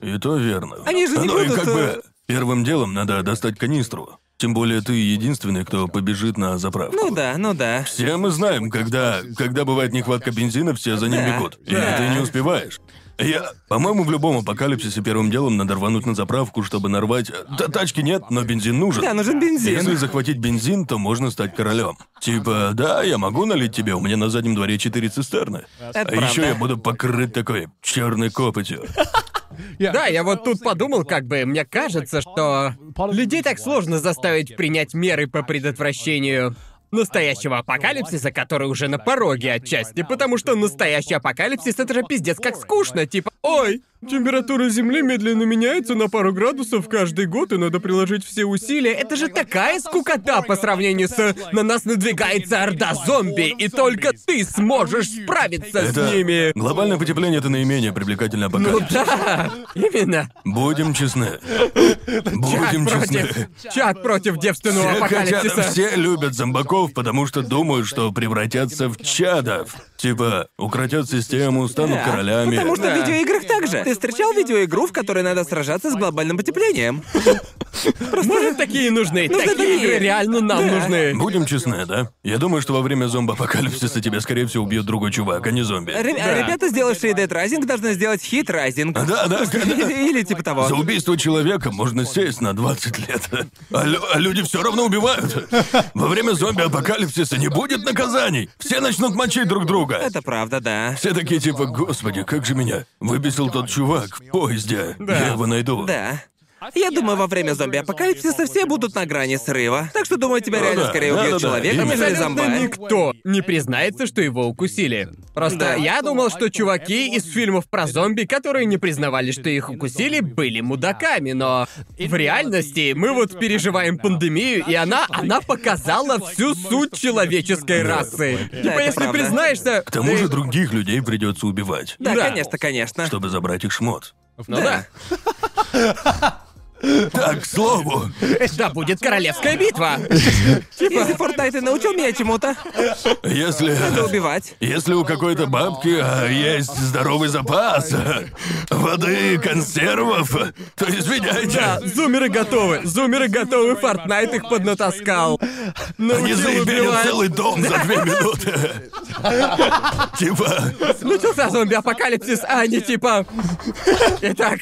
Speaker 3: и то верно.
Speaker 1: Они же не
Speaker 3: ну, и
Speaker 1: будут,
Speaker 3: как
Speaker 1: э,
Speaker 3: бы первым делом надо достать канистру. Тем более ты единственный, кто побежит на заправку.
Speaker 1: Ну да, ну да.
Speaker 3: Все мы знаем, когда, когда бывает нехватка бензина, все за ним
Speaker 1: Да,
Speaker 3: бегут. И
Speaker 1: да.
Speaker 3: ты не успеваешь. Я, по-моему, в любом апокалипсисе первым делом надо рвануть на заправку, чтобы нарвать. Да, тачки нет, но бензин нужен.
Speaker 1: Да, нужен бензин.
Speaker 3: Если захватить бензин, то можно стать королем. Типа, да, я могу налить тебе, у меня на заднем дворе четыре цистерны. а
Speaker 1: правда.
Speaker 3: еще я буду покрыт такой черной копотью.
Speaker 2: Да, я вот тут подумал, как бы, мне кажется, что людей так сложно заставить принять меры по предотвращению настоящего апокалипсиса, который уже на пороге отчасти, потому что настоящий апокалипсис — это же пиздец как скучно, типа «Ой, температура Земли медленно меняется на пару градусов каждый год, и надо приложить все усилия». Это же такая скукота по сравнению с «На нас надвигается орда зомби, и только ты сможешь справиться
Speaker 3: Это-
Speaker 2: с ними».
Speaker 3: Глобальное потепление это наименее привлекательный
Speaker 2: Ну
Speaker 3: апокалипсис.
Speaker 2: да, именно.
Speaker 3: Будем честны. Будем
Speaker 2: Чат
Speaker 3: честны.
Speaker 2: против, чат против девственного
Speaker 3: Все хотят-
Speaker 2: апокалипсиса.
Speaker 3: все любят зомбаков, потому что думают, что превратятся в чадов. Типа, укротят систему, станут
Speaker 1: Да,
Speaker 3: королями.
Speaker 1: Потому что
Speaker 2: Да.
Speaker 1: в видеоиграх так же. Ты встречал видеоигру, в которой надо сражаться с глобальным потеплением?
Speaker 2: Может, такие нужны? Такие
Speaker 1: такие.
Speaker 2: игры реально нам нужны.
Speaker 3: Будем честны, да? Я думаю, что во время зомбоапокалипсиса тебя, скорее всего, убьет другой чувак, а не зомби.
Speaker 1: Ре-
Speaker 2: Да.
Speaker 1: Ребята, сделавшие Dead Rising, должны сделать хит Rising.
Speaker 3: Да, да, да.
Speaker 1: Или типа того.
Speaker 3: За убийство человека можно сесть на 20 лет. А, лю- а люди все равно убивают. Во время зомби-апокалипсиса не будет наказаний. Все начнут мочить друг друга.
Speaker 1: Это правда, да.
Speaker 3: Все такие типа, господи, как же меня выбесил тот чувак в поезде. Я его найду.
Speaker 1: Да. Я думаю, во время зомби-апокалипсиса все будут на грани срыва. Так что, думаю, тебя
Speaker 3: Ну
Speaker 1: реально
Speaker 3: да,
Speaker 1: скорее убьет
Speaker 3: да-да-да,
Speaker 1: человек, а
Speaker 3: именно.
Speaker 1: нежели
Speaker 2: Абсолютно
Speaker 1: зомбарь.
Speaker 2: никто не признается, что его укусили. Просто
Speaker 1: Да.
Speaker 2: я думал, что чуваки из фильмов про зомби, которые не признавали, что их укусили, были мудаками, но в реальности мы вот переживаем пандемию, и она, она показала всю суть человеческой расы. Типа,
Speaker 1: это
Speaker 2: если
Speaker 1: правда.
Speaker 2: признаешься...
Speaker 3: К тому же других людей придется убивать,
Speaker 1: Да,
Speaker 2: Да.
Speaker 1: конечно, конечно.
Speaker 3: чтобы забрать их шмот.
Speaker 2: Ну да.
Speaker 3: Так, к слову,
Speaker 2: Да будет королевская битва.
Speaker 3: Типа-
Speaker 1: Если Fortnite и научил меня чему-то,
Speaker 3: если...
Speaker 1: надо убивать.
Speaker 3: Если у какой-то бабки а, есть здоровый запас а, воды, консервов, то
Speaker 2: Да,
Speaker 3: извиняйте.
Speaker 2: А, зумеры готовы. Зумеры готовы. Фортнайт их поднатаскал. Ну,
Speaker 3: Они
Speaker 2: Научил
Speaker 3: заебенят
Speaker 2: убивать.
Speaker 3: целый дом за две минуты. Типа,
Speaker 2: Начался зомби-апокалипсис, а они типа... Итак,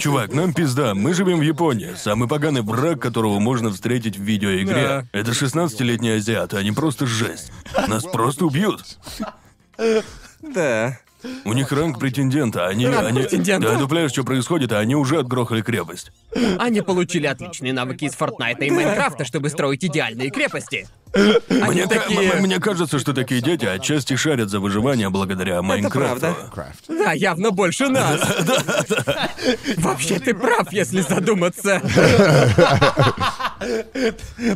Speaker 3: чувак, нам пизда, мы живем в Японии. Самый поганый враг, которого можно встретить в видеоигре, это 16-летние азиаты, они просто жесть. Нас просто убьют.
Speaker 1: Да.
Speaker 3: У них ранг претендента, они...
Speaker 2: Ранг
Speaker 3: они...
Speaker 2: претендента?
Speaker 3: Да, дупляешь, что происходит, а они уже отгрохали крепость.
Speaker 2: Они получили отличные навыки из Фортнайта и Майнкрафта, чтобы строить идеальные крепости. Они
Speaker 3: Мне, ка- м-
Speaker 2: такие...
Speaker 3: мне кажется, что такие дети отчасти шарят за выживание благодаря Майнкрафту.
Speaker 1: правда.
Speaker 2: Да, явно больше нас. Вообще, ты прав, если задуматься.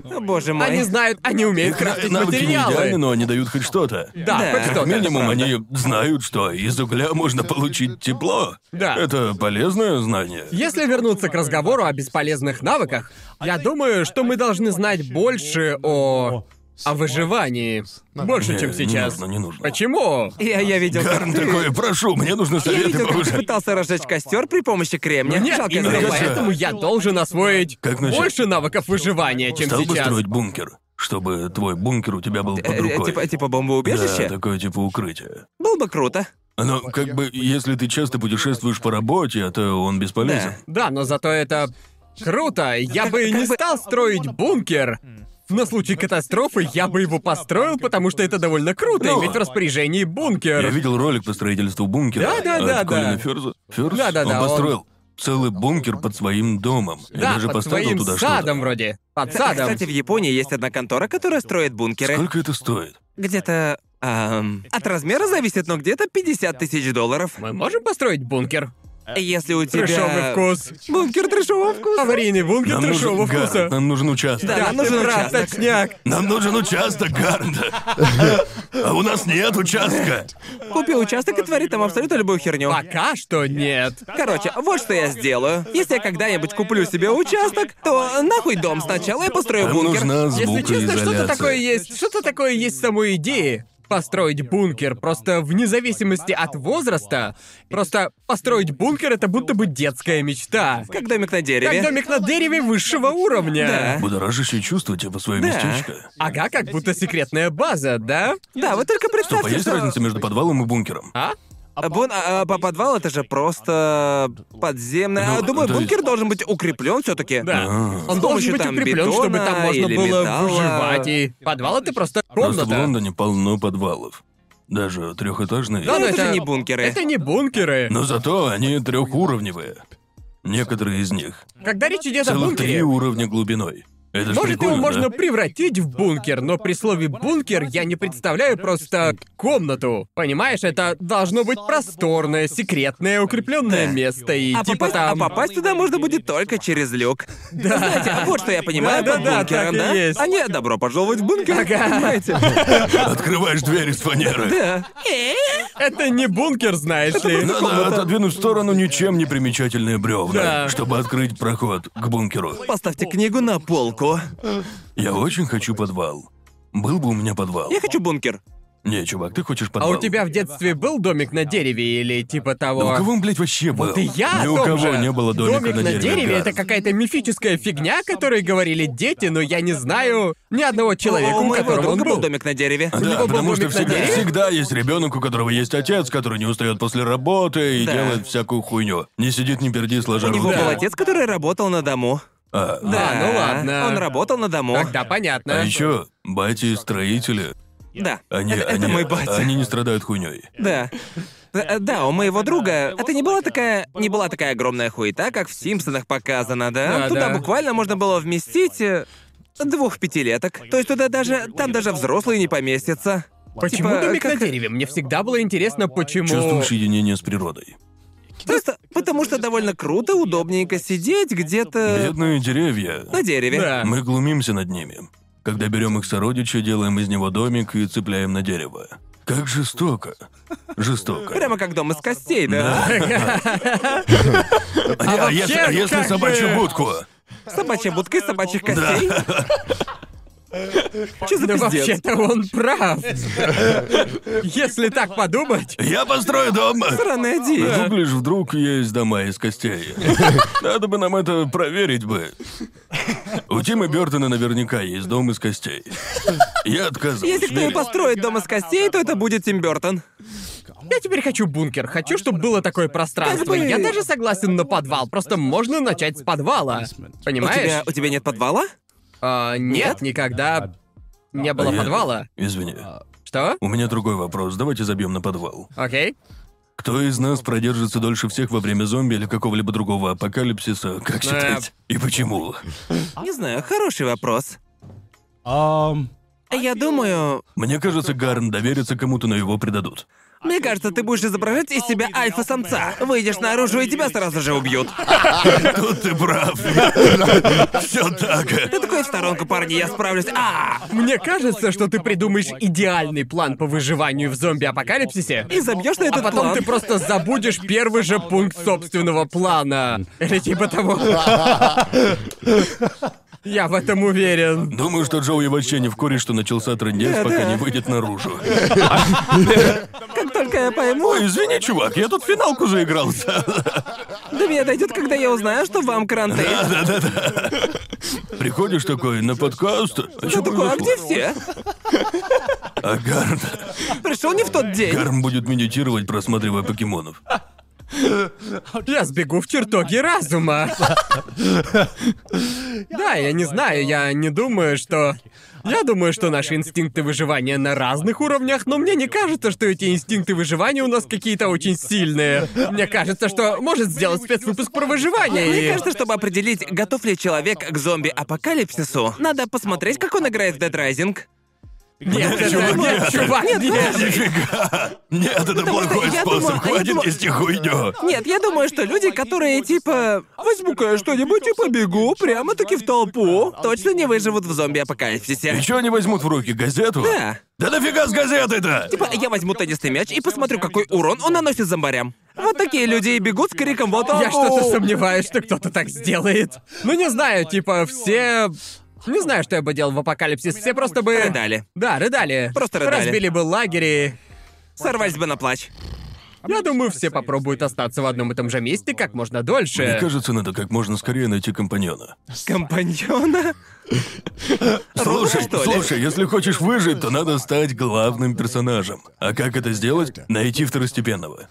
Speaker 1: О, боже мой.
Speaker 2: Они знают, они умеют крафтить
Speaker 3: Навыки не идеальны,
Speaker 2: материалы.
Speaker 3: но они дают хоть что-то.
Speaker 2: Да,
Speaker 1: Да.
Speaker 2: хоть
Speaker 3: Как
Speaker 2: что-то.
Speaker 3: минимум, они знают, что из угля можно получить тепло.
Speaker 2: Да.
Speaker 3: Это полезное знание.
Speaker 2: Если вернуться к разговору о бесполезных навыках, я думаю, что мы должны знать больше о... о выживании. Больше, чем
Speaker 3: Не,
Speaker 2: сейчас.
Speaker 3: Не нужно, не нужно.
Speaker 2: Почему?
Speaker 1: Я, я видел, как
Speaker 3: Гарн такой, прошу, мне нужны
Speaker 1: Я
Speaker 3: советы
Speaker 1: видел, как ты
Speaker 3: повыше.
Speaker 1: пытался разжечь костер при помощи кремня.
Speaker 3: Ну
Speaker 2: Нет,
Speaker 1: Жалко,
Speaker 2: именно
Speaker 1: сделал.
Speaker 3: Кажется,
Speaker 2: поэтому я должен освоить
Speaker 3: Как насчет-
Speaker 2: больше навыков выживания, чем
Speaker 3: Стал бы
Speaker 2: сейчас.
Speaker 3: строить бункер, чтобы твой бункер у тебя был под
Speaker 1: Э,
Speaker 3: рукой.
Speaker 1: Типа, типа бомбоубежище?
Speaker 3: Да, такое типа укрытие.
Speaker 1: Было бы круто.
Speaker 3: Но Ну, как бы, если ты часто путешествуешь по работе, то он бесполезен.
Speaker 1: Да.
Speaker 2: Да, но зато это круто. Я
Speaker 1: Как-
Speaker 2: бы
Speaker 1: как
Speaker 2: не
Speaker 1: бы-
Speaker 2: стал строить бункер. На случай катастрофы я бы его построил, потому что это довольно круто
Speaker 3: Ну.
Speaker 2: иметь в распоряжении
Speaker 3: Я
Speaker 2: бункер.
Speaker 3: видел ролик по строительству бункера.
Speaker 2: Да, да,
Speaker 3: от
Speaker 2: да, да.
Speaker 3: Колина Фёрза. Фёрз?
Speaker 2: Да-да-да,
Speaker 3: Он
Speaker 2: он-
Speaker 3: построил целый бункер под своим домом. Я
Speaker 2: Да,
Speaker 3: даже
Speaker 2: под
Speaker 3: поставил
Speaker 2: своим
Speaker 3: туда
Speaker 2: садом
Speaker 3: что-то.
Speaker 2: вроде. Под садом.
Speaker 1: Кстати, в Японии есть одна контора, которая строит
Speaker 2: э.
Speaker 1: бункеры.
Speaker 3: Сколько это стоит?
Speaker 1: Где-то... ам, от размера зависит, но где-то 50 тысяч долларов.
Speaker 2: Мы можем построить бункер?
Speaker 1: Если у тебя...
Speaker 2: Трешовый вкус.
Speaker 1: Бункер трешового вкуса.
Speaker 2: Аварийный бункер
Speaker 3: Нам нужен,
Speaker 2: трешового
Speaker 3: Гарн,
Speaker 2: вкуса.
Speaker 3: нам нужен участок.
Speaker 1: Да, нам
Speaker 2: ты
Speaker 1: нужен
Speaker 2: прав,
Speaker 1: участок.
Speaker 2: точняк.
Speaker 3: Нам нужен участок, Гарнда. А у нас нет участка.
Speaker 1: Купи участок и твори там абсолютно любую херню.
Speaker 2: Пока что нет.
Speaker 1: Короче, вот что я сделаю. Если я когда-нибудь куплю себе участок, то нахуй дом сначала я построю
Speaker 3: Нам
Speaker 1: бункер.
Speaker 3: нужна
Speaker 2: Если честно, что-то
Speaker 3: звукоизоляция.
Speaker 2: такое есть. Что-то такое есть в самой идее. Построить бункер. Просто вне зависимости от возраста. Просто построить бункер это будто бы детская мечта.
Speaker 1: Как домик на дереве.
Speaker 2: Как домик на дереве высшего уровня.
Speaker 1: Да.
Speaker 3: Будоражащее чувство, типа свое
Speaker 1: Да.
Speaker 3: местечко.
Speaker 2: Ага, как будто секретная база, да?
Speaker 1: Да, вот только
Speaker 3: Стоп, а
Speaker 1: представьте,
Speaker 3: есть
Speaker 1: что...
Speaker 3: разница между подвалом и бункером?
Speaker 2: А?
Speaker 1: А бун- а, а, по подвал это же просто подземное.
Speaker 3: Ну,
Speaker 1: А, думаю,
Speaker 3: то есть-
Speaker 1: бункер должен быть укреплен все-таки.
Speaker 2: Да.
Speaker 1: С
Speaker 2: Он должен
Speaker 1: помощью
Speaker 2: быть
Speaker 1: там
Speaker 2: укреплен, чтобы
Speaker 1: бетона
Speaker 2: там можно
Speaker 1: или
Speaker 2: было
Speaker 1: металла.
Speaker 2: выживать. И подвал это просто
Speaker 3: Просто в
Speaker 2: комната.
Speaker 3: Лондоне полно подвалов. Даже трехэтажные.
Speaker 2: Да,
Speaker 1: Ну,
Speaker 2: но
Speaker 1: это,
Speaker 2: это-
Speaker 1: же не бункеры.
Speaker 2: Это не бункеры.
Speaker 3: Но зато они трехуровневые. Некоторые из них.
Speaker 2: Когда речь идет о
Speaker 3: Целых три
Speaker 2: бункере,
Speaker 3: уровня глубиной. Это ж
Speaker 2: Может, его
Speaker 3: прикольно,
Speaker 2: можно
Speaker 3: да?
Speaker 2: превратить в бункер, но при слове «бункер» я не представляю просто комнату. Понимаешь, это должно быть просторное, секретное, укрепленное
Speaker 1: Да.
Speaker 2: место и
Speaker 1: А,
Speaker 2: типа
Speaker 1: попасть,
Speaker 2: там...
Speaker 1: а попасть туда можно будет только через люк. Да. Знаете, а вот что я понимаю под
Speaker 2: Да-да-да,
Speaker 1: бункером,
Speaker 2: так и
Speaker 1: да?
Speaker 2: есть.
Speaker 1: А не, добро пожаловать в бункер,
Speaker 2: Ага.
Speaker 1: понимаете?
Speaker 3: Открываешь дверь из фанеры.
Speaker 1: Да.
Speaker 2: Это не бункер, знаешь ли.
Speaker 3: Надо отодвинуть в сторону ничем не примечательные бревна,
Speaker 2: Да.
Speaker 3: чтобы открыть проход к бункеру.
Speaker 1: Поставьте книгу на полку.
Speaker 3: Я очень хочу подвал. Был бы у меня подвал.
Speaker 1: Я хочу бункер.
Speaker 3: Не, чувак, ты хочешь
Speaker 2: А
Speaker 3: подвал.
Speaker 2: у тебя в детстве был домик на дереве или типа
Speaker 3: Да у
Speaker 2: того?
Speaker 3: кого он, блядь, вообще был?
Speaker 2: Вот и я
Speaker 3: Ни
Speaker 2: о
Speaker 3: у
Speaker 2: том
Speaker 3: кого
Speaker 2: же.
Speaker 3: не было домика
Speaker 2: Домик
Speaker 3: на дереве. Гарн.
Speaker 2: это какая-то мифическая фигня, о которой говорили дети, но я не знаю ни одного человека,
Speaker 1: у
Speaker 2: у
Speaker 1: моего
Speaker 2: которого он
Speaker 1: друга был
Speaker 2: был.
Speaker 1: домик на дереве.
Speaker 3: А Да,
Speaker 2: него был
Speaker 3: потому что
Speaker 2: домик на
Speaker 3: всегда,
Speaker 2: дереве?
Speaker 3: всегда есть ребенок, у которого есть отец, который не устает после работы и
Speaker 1: Да.
Speaker 3: делает всякую хуйню. Не сидит, не перди, сложа
Speaker 1: У него
Speaker 3: руки.
Speaker 1: был отец, который работал на дому.
Speaker 3: А,
Speaker 2: Да, ну ладно.
Speaker 1: Он работал на дому.
Speaker 2: Тогда понятно.
Speaker 3: а еще бати строители.
Speaker 1: Да.
Speaker 3: Они,
Speaker 1: это, это
Speaker 3: они-
Speaker 1: мой батя.
Speaker 3: Они не страдают хуйней.
Speaker 1: Да. Э, Да, у моего друга это не была такая не была такая огромная хуета, как в Симпсонах показано, да?
Speaker 2: Да,
Speaker 1: туда
Speaker 2: да.
Speaker 1: буквально можно было вместить э, двух пятилеток. То есть туда даже там даже взрослые не поместятся.
Speaker 2: Почему
Speaker 1: Типа,
Speaker 2: домик на
Speaker 1: как-
Speaker 2: дереве? Мне всегда было интересно, почему...
Speaker 1: Ну,
Speaker 3: Чувствуешь единение с природой.
Speaker 1: Просто потому что довольно круто, удобненько сидеть где-то
Speaker 3: Бедные деревья.
Speaker 1: на дереве.
Speaker 2: Да.
Speaker 3: Мы глумимся над ними. Когда берем их сородича, делаем из него домик и цепляем на дерево. Как жестоко. Жестоко.
Speaker 1: Прямо как дом из костей, да?
Speaker 3: А, а
Speaker 2: вообще,
Speaker 3: если, а если
Speaker 2: как
Speaker 3: собачью
Speaker 2: же-
Speaker 3: будку?
Speaker 2: Ну,
Speaker 1: Собачья будка из собачьих костей. Че за
Speaker 2: Да
Speaker 1: пиздец?
Speaker 2: вообще-то он прав. Если так подумать,
Speaker 3: Я построю дом!
Speaker 1: Странная идея.
Speaker 2: Ну,
Speaker 3: Гуглишь, вдруг есть дома из костей. Надо бы нам это проверить бы. У Тима Бертона наверняка есть дом из костей. Я отказываюсь.
Speaker 1: Если кто и
Speaker 2: ну,
Speaker 3: верить.
Speaker 1: построит дом из костей, то это будет Тим Бертон.
Speaker 2: я теперь хочу бункер. Хочу, чтобы было такое пространство.
Speaker 1: бы-
Speaker 2: Я даже согласен на подвал. Просто можно начать с подвала.
Speaker 1: У
Speaker 2: Понимаешь?
Speaker 1: тебя, у тебя нет подвала?
Speaker 2: А, нет, никогда не было
Speaker 3: Я-
Speaker 2: подвала.
Speaker 3: Извини.
Speaker 2: Что?
Speaker 3: У меня другой вопрос. Давайте забьем на подвал.
Speaker 2: Окей.
Speaker 3: Кто из нас продержится дольше всех во время зомби или какого-либо другого апокалипсиса, как считаете? И почему?
Speaker 1: Не знаю, хороший вопрос. Я думаю...
Speaker 3: Мне кажется, Гарн доверится кому-то, но его предадут.
Speaker 1: Мне кажется, ты будешь изображать из себя альфа-самца. Выйдешь наружу, и тебя сразу же убьют. А
Speaker 3: Тут ты прав. Все так.
Speaker 1: Ты такой в сторонку, парни, я справлюсь. А!
Speaker 2: Мне кажется, что ты придумаешь идеальный план по выживанию в зомби-апокалипсисе,
Speaker 1: И забьешь на
Speaker 2: а
Speaker 1: этот
Speaker 2: потом
Speaker 1: план.
Speaker 2: ты просто забудешь первый же пункт собственного плана. Или типа того. Я в этом уверен.
Speaker 3: Думаю, что Джоуи вообще не в куре, что начался трындец,
Speaker 1: Да,
Speaker 3: пока
Speaker 1: да.
Speaker 3: не выйдет наружу.
Speaker 1: Как только я пойму,
Speaker 3: Ой, извини, чувак, я тут финалку заигрался.
Speaker 1: до меня дойдет, когда я узнаю, что вам кранты.
Speaker 3: Приходишь такой на подкаст, а
Speaker 1: Я
Speaker 3: чё
Speaker 1: такой, а
Speaker 3: произошло?
Speaker 1: где все?
Speaker 3: А Гарн,
Speaker 1: Пришел не в тот день.
Speaker 3: Гарн будет медитировать, просматривая покемонов.
Speaker 2: Я сбегу в чертоги разума. Да, я не знаю, я не думаю, что... Я думаю, что наши инстинкты выживания на разных уровнях, но мне не кажется, что эти инстинкты выживания у нас какие-то очень сильные. Мне кажется, что может сделать спецвыпуск про выживание и...
Speaker 1: Мне кажется, чтобы определить, готов ли человек к зомби-апокалипсису, надо посмотреть, как он играет в Dead Rising.
Speaker 2: Нет, это-
Speaker 3: Чувак,
Speaker 2: нет,
Speaker 3: нет.
Speaker 2: чувак,
Speaker 1: ну,
Speaker 2: нет.
Speaker 3: Нифига! Нет, это плохой
Speaker 1: я
Speaker 3: способ.
Speaker 1: думала- я
Speaker 3: Хватит
Speaker 1: думала-
Speaker 3: нести хуйню.
Speaker 1: Нет, я думаю, что люди, которые типа возьму-ка я что-нибудь и побегу прямо-таки в толпу, точно не выживут в
Speaker 3: И
Speaker 1: зомби-апокалипсисе.
Speaker 3: чё они возьмут в руки газету?
Speaker 1: Да.
Speaker 3: Да нафига с газетой-то?
Speaker 1: Типа, я возьму теннисный мяч и посмотрю, какой урон он наносит зомбарям. Вот такие люди и бегут с криком «Вот он!»
Speaker 2: Я что-то сомневаюсь, что кто-то так сделает. Ну не знаю, типа все... Не знаю, что я бы делал в апокалипсис. Все просто бы...
Speaker 1: Рыдали.
Speaker 2: Да, рыдали.
Speaker 1: Просто рыдали.
Speaker 2: Разбили бы лагерь и...
Speaker 1: Сорвались бы на плач.
Speaker 2: Я думаю, все попробуют остаться в одном и том же месте как можно
Speaker 3: Мне
Speaker 2: дольше.
Speaker 3: кажется, надо как можно скорее найти компаньона.
Speaker 1: Компаньона?
Speaker 3: Слушай,
Speaker 1: что ли?
Speaker 3: слушай, если хочешь выжить, то надо стать главным персонажем. А как это сделать? Найти второстепенного.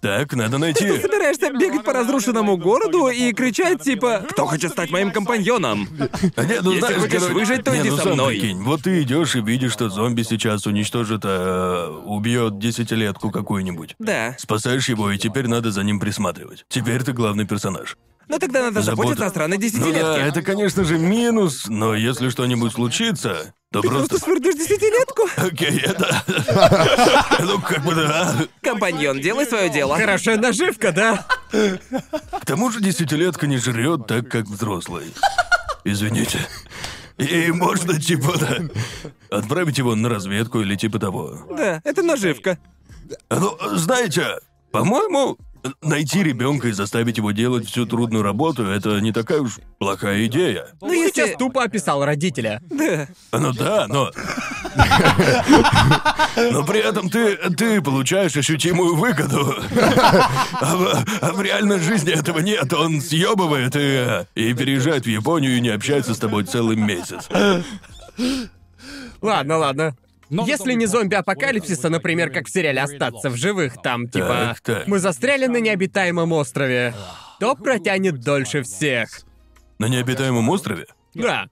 Speaker 3: Так, надо найти.
Speaker 1: Собираешься бегать по разрушенному городу и кричать типа «Кто хочет стать моим компаньоном?»
Speaker 3: А Нет, ну
Speaker 1: Если
Speaker 3: знаешь,
Speaker 1: хочешь
Speaker 3: короче-
Speaker 1: выжить, то
Speaker 3: Не,
Speaker 1: иди
Speaker 3: ну
Speaker 1: со
Speaker 3: сам
Speaker 1: мной.
Speaker 3: прикинь, вот ты идешь и видишь, что зомби сейчас уничтожит, э, убьет десятилетку какую-нибудь.
Speaker 1: Да.
Speaker 3: Спасаешь его, и теперь надо за ним присматривать. Теперь ты главный персонаж.
Speaker 1: Но тогда надо
Speaker 3: Забота.
Speaker 1: заботиться о странной
Speaker 3: Ну да,
Speaker 1: десятилетке.
Speaker 3: это, конечно же, минус, но если что-нибудь случится, то просто...
Speaker 1: Просто свернешь Ну, десятилетку.
Speaker 3: Окей, это... Ну, как бы да.
Speaker 1: Компаньон, делай свое дело.
Speaker 2: Хорошая наживка, да?
Speaker 3: К тому же десятилетка не жрет так, как взрослый. Извините. И можно, типа, да, отправить его на разведку или типа того.
Speaker 1: Да, это наживка.
Speaker 3: Ну, знаете, по-моему, найти ребенка и заставить его делать всю трудную работу это не такая уж плохая идея.
Speaker 1: Ну, если-
Speaker 2: Сейчас тупо описал родителя.
Speaker 1: Да.
Speaker 3: Ну да, но. Но при этом ты, ты получаешь ощутимую выгоду. А в, а в реальной жизни этого нет. Он съебывает и, э, и переезжает в Японию и не общается с тобой целый месяц.
Speaker 2: Ладно, ладно. Если не зомби-апокалипсиса, например, как в сериале «Остаться в живых», там типа
Speaker 3: Так, так.
Speaker 2: «Мы застряли на необитаемом острове», то протянет дольше всех.
Speaker 3: На необитаемом острове?
Speaker 2: Да.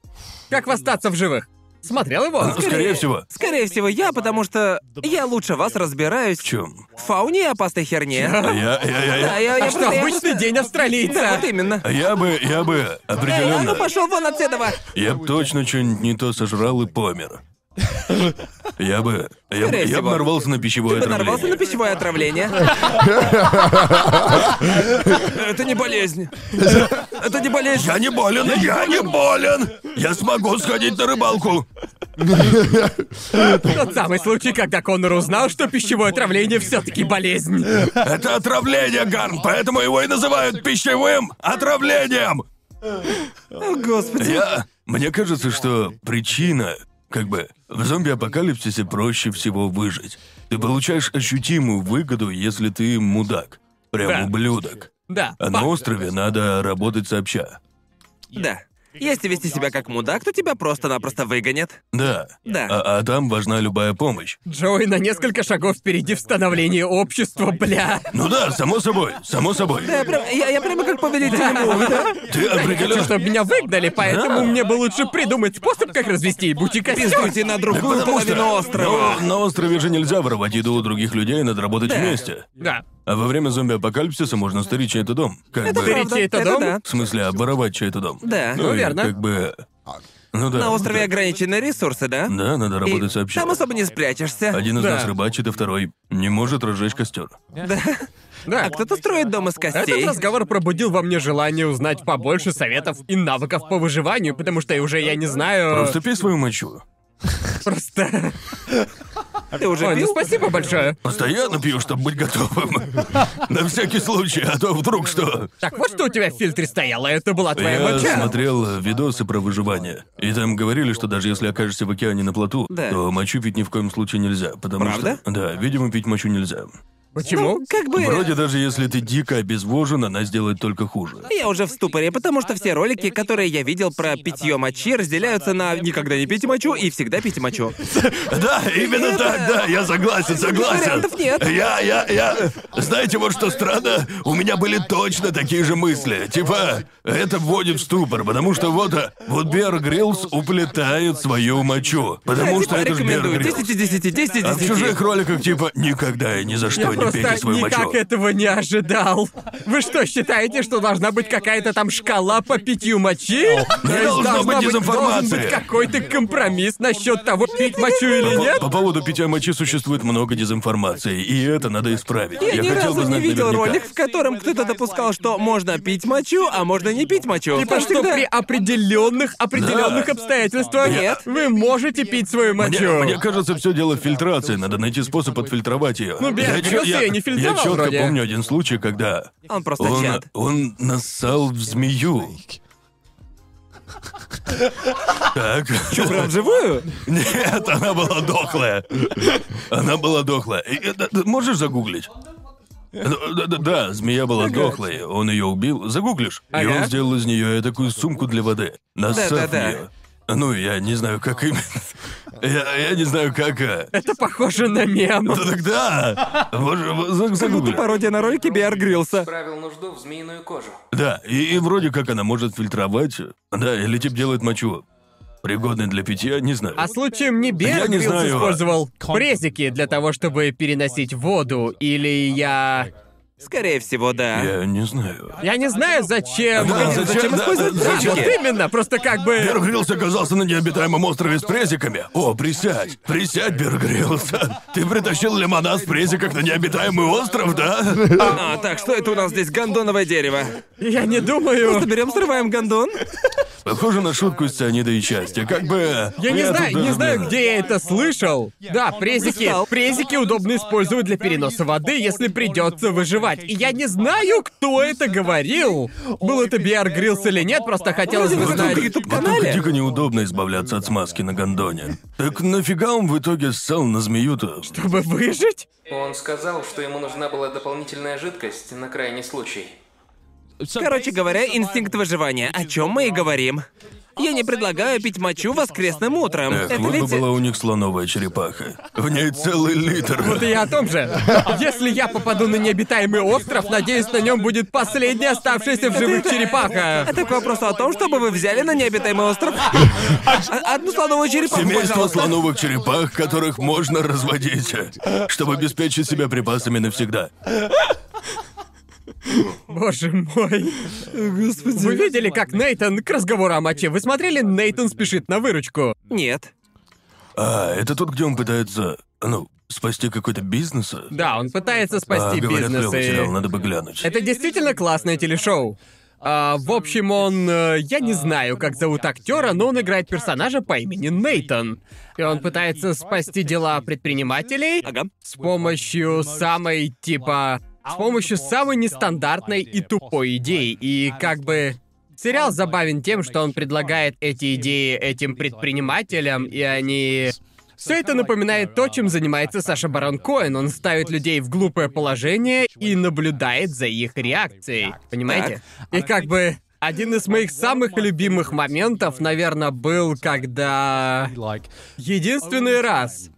Speaker 2: Как в «Остаться в живых». Смотрел его?
Speaker 3: Ну, скорее всего.
Speaker 1: Скорее всего, я, потому что я лучше вас разбираюсь
Speaker 3: В чем?
Speaker 1: в фауне и опасной херне.
Speaker 3: А я, я, я,
Speaker 1: Да, я,
Speaker 3: я,
Speaker 1: я
Speaker 2: А
Speaker 1: просто-
Speaker 2: что,
Speaker 1: я
Speaker 2: обычный
Speaker 1: просто-
Speaker 2: день
Speaker 1: Да,
Speaker 2: австралийца?
Speaker 1: вот именно.
Speaker 3: а я бы, я бы
Speaker 1: Эй, а ну
Speaker 3: определенно.
Speaker 1: пошел вон отседова!
Speaker 3: Я бы точно что-нибудь не то сожрал и помер. Я бы... Я бы,
Speaker 1: Скорее
Speaker 3: я бы
Speaker 1: всего.
Speaker 3: нарвался на пищевое
Speaker 1: Ты нарвался на
Speaker 3: отравление.
Speaker 1: пищевое отравление. Это не болезнь. Это не болезнь.
Speaker 3: Я не болен, я не болен! Я смогу сходить на рыбалку!
Speaker 2: Тот самый случай, когда Коннор узнал, что пищевое отравление все-таки болезнь.
Speaker 3: Это отравление, Гарн, поэтому его и называют пищевым отравлением!
Speaker 1: О, господи.
Speaker 3: Я... Мне кажется, что причина, как бы, в зомби-апокалипсисе проще всего выжить. Ты получаешь ощутимую выгоду, если ты мудак. Прям
Speaker 2: Да.
Speaker 3: ублюдок.
Speaker 2: Да.
Speaker 3: А на острове надо работать сообща.
Speaker 1: Да. Если вести себя как мудак, то тебя просто-напросто выгонят.
Speaker 3: Да.
Speaker 1: Да.
Speaker 3: А, а там важна любая помощь.
Speaker 2: Джои на несколько шагов впереди в становлении общества, бля.
Speaker 3: Ну да, само собой, само собой.
Speaker 1: Да, я, прям, я, я прямо как повелитель мух, да?
Speaker 3: Ты
Speaker 2: Хочу,
Speaker 3: определенно.
Speaker 2: чтобы меня выгнали, поэтому мне бы лучше придумать способ, как развести ебучий костер.
Speaker 1: Пиздуйте на другую половину острова.
Speaker 3: на острове же нельзя воровать еду у других людей, надо работать вместе.
Speaker 2: Да.
Speaker 3: А во время зомби-апокалипсиса можно стырить чей-то дом. Как бы...
Speaker 1: правда.
Speaker 2: Перейти это
Speaker 1: это
Speaker 2: дом?
Speaker 1: да.
Speaker 3: В смысле, оборовать чей-то дом.
Speaker 1: Да.
Speaker 3: Ну,
Speaker 2: Ну,
Speaker 3: и
Speaker 2: верно.
Speaker 3: как бы... Ну да.
Speaker 1: На острове ограничены ресурсы, да?
Speaker 3: Да, надо
Speaker 1: И
Speaker 3: работать сообща.
Speaker 1: там особо не спрячешься.
Speaker 3: Один из
Speaker 2: Да.
Speaker 3: нас рыбачит, а второй не может разжечь костер.
Speaker 1: А кто-то строит дом из
Speaker 2: Этот
Speaker 1: костей.
Speaker 2: разговор пробудил во мне желание узнать побольше советов и навыков по выживанию, потому что я уже я не знаю.
Speaker 3: Просто пей свою мочу.
Speaker 2: Просто.
Speaker 1: Ты уже
Speaker 2: Ой, ну
Speaker 1: пил?
Speaker 2: спасибо большое.
Speaker 3: Постоянно пью, чтобы быть готовым. На всякий случай, а то вдруг что.
Speaker 2: Так вот что у тебя в фильтре стояло, это была твоя
Speaker 3: Я
Speaker 2: моча.
Speaker 3: смотрел э, видосы про выживание, и там говорили, что даже если окажешься в океане на плоту,
Speaker 1: Да.
Speaker 3: то мочу пить ни в коем случае нельзя, потому
Speaker 1: Правда?
Speaker 3: что... Да, видимо, пить мочу нельзя.
Speaker 2: Почему?
Speaker 1: Ну, Как бы...
Speaker 3: Вроде даже если ты дико обезвожен, она сделает только хуже.
Speaker 1: Я уже в ступоре, потому что все ролики, которые я видел про питье мочи, разделяются на «никогда не пейте мочу» и «всегда пейте мочу».
Speaker 3: Да, именно
Speaker 1: Это-
Speaker 3: так, да, я согласен, согласен.
Speaker 1: Вариантов нет.
Speaker 3: Я, я, я... Знаете, вот что странно? У меня были точно такие же мысли. Типа, это вводит в ступор, потому что вот, а, вот Бер Гриллс уплетает свою мочу. Потому что
Speaker 1: Типа,
Speaker 3: это же Бер
Speaker 1: рекомендую.
Speaker 3: Гриллс.
Speaker 1: 10, 10, 10,
Speaker 3: А в чужих
Speaker 1: 10.
Speaker 3: роликах типа никогда и ни за
Speaker 2: Я
Speaker 3: что не
Speaker 2: просто
Speaker 3: пейте свою
Speaker 2: никак
Speaker 3: мочу.
Speaker 2: этого не ожидал. Вы что, считаете, что должна быть какая-то там шкала по питью мочи? То есть
Speaker 3: должно
Speaker 2: должна
Speaker 3: быть дезинформации.
Speaker 2: Должен быть какой-то компромисс насчет того, пить мочу или
Speaker 3: По,
Speaker 2: нет?
Speaker 3: по поводу питья мочи существует много дезинформации, и это надо исправить.
Speaker 1: Я ни
Speaker 3: хотел
Speaker 1: разу
Speaker 3: бы
Speaker 1: не
Speaker 3: знать
Speaker 1: видел
Speaker 3: наверняка.
Speaker 1: ролик, в котором кто-то допускал, что можно пить мочу, а можно не пить мочу.
Speaker 2: Типа, что
Speaker 1: Всегда.
Speaker 2: при определенных определенных
Speaker 3: Да.
Speaker 2: обстоятельствах
Speaker 1: Нет.
Speaker 2: вы можете пить свою
Speaker 3: Мне,
Speaker 2: мочу.
Speaker 3: мне кажется, все дело в фильтрации. Надо найти способ отфильтровать ее.
Speaker 2: Ну, Бер
Speaker 3: чё-
Speaker 2: Гриллс её не фильтровал
Speaker 3: я четко
Speaker 2: вроде.
Speaker 3: помню один случай, когда
Speaker 1: Он просто
Speaker 3: он,
Speaker 1: чат.
Speaker 3: он нассал в змею. Так. э,
Speaker 1: Прям живую?
Speaker 3: Нет, она была дохлая. Она была дохлая. И это- ты Можешь загуглить? Ну, Да, да, да, змея была дохлой, он ее убил. Загуглишь. И
Speaker 2: Ага.
Speaker 3: он сделал из нее такую сумку для воды. Нассав
Speaker 1: Да-да-да.
Speaker 3: ее. Ну, я не знаю, как именно. Я, я не знаю, как. а.
Speaker 2: Это похоже на мем.
Speaker 3: Да тогда. Боже,
Speaker 2: Ну,
Speaker 3: за- загугли.
Speaker 1: Пародия на ролике Биар Гриллса.
Speaker 5: Правил нужду в змеиную кожу.
Speaker 3: Да, и, и вроде как она может фильтровать. Да, или тип делает мочу. Пригодный для питья, не знаю.
Speaker 2: А случаем не Бер
Speaker 3: я не
Speaker 2: Гриллс
Speaker 3: знаю.
Speaker 2: использовал презики для того, чтобы переносить воду, или я...
Speaker 1: Скорее всего, да.
Speaker 3: Я не знаю.
Speaker 2: Я не знаю, зачем...
Speaker 3: Да,
Speaker 1: зачем использовать
Speaker 2: Да,
Speaker 1: зачем?
Speaker 2: вот именно, просто как бы...
Speaker 3: Бер Гриллс оказался на необитаемом острове с презиками. О, присядь, присядь, Бер Гриллс. Ты притащил лимонад с презиков на необитаемый остров, да?
Speaker 1: А, так, что это у нас здесь? Гондоновое дерево.
Speaker 2: Я не думаю...
Speaker 1: Просто берем, срываем гондон.
Speaker 3: Похоже на шутку с цианидой и счастья. Как бы...
Speaker 2: Я не
Speaker 3: тут
Speaker 2: знаю, не
Speaker 3: даже-
Speaker 2: знаю, где я это слышал. Да, презики.
Speaker 1: Пристал.
Speaker 2: Презики удобно использовать для переноса воды, если придется выживать. И я не знаю, кто это говорил. Был это Биар Гриллс или нет, просто хотелось бы
Speaker 1: Вроде бы
Speaker 2: знать.
Speaker 1: на YouTube
Speaker 3: Вот только
Speaker 1: канале.
Speaker 3: дико неудобно избавляться от смазки на гондоне. Так нафига он в итоге ссал на змею-то?
Speaker 2: Чтобы выжить?
Speaker 5: Он сказал, что ему нужна была дополнительная жидкость на крайний случай.
Speaker 1: Короче говоря, инстинкт выживания. О чем мы и говорим. Я не предлагаю пить мочу воскресным утром.
Speaker 3: Эх,
Speaker 1: это
Speaker 3: вот бы
Speaker 1: ведь...
Speaker 3: была у них слоновая черепаха. В ней целый литр.
Speaker 2: Да я о том же. Если я попаду на необитаемый остров, надеюсь, на нем будет последняя оставшаяся в живых черепаха.
Speaker 1: Это к вопросу А о том, чтобы вы взяли на необитаемый остров А- одну слоновую черепаху,
Speaker 3: Семейство
Speaker 1: пожалуйста.
Speaker 3: слоновых черепах, которых можно разводить, чтобы обеспечить себя припасами навсегда.
Speaker 2: Боже мой. Господи. Вы видели, как Нейтан к разговору о моче? Вы смотрели «Нейтан спешит на выручку»?
Speaker 1: Нет.
Speaker 3: А, это тот, где он пытается, ну, спасти какой-то бизнес?
Speaker 2: Да, он пытается
Speaker 3: а,
Speaker 2: спасти
Speaker 3: говорят,
Speaker 2: бизнес
Speaker 3: клёвый
Speaker 2: и-
Speaker 3: сериал, надо бы глянуть.
Speaker 2: Это действительно классное телешоу. А, в общем, он. э, я не знаю, как зовут актера, но он играет персонажа по имени Нейтон. И он пытается спасти дела предпринимателей
Speaker 1: Ага.
Speaker 2: с помощью самой, типа. С помощью самой нестандартной и тупой идеи. И как бы. Сериал забавен тем, что он предлагает эти идеи этим предпринимателям, и они все это напоминает то, чем занимается Саша Барон Коэн. Он ставит людей в глупое положение и наблюдает за их реакцией. Понимаете? И как бы один из моих самых любимых моментов, наверное, был, когда... Единственный раз,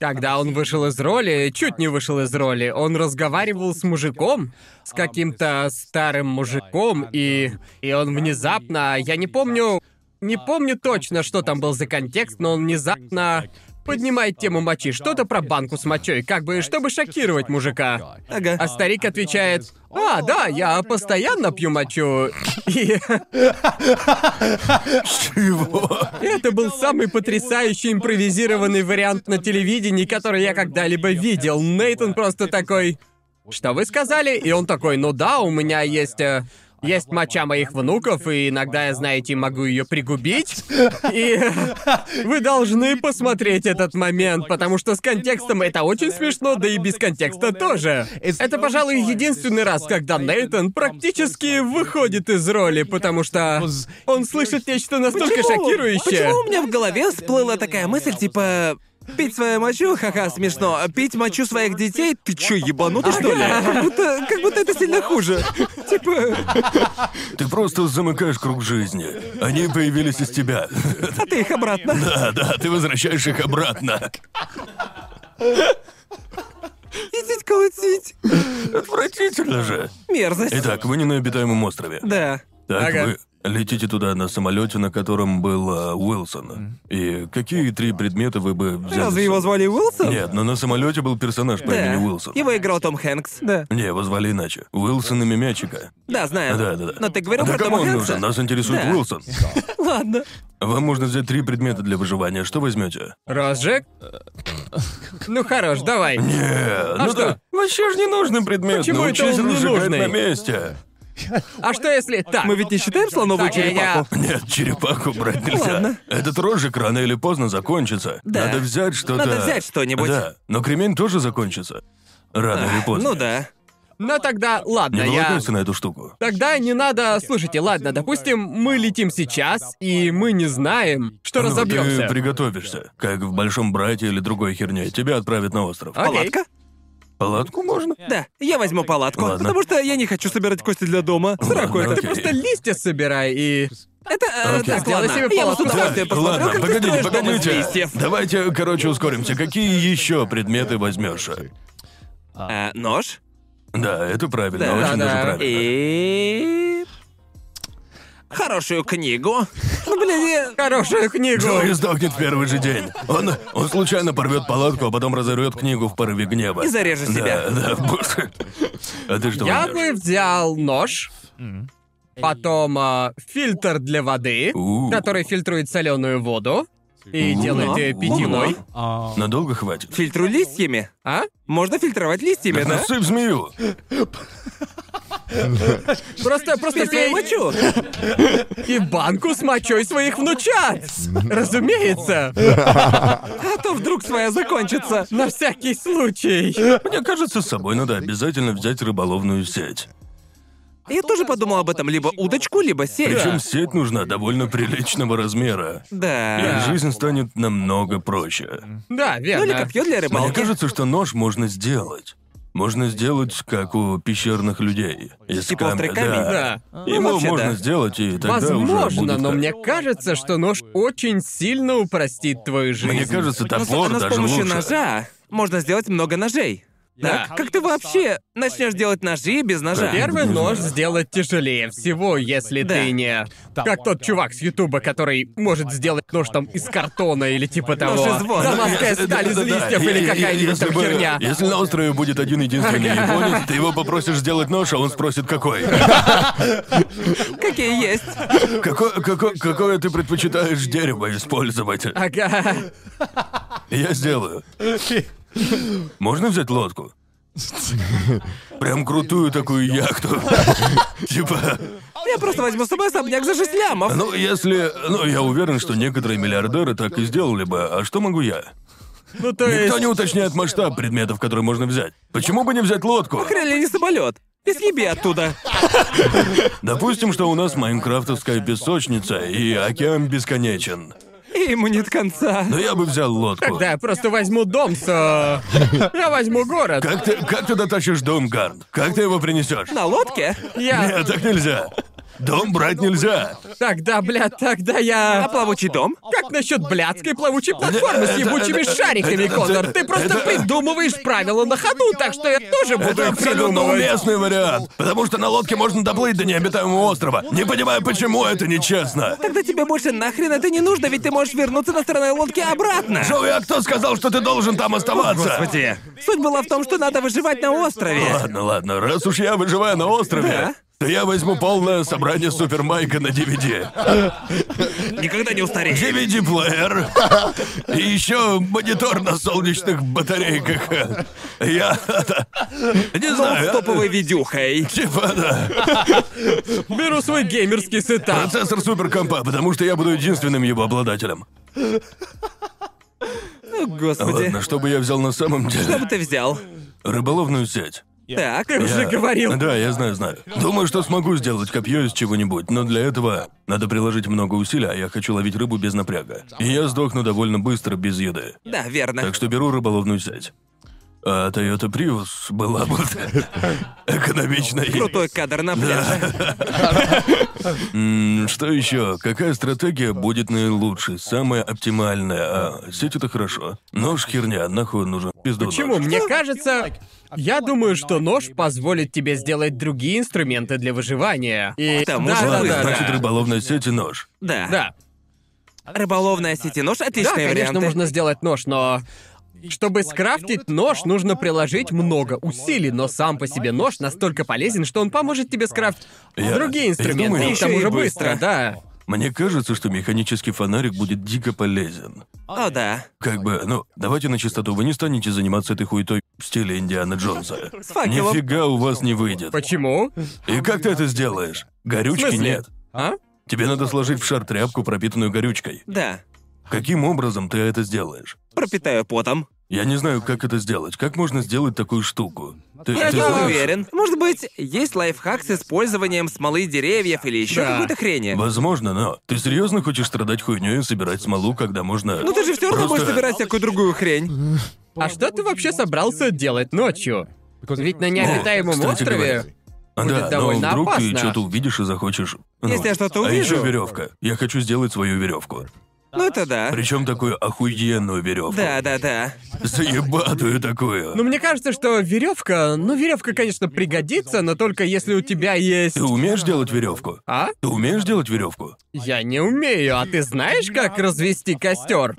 Speaker 2: когда он вышел из роли, чуть не вышел из роли, он разговаривал с мужиком, с каким-то старым мужиком, и... И он внезапно... Я не помню... Не помню точно, что там был за контекст, но он внезапно поднимает тему мочи, что-то про банку с мочой, как бы, чтобы шокировать мужика.
Speaker 1: Ага.
Speaker 2: А старик отвечает, а, да, я постоянно пью мочу. И
Speaker 3: Чего?
Speaker 2: это был самый потрясающий импровизированный вариант на телевидении, который я когда-либо видел. Нейтон просто такой, что вы сказали? И он такой, ну да, у меня есть... э, есть моча моих внуков, и иногда я, знаете, могу ее пригубить. И вы должны посмотреть этот момент, потому что с контекстом это очень смешно, да и без контекста тоже. Это, пожалуй, единственный раз, когда Нейтан практически выходит из роли, потому что он слышит нечто настолько
Speaker 1: Почему?
Speaker 2: шокирующее.
Speaker 1: Почему у меня в голове всплыла такая мысль, типа... Пить свою мочу, ха-ха, смешно. А Пить мочу своих детей, ты чё, ебанутый, что ли? Как будто, как будто это сильно хуже. Типа,
Speaker 3: Ты просто замыкаешь круг жизни. Они появились из тебя.
Speaker 1: а ты их обратно.
Speaker 3: Да, да, ты возвращаешь их обратно.
Speaker 1: Идите колотить.
Speaker 3: Отвратительно же.
Speaker 1: Мерзость.
Speaker 3: Итак, вы не на обитаемом острове.
Speaker 1: Да.
Speaker 3: Так,
Speaker 2: Ага.
Speaker 3: вы летите туда на самолете, на котором был э, Уилсон. И какие три предмета вы бы взяли? с
Speaker 1: Разве его
Speaker 3: собой?
Speaker 1: звали Уилсон?
Speaker 3: Нет, но на самолете был персонаж по
Speaker 1: Да.
Speaker 3: имени Уилсон.
Speaker 1: Его играл Том Хэнкс. Да.
Speaker 3: Не, его звали иначе. Уилсон имя мячика.
Speaker 1: Да, знаю.
Speaker 3: Да, да, да.
Speaker 1: Но ты говорил
Speaker 3: да
Speaker 1: про
Speaker 3: кому
Speaker 1: Тома
Speaker 3: он
Speaker 1: Хэнкса.
Speaker 3: нужен? Нас интересует
Speaker 1: Да.
Speaker 3: Уилсон.
Speaker 1: Ладно.
Speaker 3: Вам можно взять три предмета для выживания. Что возьмете?
Speaker 2: Розжиг? Ну хорош, давай.
Speaker 1: А
Speaker 3: Э, ну
Speaker 2: что?
Speaker 3: да. Вообще же не нужен предмет.
Speaker 2: Почему это
Speaker 3: Научись
Speaker 2: он
Speaker 3: разжигать
Speaker 2: ненужный?
Speaker 3: на месте.
Speaker 2: А что если... Так,
Speaker 1: Мы ведь не считаем слоновую
Speaker 2: Так, я-
Speaker 1: черепаху?
Speaker 3: Нет, черепаху брать нельзя.
Speaker 1: Ладно.
Speaker 3: Этот рожик рано или поздно закончится.
Speaker 1: Да.
Speaker 3: Надо взять что-то.
Speaker 1: Надо взять что-нибудь.
Speaker 3: Да, но кремень тоже закончится. Рано или поздно.
Speaker 1: Ну да.
Speaker 2: ну тогда, ладно,
Speaker 3: Не
Speaker 2: я...
Speaker 3: волнуйся на эту штуку.
Speaker 2: Тогда не надо... Слушайте, ладно, допустим, мы летим сейчас, и мы не знаем, что
Speaker 3: Ну, ты
Speaker 2: разобьемся.
Speaker 3: приготовишься, как в большом брате или другой херне. Тебя отправят на остров.
Speaker 2: Окей.
Speaker 1: Палатка?
Speaker 3: Палатку можно?
Speaker 1: Да, я возьму палатку,
Speaker 3: Ладно.
Speaker 1: потому что я не хочу собирать кости для дома. Сраку
Speaker 3: Ладно,
Speaker 1: это.
Speaker 3: окей.
Speaker 2: Просто листья собирай и...
Speaker 1: Это э,
Speaker 3: Окей.
Speaker 1: так,
Speaker 2: Сделай
Speaker 1: ладно.
Speaker 2: себе
Speaker 1: Я бы с
Speaker 2: палатку.
Speaker 1: удовольствием посмотрел,
Speaker 3: ладно,
Speaker 1: как ты
Speaker 3: погодите,
Speaker 1: строишь дом из
Speaker 3: погодите.
Speaker 1: листьев.
Speaker 3: Давайте, короче, ускоримся. Какие еще предметы возьмешь?
Speaker 1: А, нож
Speaker 3: Да, это правильно,
Speaker 1: Да.
Speaker 3: очень
Speaker 2: Да-да.
Speaker 3: даже правильно.
Speaker 1: и хорошую книгу. Ну, блин, я-
Speaker 2: Хорошую книгу.
Speaker 3: Джои сдохнет в первый же день. Он, он случайно порвет палатку, а потом разорвет книгу в порыве гнева.
Speaker 1: И зарежет себя.
Speaker 3: Да, да, боже. А ты что
Speaker 2: Я
Speaker 3: возьмёшь?
Speaker 2: бы взял нож, потом а, фильтр для воды,
Speaker 3: У.
Speaker 2: который фильтрует соленую воду и
Speaker 3: Умно,
Speaker 2: делает ее
Speaker 3: Ну,
Speaker 2: питьевой.
Speaker 1: умно.
Speaker 3: Надолго хватит?
Speaker 1: Фильтру листьями.
Speaker 2: А?
Speaker 1: Можно фильтровать листьями, да?
Speaker 3: Насыпь змею!
Speaker 2: Просто, просто
Speaker 1: Ты свою
Speaker 2: если-
Speaker 1: мочу.
Speaker 2: И банку с мочой своих внучат! Разумеется!
Speaker 1: А то вдруг своя закончится.
Speaker 2: На всякий случай.
Speaker 3: Мне кажется, с собой надо обязательно взять рыболовную сеть.
Speaker 1: Я тоже подумал об этом. Либо удочку, либо сеть.
Speaker 3: Причем сеть нужна довольно приличного размера. И
Speaker 1: Да.
Speaker 3: жизнь станет намного проще.
Speaker 2: Да,
Speaker 1: Ну или
Speaker 2: верно.
Speaker 1: копье для
Speaker 3: Мне
Speaker 1: рыбалки.
Speaker 3: кажется, что нож можно сделать. Можно сделать, как у пещерных людей. Из
Speaker 1: Типа острый камень?
Speaker 3: Да.
Speaker 2: Да.
Speaker 3: Его
Speaker 1: Вообще,
Speaker 3: можно
Speaker 1: да.
Speaker 3: сделать, и тогда уже
Speaker 2: А, Возможно,
Speaker 3: будет
Speaker 2: но
Speaker 3: как.
Speaker 2: мне кажется, что нож очень сильно упростит твою жизнь.
Speaker 3: Мне кажется,
Speaker 1: Но
Speaker 3: топор
Speaker 1: с
Speaker 3: даже
Speaker 1: помощью
Speaker 3: лучше.
Speaker 1: ножа можно сделать много ножей. Да?
Speaker 2: Да.
Speaker 1: Как ты вообще начнешь делать ножи без ножа?
Speaker 2: Первый
Speaker 3: Не
Speaker 2: нож
Speaker 3: знаю.
Speaker 2: сделать тяжелее всего, если
Speaker 1: Да.
Speaker 2: ты не... Как тот чувак с Ютуба, который может сделать нож там из картона или типа того.
Speaker 1: из воды.
Speaker 2: Дамасская сталь из
Speaker 3: Да-да-да.
Speaker 2: листьев
Speaker 3: И-
Speaker 2: или
Speaker 3: и-
Speaker 2: какая-нибудь
Speaker 3: если
Speaker 2: там
Speaker 3: бы-
Speaker 2: херня.
Speaker 3: Если на острове будет один единственный японец, ты его попросишь сделать нож, а он спросит, какой.
Speaker 1: Какие есть?
Speaker 3: Какое, какое, какое ты предпочитаешь дерево использовать?
Speaker 2: Ага.
Speaker 3: Я сделаю. Можно взять лодку? Прям крутую такую яхту. Типа,
Speaker 1: Я просто возьму с собой особняк за 6 лямов.
Speaker 3: ну если... Ну, я уверен, что некоторые миллиардеры так и сделали бы. А что могу я?
Speaker 2: Ну то
Speaker 3: Никто
Speaker 2: есть...
Speaker 3: не уточняет масштаб предметов, которые можно взять. Почему бы не взять лодку?
Speaker 1: Хрен не самолет. И съеби оттуда.
Speaker 3: Допустим, что у нас майнкрафтовская песочница, и океан бесконечен.
Speaker 1: И ему нет конца.
Speaker 3: Но я бы взял лодку.
Speaker 2: Да, я просто возьму дом с... э, Я возьму город.
Speaker 3: Как ты, как ты дотащишь дом, Гарн? Как ты его принесешь?
Speaker 1: На лодке?
Speaker 2: Я...
Speaker 3: Нет, так нельзя. Дом брать нельзя.
Speaker 2: Тогда, блядь, тогда я...
Speaker 1: А плавучий дом?
Speaker 2: Как насчет блядской плавучей платформы с ебучими шариками, Коннор? Ты просто придумываешь правила на ходу, так что я тоже буду
Speaker 3: Это
Speaker 2: их
Speaker 3: абсолютно
Speaker 2: придумывать.
Speaker 3: уместный вариант, потому что на лодке можно доплыть до необитаемого острова. Не понимаю, почему это нечестно.
Speaker 1: Тогда тебе больше нахрен это не нужно, ведь ты можешь вернуться на стороной лодки обратно.
Speaker 3: Джоуи, а кто сказал, что ты должен там оставаться?
Speaker 1: Господи. Суть была в том, что надо выживать на острове.
Speaker 3: Ладно, ладно, раз уж я выживаю на острове,
Speaker 1: Да.
Speaker 3: то я возьму полное собрание Супермайка на DVD.
Speaker 1: Никогда не устареешь.
Speaker 3: DVD-плеер. И еще монитор на солнечных батарейках. Я... Не знаю.
Speaker 1: Топовой видюхой.
Speaker 3: Типа, да.
Speaker 2: Беру свой геймерский сетап.
Speaker 3: Процессор суперкомпа, потому что я буду единственным его обладателем.
Speaker 1: О, господи.
Speaker 3: Ладно, что бы я взял на самом
Speaker 1: Что бы
Speaker 3: деле?
Speaker 1: ты взял?
Speaker 3: Рыболовную сеть.
Speaker 1: Так,
Speaker 2: Ты
Speaker 3: Я-
Speaker 2: уже говорил.
Speaker 3: Да, я знаю, знаю. Думаю, что смогу сделать копье из чего-нибудь, но для этого надо приложить много усилий, а я хочу ловить рыбу без напряга. И я сдохну довольно быстро без еды.
Speaker 1: да, верно.
Speaker 3: Так что беру рыболовную сеть. А Toyota Prius была бы экономичной.
Speaker 1: Крутой кадр на пляже.
Speaker 3: М, Что еще? Какая стратегия будет наилучшей, самая оптимальная? А, сеть это хорошо. Нож херня, нахуй он нужен. Пизду
Speaker 2: Почему?
Speaker 3: нож.
Speaker 2: Мне кажется, я думаю, что нож позволит тебе сделать другие инструменты для выживания. И...
Speaker 1: К тому
Speaker 2: да,
Speaker 1: же
Speaker 2: да,
Speaker 1: вы,
Speaker 2: да,
Speaker 3: Значит,
Speaker 2: да.
Speaker 3: рыболовная сеть и нож.
Speaker 1: Да.
Speaker 2: Да.
Speaker 1: Рыболовная сетенож —
Speaker 2: Да,
Speaker 1: отличные
Speaker 2: конечно,
Speaker 1: варианты.
Speaker 2: можно сделать нож, но... Чтобы скрафтить нож, нужно приложить много усилий, но сам по себе нож настолько полезен, что он поможет тебе скрафтить
Speaker 3: Я-
Speaker 2: другие
Speaker 3: я
Speaker 2: инструменты,
Speaker 3: думаю,
Speaker 2: и к тому
Speaker 1: еще и
Speaker 2: же быстро,
Speaker 1: быстро.
Speaker 2: да.
Speaker 3: Мне кажется, что механический фонарик будет дико полезен.
Speaker 1: О, да.
Speaker 3: Как бы, ну, давайте на чистоту, вы не станете заниматься этой хуетой в стиле Индиана Джонса.
Speaker 1: факелом.
Speaker 3: Нифига у вас не выйдет.
Speaker 2: Почему?
Speaker 3: И как ты это сделаешь?
Speaker 2: В
Speaker 3: Горючки
Speaker 2: смысле?
Speaker 3: нет.
Speaker 2: А?
Speaker 3: Тебе надо сложить в шар тряпку, пропитанную горючкой.
Speaker 1: Да.
Speaker 3: Каким образом ты это сделаешь?
Speaker 1: Пропитаю потом.
Speaker 3: Я не знаю, как это сделать. Как можно сделать такую штуку? Ты,
Speaker 1: Я
Speaker 3: ты
Speaker 1: не
Speaker 3: знаешь?
Speaker 1: уверен. Может быть, есть лайфхак с использованием смолы деревьев или еще
Speaker 2: Да.
Speaker 1: какой-то хрени.
Speaker 3: Возможно, но ты серьезно хочешь страдать хуйней и собирать смолу, когда можно.
Speaker 1: Ну ты же все равно
Speaker 3: Просто-
Speaker 1: будешь собирать всякую другую хрень.
Speaker 2: А что ты вообще собрался делать ночью? Ведь на необитаемом
Speaker 3: кстати
Speaker 2: острове...
Speaker 3: говоря, А,
Speaker 2: будет
Speaker 3: да, но
Speaker 2: довольно
Speaker 3: вдруг ты
Speaker 2: опасно.
Speaker 3: что-то увидишь и захочешь. ну,
Speaker 1: Если я что-то
Speaker 3: а еще
Speaker 1: увижу.
Speaker 3: веревка. Я хочу сделать свою веревку.
Speaker 1: Ну это да.
Speaker 3: Причем такую охуенную веревку.
Speaker 1: Да, да, да.
Speaker 3: Заебатую такую.
Speaker 2: Ну, мне кажется, что веревка, ну, веревка, конечно, пригодится, но только если у тебя есть...
Speaker 3: Ты умеешь делать веревку?
Speaker 2: А?
Speaker 3: Ты умеешь делать веревку?
Speaker 2: Я не умею, а ты знаешь, как развести костер?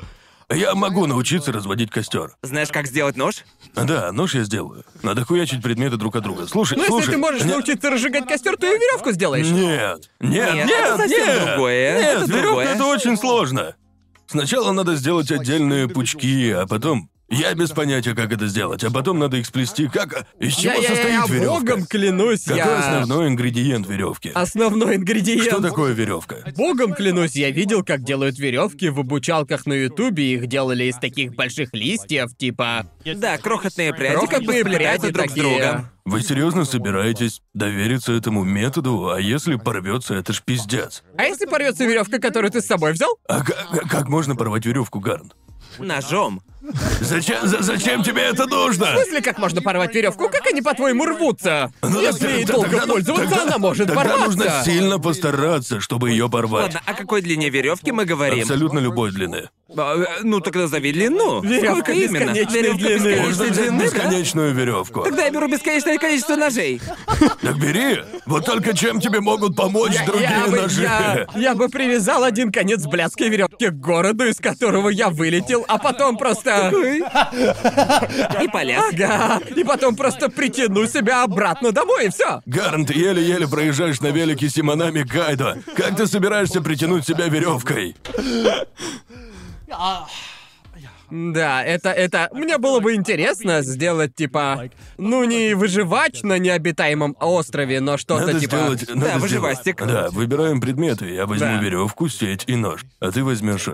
Speaker 3: Я могу научиться разводить костер.
Speaker 1: Знаешь, как сделать нож?
Speaker 3: Да, нож я сделаю. Надо хуячить предметы друг от друга. Слушай,
Speaker 2: Ну, если
Speaker 3: слушай.
Speaker 2: ты можешь
Speaker 3: не-
Speaker 2: научиться разжигать костер, то и веревку сделаешь.
Speaker 3: Нет, нет, нет,
Speaker 1: Нет, это совсем
Speaker 3: нет,
Speaker 1: другое,
Speaker 3: Нет,
Speaker 1: это
Speaker 3: веревка
Speaker 1: другое.
Speaker 3: это очень сложно. Сначала надо сделать отдельные пучки, а потом я без понятия, как это сделать, а потом надо их сплести. Как из
Speaker 2: Я,
Speaker 3: чего
Speaker 2: я, я,
Speaker 3: состоит веревка?
Speaker 2: богом клянусь,
Speaker 3: Какой
Speaker 2: я...
Speaker 3: основной ингредиент веревки?
Speaker 2: Основной ингредиент.
Speaker 3: Что такое веревка?
Speaker 2: Богом клянусь, я видел, как делают веревки в обучалках на Ютубе, их делали из таких больших листьев, типа...
Speaker 1: Да, крохотные пряди как бы
Speaker 2: Крохотные
Speaker 1: сплетаются
Speaker 2: пряди
Speaker 1: друг с
Speaker 2: такие.
Speaker 1: другом.
Speaker 3: Вы серьезно собираетесь довериться этому методу, а если порвется, это ж пиздец.
Speaker 2: А если порвется веревка, которую ты с собой взял?
Speaker 3: А как, как можно порвать веревку, Гарн?
Speaker 1: Ножом.
Speaker 3: Зачем, за- зачем тебе это нужно?
Speaker 2: В смысле, как можно порвать веревку? Как они, по-твоему, рвутся?
Speaker 3: Ну,
Speaker 2: Если ей
Speaker 3: т-
Speaker 2: долго
Speaker 3: тогда-
Speaker 2: пользоваться,
Speaker 3: тогда-
Speaker 2: она может
Speaker 3: тогда
Speaker 2: порваться.
Speaker 3: нужно сильно постараться, чтобы ее порвать.
Speaker 1: Ладно, о какой длине веревки мы говорим?
Speaker 3: Абсолютно любой длины.
Speaker 1: А, э, Ну тогда назови длину.
Speaker 2: Веревка
Speaker 1: Сколько именно?
Speaker 2: бесконечной
Speaker 1: Веревка
Speaker 2: длины.
Speaker 1: бесконечной
Speaker 3: Можно взять
Speaker 1: длины, да?
Speaker 3: бесконечную веревку.
Speaker 1: Тогда я беру бесконечное количество ножей.
Speaker 3: Так бери. Вот только чем тебе могут помочь другие
Speaker 2: Я бы,
Speaker 3: ножи?
Speaker 2: я, я бы привязал один конец блядской веревки к городу, из которого я вылетел, а потом просто...
Speaker 1: И полез.
Speaker 2: Ага. И потом просто притяну себя обратно домой, и все.
Speaker 3: Гарн, ты еле-еле проезжаешь на велике Симонами Кайдо. Как ты собираешься притянуть себя веревкой?
Speaker 2: Да, это, это... Мне было бы интересно сделать, типа... Ну, не выживать на необитаемом острове, но что-то
Speaker 3: Надо
Speaker 2: типа...
Speaker 3: сделать. надо сделать-
Speaker 1: выживастик.
Speaker 3: Да, выбираем предметы. Я возьму
Speaker 2: Да.
Speaker 3: веревку, сеть и нож. А ты возьмешь.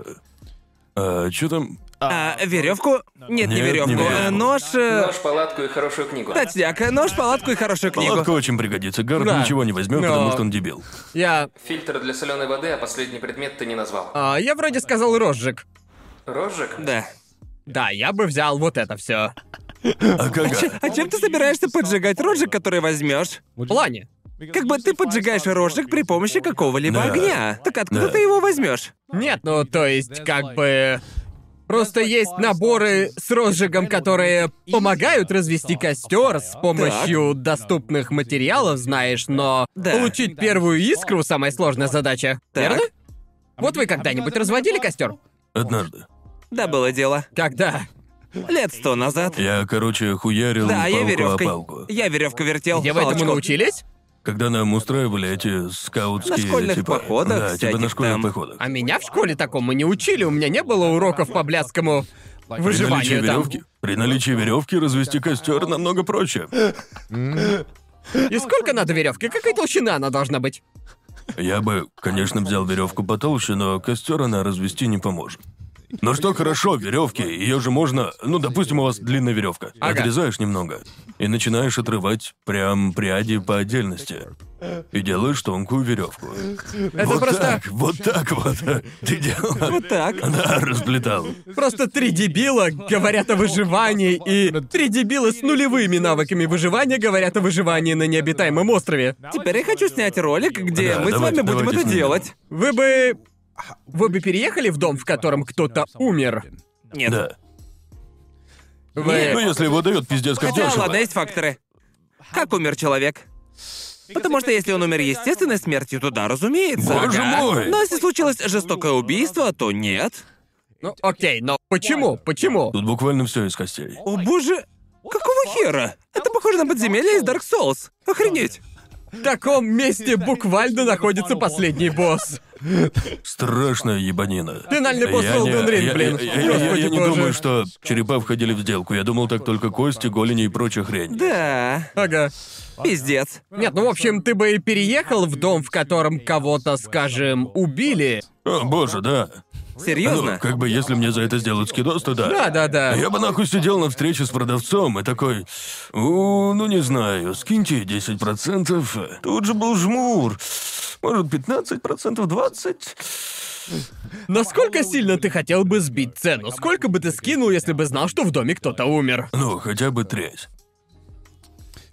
Speaker 3: А, что там?
Speaker 1: А, веревку? Нет, не
Speaker 3: Нет, не
Speaker 1: веревку.
Speaker 3: веревку.
Speaker 1: Э, Нож. э,
Speaker 5: Нож, палатку и хорошую книгу.
Speaker 1: Статьяк, нож, палатку и хорошую книгу.
Speaker 3: Палатка очень пригодится. Гарн
Speaker 2: Да.
Speaker 3: ничего не возьмет,
Speaker 2: Но-
Speaker 3: потому что он дебил.
Speaker 2: Я...
Speaker 5: Фильтр для соленой воды, а последний предмет ты не назвал.
Speaker 2: а, я вроде сказал розжиг.
Speaker 5: Розжиг?
Speaker 1: Да.
Speaker 2: Да, я бы взял вот это все.
Speaker 3: А как?
Speaker 1: А чем ты собираешься поджигать рожек, который возьмешь?
Speaker 2: В плане.
Speaker 1: Как бы ты поджигаешь рожек при помощи какого-либо
Speaker 3: Да.
Speaker 1: огня. Так откуда
Speaker 3: Да.
Speaker 1: ты его возьмешь?
Speaker 2: Нет, ну то есть как бы... Просто есть наборы с розжигом, которые помогают развести костер с помощью доступных материалов, знаешь, но
Speaker 1: Да.
Speaker 2: получить первую искру самая сложная задача.
Speaker 1: Так. А
Speaker 2: Верно? Вот вы когда-нибудь разводили костер?
Speaker 3: Однажды.
Speaker 1: Да, было дело.
Speaker 2: Когда?
Speaker 1: Лет сто назад.
Speaker 3: Я, короче, хуярил
Speaker 1: Да, я
Speaker 3: палку о
Speaker 1: веревкой.
Speaker 3: палку.
Speaker 1: Я веревку вертел.
Speaker 2: Где вы этому
Speaker 1: палочку.
Speaker 2: научились?
Speaker 3: Когда нам устраивали эти скаутские...
Speaker 1: На школьных
Speaker 3: типа-
Speaker 1: походах
Speaker 3: Да, типа на
Speaker 1: всяких
Speaker 3: школьных
Speaker 1: там.
Speaker 3: походах.
Speaker 2: А меня в школе такому не учили, у меня не было уроков по блядскому
Speaker 3: При наличии
Speaker 2: выживанию там.
Speaker 3: веревки. При наличии веревки развести костер намного проще.
Speaker 2: И сколько надо веревки? Какая толщина она должна быть?
Speaker 3: Я бы, конечно, взял веревку потолще, но костер она развести не поможет. Но что хорошо, веревки, ее же можно. Ну, допустим, у вас длинная веревка.
Speaker 2: Ага.
Speaker 3: Отрезаешь немного и начинаешь отрывать прям пряди по отдельности. И делаешь тонкую веревку.
Speaker 2: Это
Speaker 3: вот
Speaker 2: просто...
Speaker 3: так, вот так вот. Ты делал.
Speaker 1: Вот так.
Speaker 3: Да, расплетал.
Speaker 2: Просто три дебила говорят о выживании, и три дебила с нулевыми навыками выживания говорят о выживании на необитаемом острове.
Speaker 1: Теперь я хочу снять ролик, где
Speaker 3: Да,
Speaker 1: мы с
Speaker 3: давайте,
Speaker 1: вами будем
Speaker 3: давайте
Speaker 1: это
Speaker 3: снимем.
Speaker 1: делать.
Speaker 2: Вы бы... Вы бы переехали в дом, в котором кто-то умер?
Speaker 1: Нет.
Speaker 3: Да. Ну,
Speaker 2: Вы...
Speaker 3: если его дает пиздец как
Speaker 1: Хотя,
Speaker 3: дешево.
Speaker 1: ладно, есть факторы. Как умер человек? Потому что если он умер естественной смертью, то да, разумеется.
Speaker 3: Боже
Speaker 1: Ага.
Speaker 3: мой!
Speaker 1: Но если случилось жестокое убийство, то нет.
Speaker 2: Ну, окей, но почему? Почему?
Speaker 3: Тут буквально все из костей.
Speaker 1: О боже, какого хера? Это похоже на подземелье из Dark Souls. Охренеть.
Speaker 2: В таком месте буквально находится последний босс.
Speaker 3: Страшная ебанина.
Speaker 2: Финальный босс
Speaker 3: Я не-
Speaker 2: Elden Ring,
Speaker 3: я-
Speaker 2: блин.
Speaker 3: я- я- я-
Speaker 2: Господи
Speaker 3: Я не
Speaker 2: боже.
Speaker 3: думаю, что черепа входили в сделку. Я думал, так только кости, голени и прочая хрень.
Speaker 1: Да,
Speaker 2: Ага.
Speaker 1: пиздец.
Speaker 2: Нет, ну в общем, ты бы и переехал в дом, в котором кого-то, скажем, убили.
Speaker 3: О, боже, да. Ну,
Speaker 1: Серьезно?
Speaker 3: как бы если мне за это сделают скидос, то да.
Speaker 2: Да, да, да.
Speaker 3: Я бы нахуй сидел на встрече с продавцом и такой, «У, ну не знаю, скиньте 10%. Тут же был жмур. Может, 15%, 20%?
Speaker 2: Насколько сильно ты хотел бы сбить цену? Сколько бы ты скинул, если бы знал, что в доме кто-то умер?
Speaker 3: Ну, хотя бы треть.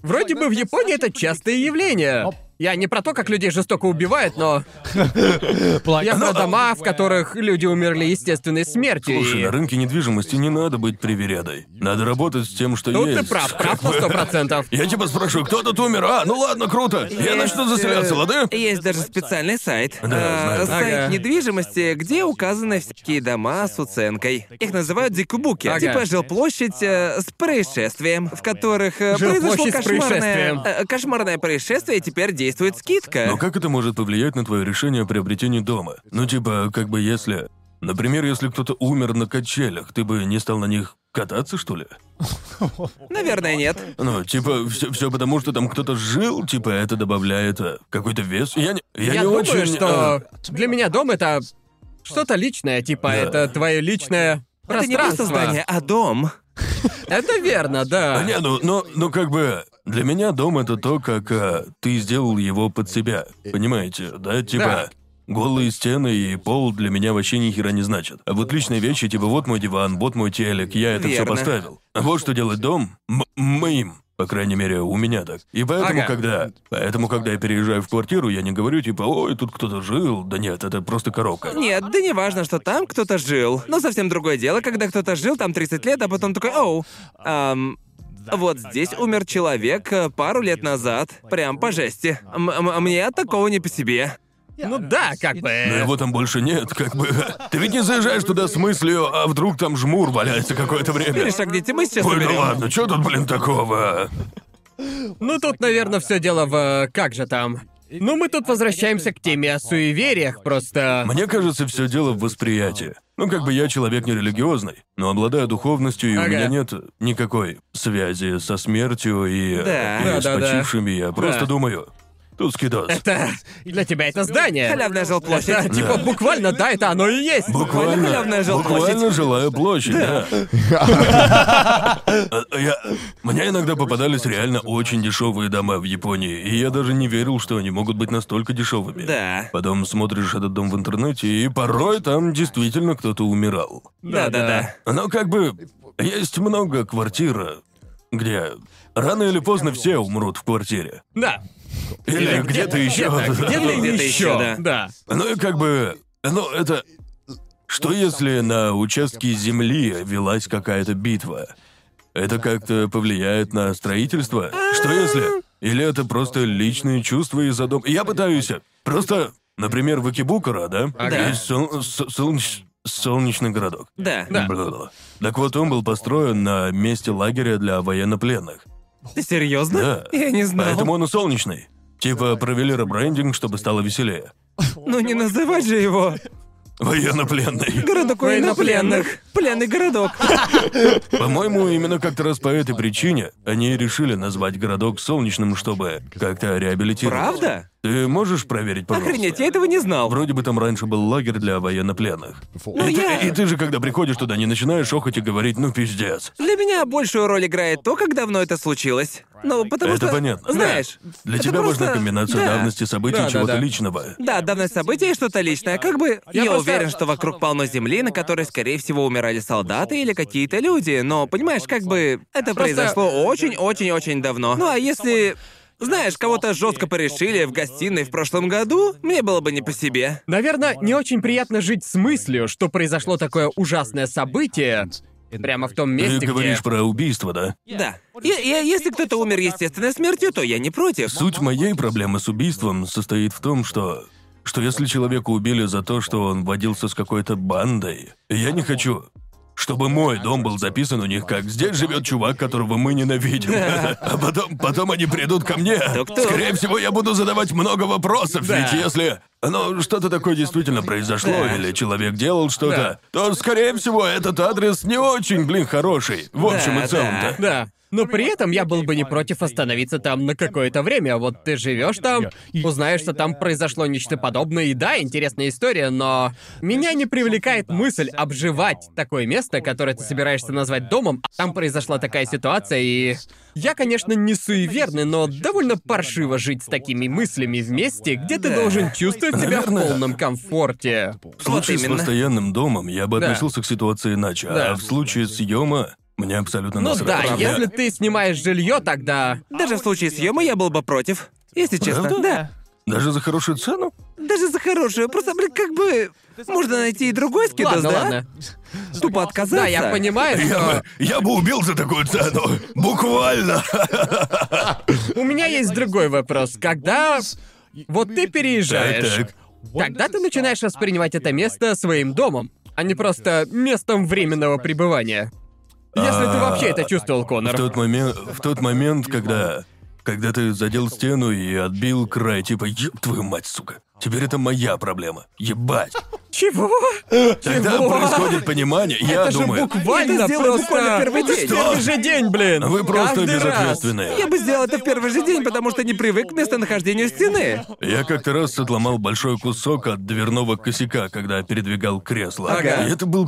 Speaker 2: Вроде бы в Японии это частое явление. Я не про то, как людей жестоко убивают, но... Я про дома, в которых люди умерли естественной смертью. и-
Speaker 3: Слушай, ну, на рынке недвижимости не надо быть привередой. Надо работать с тем, что
Speaker 2: Тут
Speaker 3: есть.
Speaker 2: Ну, ты прав, прав на
Speaker 3: Как бы-
Speaker 2: сто процентов.
Speaker 3: Я типа спрашиваю, кто тут умер? А, ну ладно, круто. Я начну заселяться, лады?
Speaker 1: Э, Есть даже специальный сайт.
Speaker 3: Да,
Speaker 1: Э,
Speaker 3: знаю.
Speaker 1: Сайт
Speaker 2: Ага.
Speaker 1: недвижимости, где указаны всякие дома с уценкой. Их называют дикубуки.
Speaker 2: Ага.
Speaker 1: Типа жилплощадь э, с происшествием, в которых э, произошло
Speaker 2: Жилплощадь с
Speaker 1: кошмарное,
Speaker 2: происшествием.
Speaker 1: э, кошмарное происшествие, и теперь действует скидка.
Speaker 3: Но как это может повлиять на твое решение о приобретении дома? Ну, типа, как бы если... Например, если кто-то умер на качелях, ты бы не стал на них кататься, что ли?
Speaker 1: Наверное, нет.
Speaker 3: Ну, типа, все, потому, что там кто-то жил, типа, это добавляет э, какой-то вес. Я не,
Speaker 2: Я
Speaker 3: я не
Speaker 2: думаю,
Speaker 3: очень...
Speaker 2: что
Speaker 3: э,
Speaker 2: для меня дом — это что-то личное, типа это твое личное
Speaker 1: Это не просто
Speaker 2: пространство.
Speaker 1: здание, а дом.
Speaker 2: Это верно, да.
Speaker 3: Не, ну, но, ну, как бы, для меня дом это то, как э, ты сделал его под себя. Понимаете, да? Типа,
Speaker 2: Да.
Speaker 3: голые стены и пол для меня вообще ни хера не значат. А вот личные вещи, типа, вот мой диван, вот мой телек, я это все
Speaker 1: Верно.
Speaker 3: поставил. А вот что делает дом м- моим. По крайней мере, у меня так. И поэтому,
Speaker 2: Ага.
Speaker 3: когда. Поэтому, когда я переезжаю в квартиру, я не говорю, типа, ой, тут кто-то жил. Да нет, это просто коробка.
Speaker 1: Нет, да не важно, что там кто-то жил. Но совсем другое дело, когда кто-то жил там 30 лет, а потом такой, оу, ам, вот здесь умер человек э, пару лет назад. Прям по жести. М- м- мне от такого не по себе.
Speaker 2: Ну да, как бы.
Speaker 3: Но его там больше нет, как бы. Ты ведь не заезжаешь туда с мыслью, а вдруг там жмур валяется какое-то время.
Speaker 1: Перешагните, «А мы сейчас
Speaker 3: Ой,
Speaker 1: уберем.
Speaker 3: ну ладно, что тут, блин, такого?
Speaker 2: Ну тут, наверное, все дело в... э, Как же там? Ну мы тут возвращаемся к теме о суевериях, просто...
Speaker 3: Мне кажется, все дело в восприятии. Ну, как бы я человек нерелигиозный, но обладаю духовностью, и у
Speaker 2: Ага.
Speaker 3: меня нет никакой связи со смертью и,
Speaker 1: Да.
Speaker 3: и
Speaker 2: Да,
Speaker 3: с
Speaker 2: да, да.
Speaker 3: почившими. Я просто
Speaker 2: Да.
Speaker 3: думаю, тут скидос.
Speaker 2: Это... Для тебя это здание.
Speaker 1: Халявная жилплощадь.
Speaker 2: Это, типа, буквально, да, это оно и есть.
Speaker 1: халявная
Speaker 3: Буквально,
Speaker 1: жилплощадь.
Speaker 3: буквально жилая площадь, да. А, я- Мне иногда попадались реально очень дешевые дома в Японии, и я даже не верил, что они могут быть настолько дешевыми.
Speaker 1: Да.
Speaker 3: Потом смотришь этот дом в интернете, и порой там действительно кто-то умирал.
Speaker 1: Да-да-да.
Speaker 3: Но как бы есть много квартир, где рано или поздно все умрут в квартире.
Speaker 2: Да.
Speaker 3: Или где-то еще.
Speaker 2: Где-то
Speaker 1: Где-то
Speaker 2: еще,
Speaker 1: ещё, да.
Speaker 2: да.
Speaker 3: Ну и как бы... Ну, это... Что если на участке земли велась какая-то битва? Это как-то повлияет на строительство? Что если? Или это просто личные чувства из-за дома? Я пытаюсь... Просто, например, Вакибукара, да?
Speaker 1: Ага.
Speaker 3: Есть сол- с- солнеч- солнечный городок.
Speaker 1: Да.
Speaker 3: Бла-бла-бла. Так вот, он был построен на месте лагеря для военнопленных.
Speaker 1: Ты серьезно?
Speaker 3: Да.
Speaker 1: Я не знал.
Speaker 3: Поэтому он и солнечный. Типа провели ребрендинг, чтобы стало веселее.
Speaker 1: Ну не называть же его.
Speaker 3: Военнопленный.
Speaker 1: Городок военнопленных. Пленный городок.
Speaker 3: По-моему, именно как-то раз по этой причине они и решили назвать городок солнечным, чтобы как-то реабилитировать.
Speaker 1: Правда?
Speaker 3: Ты можешь проверить, пожалуйста?
Speaker 1: Охренеть, я этого не знал.
Speaker 3: Вроде бы там раньше был лагерь для военнопленных.
Speaker 1: Ну
Speaker 3: и,
Speaker 1: я...
Speaker 3: ты, и ты же, когда приходишь туда, не начинаешь охоть и говорить, ну пиздец.
Speaker 1: Для меня большую роль играет то, как давно это случилось. Ну, потому
Speaker 3: Это
Speaker 1: что...
Speaker 3: понятно.
Speaker 1: Знаешь,
Speaker 3: Для
Speaker 1: это
Speaker 3: тебя
Speaker 1: просто-
Speaker 3: важна комбинация
Speaker 1: да.
Speaker 3: давности событий
Speaker 2: Да,
Speaker 3: и
Speaker 2: да,
Speaker 3: чего-то
Speaker 2: да.
Speaker 3: личного.
Speaker 1: Да, давность событий и что-то личное. Как бы... Я,
Speaker 2: Я просто-
Speaker 1: уверен, что вокруг полно земли, на которой, скорее всего, умирали солдаты или какие-то люди. Но, понимаешь, как бы... Это произошло очень-очень-очень давно. Ну, а если... Знаешь, кого-то жестко порешили в гостиной в прошлом году, мне было бы не по себе.
Speaker 2: Наверное, не очень приятно жить с мыслью, что произошло такое ужасное событие прямо в том месте,
Speaker 3: Ты
Speaker 2: где...
Speaker 3: говоришь про убийство, да?
Speaker 1: Да. И- и если кто-то умер естественной смертью, то я не против.
Speaker 3: Суть моей проблемы с убийством состоит в том, что что если человека убили за то, что он водился с какой-то бандой, я не хочу, чтобы мой дом был записан у них как «Здесь живет чувак, которого мы ненавидим». А потом, потом они придут ко мне.
Speaker 1: Тук-тук.
Speaker 3: Скорее всего, я буду задавать много вопросов, ведь если... Ну, что-то такое действительно произошло,
Speaker 1: Да.
Speaker 3: или человек делал что-то, то, скорее всего, этот адрес не очень, блин, хороший. В общем
Speaker 1: Да,
Speaker 3: и целом-то.
Speaker 2: Да. Но при этом я был бы не против остановиться там на какое-то время. Вот ты живешь там, узнаешь, что там произошло нечто подобное, и да, интересная история, но меня не привлекает мысль обживать такое место, которое ты собираешься назвать домом, а там произошла такая ситуация, и... Я, конечно, не суеверный, но довольно паршиво жить с такими мыслями вместе, где ты
Speaker 1: Да.
Speaker 2: должен чувствовать себя в
Speaker 3: Наверное.
Speaker 2: полном комфорте. Ну
Speaker 3: В случае
Speaker 1: Вот именно.
Speaker 3: с постоянным домом я бы
Speaker 2: Да.
Speaker 3: относился к ситуации иначе,
Speaker 2: Да.
Speaker 3: а в случае съема мне абсолютно
Speaker 2: Ну да,
Speaker 3: насрать. Я-
Speaker 2: если ты снимаешь жилье, тогда...
Speaker 1: Даже в случае съема я был бы против. Если честно.
Speaker 3: Правда?
Speaker 1: Да.
Speaker 3: Даже за хорошую цену?
Speaker 1: Даже за хорошую. Просто, блин, как бы... Можно найти и другой скидос,
Speaker 2: Ладно,
Speaker 1: да?
Speaker 2: ладно.
Speaker 1: Тупо отказаться.
Speaker 2: Да, я понимаю,
Speaker 3: Я
Speaker 2: что...
Speaker 3: бы, я бы убил за такую цену. Буквально.
Speaker 2: У меня есть другой вопрос. Когда вот ты переезжаешь,
Speaker 3: Так,
Speaker 2: когда ты начинаешь воспринимать это место своим домом, а не просто местом временного пребывания? Если ты
Speaker 3: А,
Speaker 2: вообще это чувствовал,
Speaker 3: В
Speaker 2: Конор.
Speaker 3: тот момент, в тот момент, когда, когда ты задел стену и отбил край, типа, еб твою мать, сука. Теперь это моя проблема. Ебать.
Speaker 2: Чего?
Speaker 3: Тогда
Speaker 2: Чего?
Speaker 3: происходит понимание, я
Speaker 2: это же
Speaker 3: думаю.
Speaker 1: Я
Speaker 2: буквально
Speaker 1: это сделаю
Speaker 2: просто...
Speaker 1: буквально первый день.
Speaker 2: В первый же день, блин.
Speaker 3: Вы просто
Speaker 2: Каждый раз.
Speaker 3: безответственные.
Speaker 1: Я бы сделал это в первый же день, потому что не привык к местонахождению стены.
Speaker 3: Я как-то раз отломал большой кусок от дверного косяка, когда передвигал кресло.
Speaker 2: Ага.
Speaker 3: И это был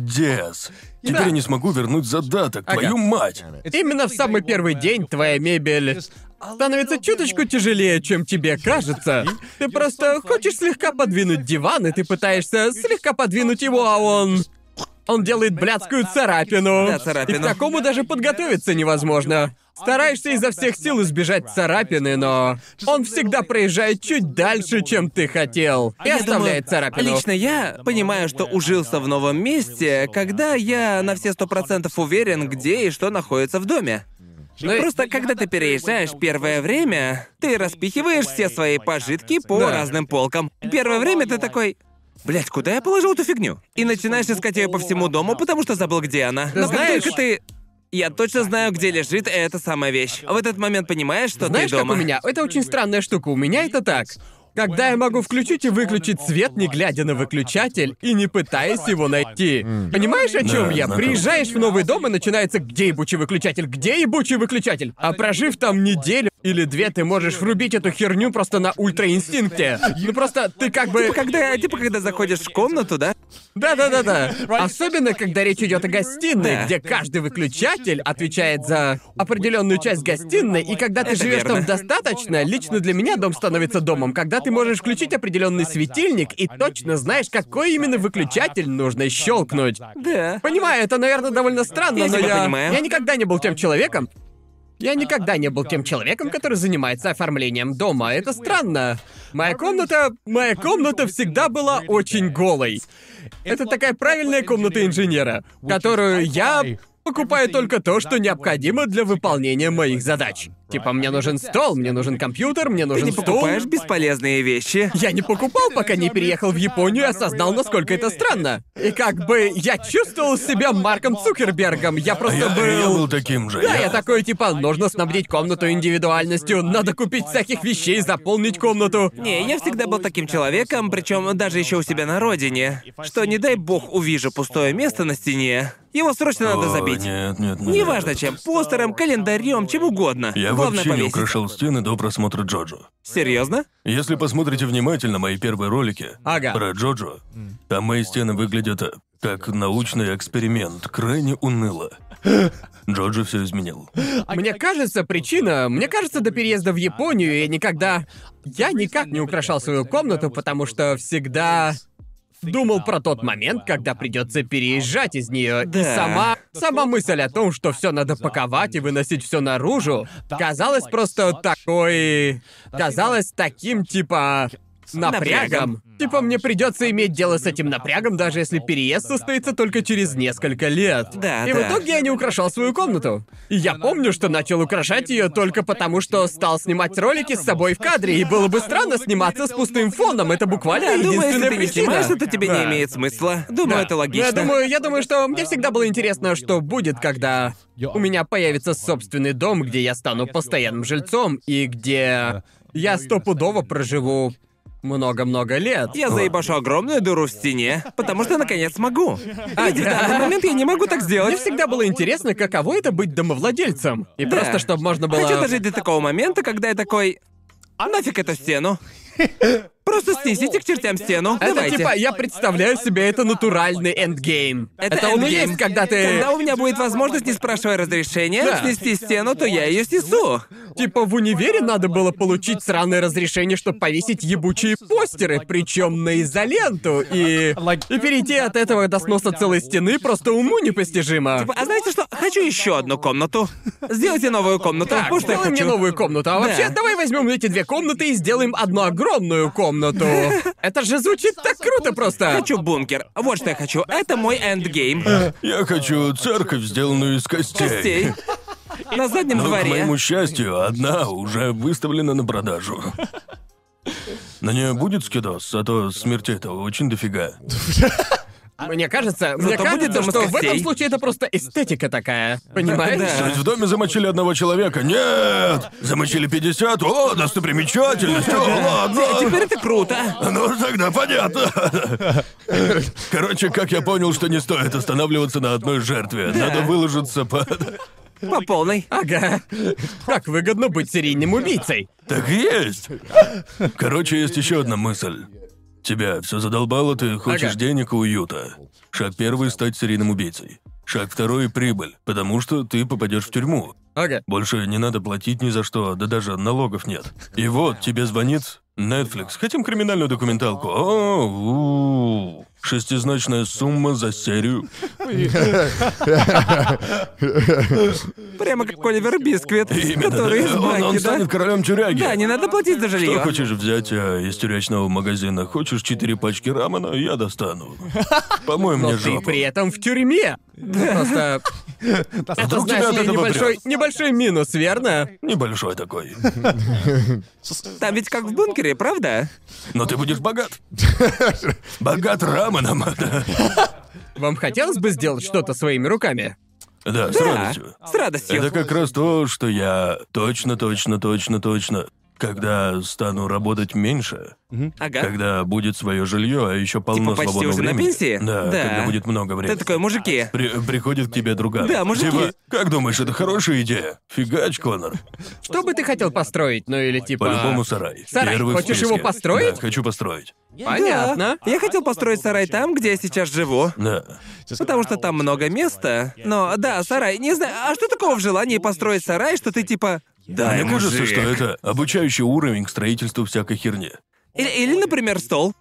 Speaker 3: пиздец. Теперь
Speaker 2: Да.
Speaker 3: я не смогу вернуть задаток, твою мать.
Speaker 2: Именно в самый первый день твоя мебель становится чуточку тяжелее, чем тебе кажется. Ты просто хочешь слегка подвинуть диван, и ты пытаешься слегка подвинуть его, а он... Он делает блядскую царапину.
Speaker 1: Да, царапину.
Speaker 2: И к такому даже подготовиться невозможно. Стараешься изо всех сил избежать царапины, но он всегда проезжает чуть дальше, чем ты хотел. И
Speaker 1: Я думаю,
Speaker 2: оставляет царапину.
Speaker 1: э, Лично я понимаю, что ужился в новом месте, когда я на все сто процентов уверен, где и что находится в доме.
Speaker 2: Ну и-
Speaker 1: Просто когда ты переезжаешь первое время, ты распихиваешь все свои пожитки по
Speaker 2: Да.
Speaker 1: разным полкам. Первое время ты такой. Блять, куда я положил эту фигню? И начинаешь искать ее по всему дому, потому что забыл, где она. Но как
Speaker 2: знаешь-
Speaker 1: только ты. Я точно знаю, где лежит эта самая вещь. В этот момент понимаешь, что
Speaker 2: Знаешь,
Speaker 1: ты дома.
Speaker 2: как у меня? Это очень странная штука. У меня это так. Когда я могу включить и выключить свет, не глядя на выключатель и не пытаясь его найти. Понимаешь, о чем
Speaker 3: Да,
Speaker 2: я?
Speaker 3: знакомо.
Speaker 2: Приезжаешь в новый дом и начинается где ебучий выключатель, где ебучий выключатель. А прожив там неделю или две, ты можешь врубить эту херню просто на ультраинстинкте. Ну просто ты как бы...
Speaker 1: Типа, когда, типа, когда заходишь в комнату, да?
Speaker 2: Да-да-да-да. Особенно, когда речь идет о гостиной,
Speaker 1: Да.
Speaker 2: где каждый выключатель отвечает за определенную часть гостиной, и когда ты
Speaker 1: Это
Speaker 2: живешь там
Speaker 1: верно.
Speaker 2: достаточно, лично для меня дом становится домом. Когда ты ты можешь включить определенный светильник и точно знаешь, какой именно выключатель нужно щелкнуть.
Speaker 1: Да.
Speaker 2: Понимаю, это, наверное, довольно странно,
Speaker 1: Я
Speaker 2: но
Speaker 1: тебя
Speaker 2: я...
Speaker 1: понимаю.
Speaker 2: Я никогда не был тем человеком. Я никогда не был тем человеком, который занимается оформлением дома. Это странно. Моя комната... Моя комната всегда была очень голой. Это такая правильная комната инженера, которую я покупаю только то, что необходимо для выполнения моих задач. Типа, мне нужен стол, мне нужен компьютер, мне
Speaker 1: Ты
Speaker 2: нужен
Speaker 1: не
Speaker 2: стул.
Speaker 1: покупаешь бесполезные вещи.
Speaker 2: Я не покупал, пока не переехал в Японию и осознал, насколько это странно. И как бы я чувствовал себя Марком Цукербергом. Я
Speaker 3: А
Speaker 1: Ну,
Speaker 2: просто
Speaker 3: Я,
Speaker 2: был...
Speaker 3: я был таким же.
Speaker 2: Да, я
Speaker 3: я-
Speaker 2: такой, типа, нужно снабдить комнату индивидуальностью, надо купить всяких вещей, заполнить комнату.
Speaker 1: Не, я всегда был таким человеком, причем даже еще у себя на родине, что не дай бог увижу пустое место на стене, его срочно надо
Speaker 3: О,
Speaker 1: забить.
Speaker 3: Нет, нет, нет.
Speaker 1: Неважно чем, постером, календарем, чем угодно.
Speaker 3: Я
Speaker 1: Главное
Speaker 3: вообще не
Speaker 1: повесить.
Speaker 3: украшал стены до просмотра Джоджо.
Speaker 1: Серьезно?
Speaker 3: Если посмотрите внимательно мои первые ролики
Speaker 2: Ага.
Speaker 3: про Джоджо, там мои стены выглядят э, как научный эксперимент, крайне уныло. Джоджо все изменил.
Speaker 2: Мне кажется, причина... Мне кажется, до переезда в Японию я никогда... Я никак не украшал свою комнату, потому что всегда думал про тот момент, когда придется переезжать из нее. И
Speaker 1: Да.
Speaker 2: сама, сама мысль о том, что все надо паковать и выносить все наружу, казалась просто такой... Казалась таким типа напрягом.
Speaker 1: Напрягом.
Speaker 2: Типа мне придется иметь дело с этим напрягом, даже если переезд состоится только через несколько лет.
Speaker 1: Да,
Speaker 2: И
Speaker 1: да.
Speaker 2: в итоге я не украшал свою комнату. И я помню, что начал украшать ее только потому, что стал снимать ролики с собой в кадре, и было бы странно сниматься с пустым фоном. Это буквально
Speaker 1: Я думаю, если
Speaker 2: единственная
Speaker 1: ты не
Speaker 2: причина.
Speaker 1: снимаешь, это тебе
Speaker 2: Да.
Speaker 1: не имеет смысла. Думаю, это логично.
Speaker 2: Я думаю, я думаю, что мне всегда было интересно, что будет, когда у меня появится собственный дом, где я стану постоянным жильцом и где я стопудово проживу много-много лет.
Speaker 1: Я заебашу огромную дыру в стене, потому что наконец могу. А ведь в данный момент я не могу так
Speaker 2: Мне
Speaker 1: сделать.
Speaker 2: всегда было интересно, каково это быть домовладельцем. И
Speaker 1: Да.
Speaker 2: просто, чтобы можно было...
Speaker 1: Хочу дожить до такого момента, когда я такой... «А нафиг эту стену? Просто снесите к чертям стену.
Speaker 2: Это
Speaker 1: Давайте.
Speaker 2: типа, я представляю себе, это натуральный эндгейм.
Speaker 1: Это
Speaker 2: он
Speaker 1: эндгейм.
Speaker 2: и ну, есть, когда ты...
Speaker 1: Когда у меня будет возможность, не спрашивая разрешения,
Speaker 2: Да.
Speaker 1: снести стену, то я ее снесу.
Speaker 2: Типа в универе надо было получить сраное разрешение, чтобы повесить ебучие постеры, причем на изоленту, и... И перейти от этого до сноса целой стены просто уму непостижимо.
Speaker 1: А знаете что? Хочу еще одну комнату. Сделайте новую комнату.
Speaker 2: Так,
Speaker 1: Вот что я
Speaker 2: сделай мне
Speaker 1: хочу.
Speaker 2: новую комнату. А вообще, давай возьмем эти две комнаты и сделаем одну огромную комнату. Это же звучит так круто просто.
Speaker 1: Хочу бункер. Вот что я хочу. Это мой эндгейм.
Speaker 2: А.
Speaker 3: Я хочу церковь, сделанную из костей.
Speaker 1: Костей. На заднем
Speaker 2: А
Speaker 3: Но, Ну, к
Speaker 1: дворе.
Speaker 3: моему счастью, одна уже выставлена на продажу. На нее будет скидос, а то смертей-то очень дофига.
Speaker 2: Мне кажется, мне
Speaker 1: Зато будет
Speaker 2: кажется,
Speaker 1: дом из
Speaker 2: что в этом
Speaker 1: костей.
Speaker 2: случае это просто эстетика такая. Понимаешь?
Speaker 1: Да.
Speaker 3: Ведь в доме замочили одного человека. Нет! Замочили 50. О, достопримечательность. О, ладно.
Speaker 1: Теперь это круто.
Speaker 3: Ну, тогда понятно. Короче, как я понял, что не стоит останавливаться на одной жертве. Надо выложиться по...
Speaker 1: По полной.
Speaker 2: Ага. Как выгодно быть серийным убийцей.
Speaker 3: Так и есть. Короче, есть еще одна мысль. Тебя все задолбало, ты хочешь
Speaker 2: Ага.
Speaker 3: денег и уюта. Шаг первый — стать серийным убийцей. Шаг второй — прибыль, потому что ты попадешь в тюрьму.
Speaker 2: Ага.
Speaker 3: Больше не надо платить ни за что, да даже налогов нет. И вот тебе звонит Netflix. Хотим криминальную документалку. О, у. шестизначная сумма за серию.
Speaker 1: Прямо как Оливер Бисквит,
Speaker 3: Именно.
Speaker 1: который из
Speaker 3: Он- он,
Speaker 1: Баки, да?
Speaker 3: станет королем тюряги.
Speaker 1: Да, не надо платить за
Speaker 3: Что
Speaker 1: жилье.
Speaker 3: хочешь взять э, из тюрячного магазина? Хочешь четыре пачки рамена? Я достану. По-моему,
Speaker 2: Но
Speaker 3: мне
Speaker 2: ты
Speaker 3: жопу.
Speaker 2: при этом в тюрьме. Ну, Просто... Это,
Speaker 3: Вдруг тебя
Speaker 2: знаешь
Speaker 3: от
Speaker 2: ли,
Speaker 3: этого
Speaker 2: небольшой,
Speaker 3: прет.
Speaker 2: небольшой минус, верно?
Speaker 3: Небольшой такой.
Speaker 1: Там ведь как в бункере, правда?
Speaker 3: Но ты будешь богат. Богат раменом.
Speaker 2: Вам хотелось бы сделать что-то своими руками?
Speaker 3: Да, с
Speaker 1: Да,
Speaker 3: радостью.
Speaker 1: С радостью.
Speaker 3: Это как раз то, что я точно, точно, точно, точно. Когда стану работать меньше,
Speaker 1: Ага.
Speaker 3: когда будет свое жилье, а еще полно
Speaker 1: Типа почти
Speaker 3: свободного
Speaker 1: уже на
Speaker 3: времени.
Speaker 1: пенсии?
Speaker 3: Да,
Speaker 1: Да.
Speaker 3: когда будет много времени.
Speaker 1: Ты такой, мужики,
Speaker 3: При- приходит к тебе друган.
Speaker 1: Да, мужики.
Speaker 3: Типа, как думаешь, это хорошая идея? Фигач, Конор.
Speaker 2: Что бы ты хотел построить? Ну или типа...
Speaker 3: По-любому сарай.
Speaker 2: Сарай.
Speaker 3: Первый в
Speaker 2: Хочешь
Speaker 3: списке.
Speaker 2: его построить?
Speaker 3: Да, хочу построить.
Speaker 2: Понятно.
Speaker 1: Да. Я хотел построить сарай там, где я сейчас живу.
Speaker 3: Да.
Speaker 1: Потому что там много места. Но да, сарай, не знаю, а что такого в желании построить сарай, что ты типа... Да,
Speaker 3: Мне кажется, что это обучающий уровень к строительству всякой херни.
Speaker 1: Или, или, например, стол.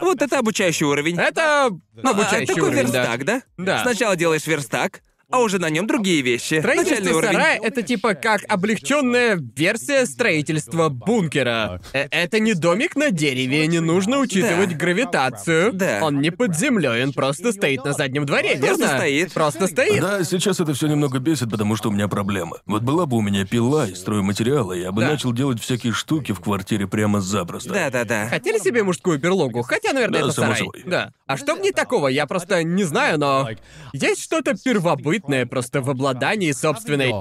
Speaker 1: Вот это обучающий уровень. А,
Speaker 2: Это обучающий
Speaker 1: такой
Speaker 2: уровень, да.
Speaker 1: верстак, да?
Speaker 2: Да.
Speaker 1: Сначала делаешь верстак, а уже на нем другие вещи. Начальный
Speaker 2: Строительство
Speaker 1: уровень.
Speaker 2: сарая — это типа как облегченная версия строительства бункера. Э, Это не домик на дереве, не нужно учитывать
Speaker 1: Да.
Speaker 2: гравитацию.
Speaker 1: Да.
Speaker 2: Он не под землей, он просто стоит на заднем дворе,
Speaker 1: Просто
Speaker 2: верно?
Speaker 1: стоит.
Speaker 2: Просто стоит.
Speaker 3: Да, сейчас это все немного бесит, потому что у меня проблема. Вот была бы у меня пила и стройматериалы, я бы
Speaker 2: Да.
Speaker 3: начал делать всякие штуки в квартире прямо запросто.
Speaker 1: Да, да, да.
Speaker 2: Хотели себе мужскую берлогу? Хотя, наверное,
Speaker 3: Да,
Speaker 2: это
Speaker 3: само
Speaker 2: сарай.
Speaker 3: собой.
Speaker 2: Да. А что в ней такого? Я просто не знаю, но... Есть что-то первобытное просто в обладании собственной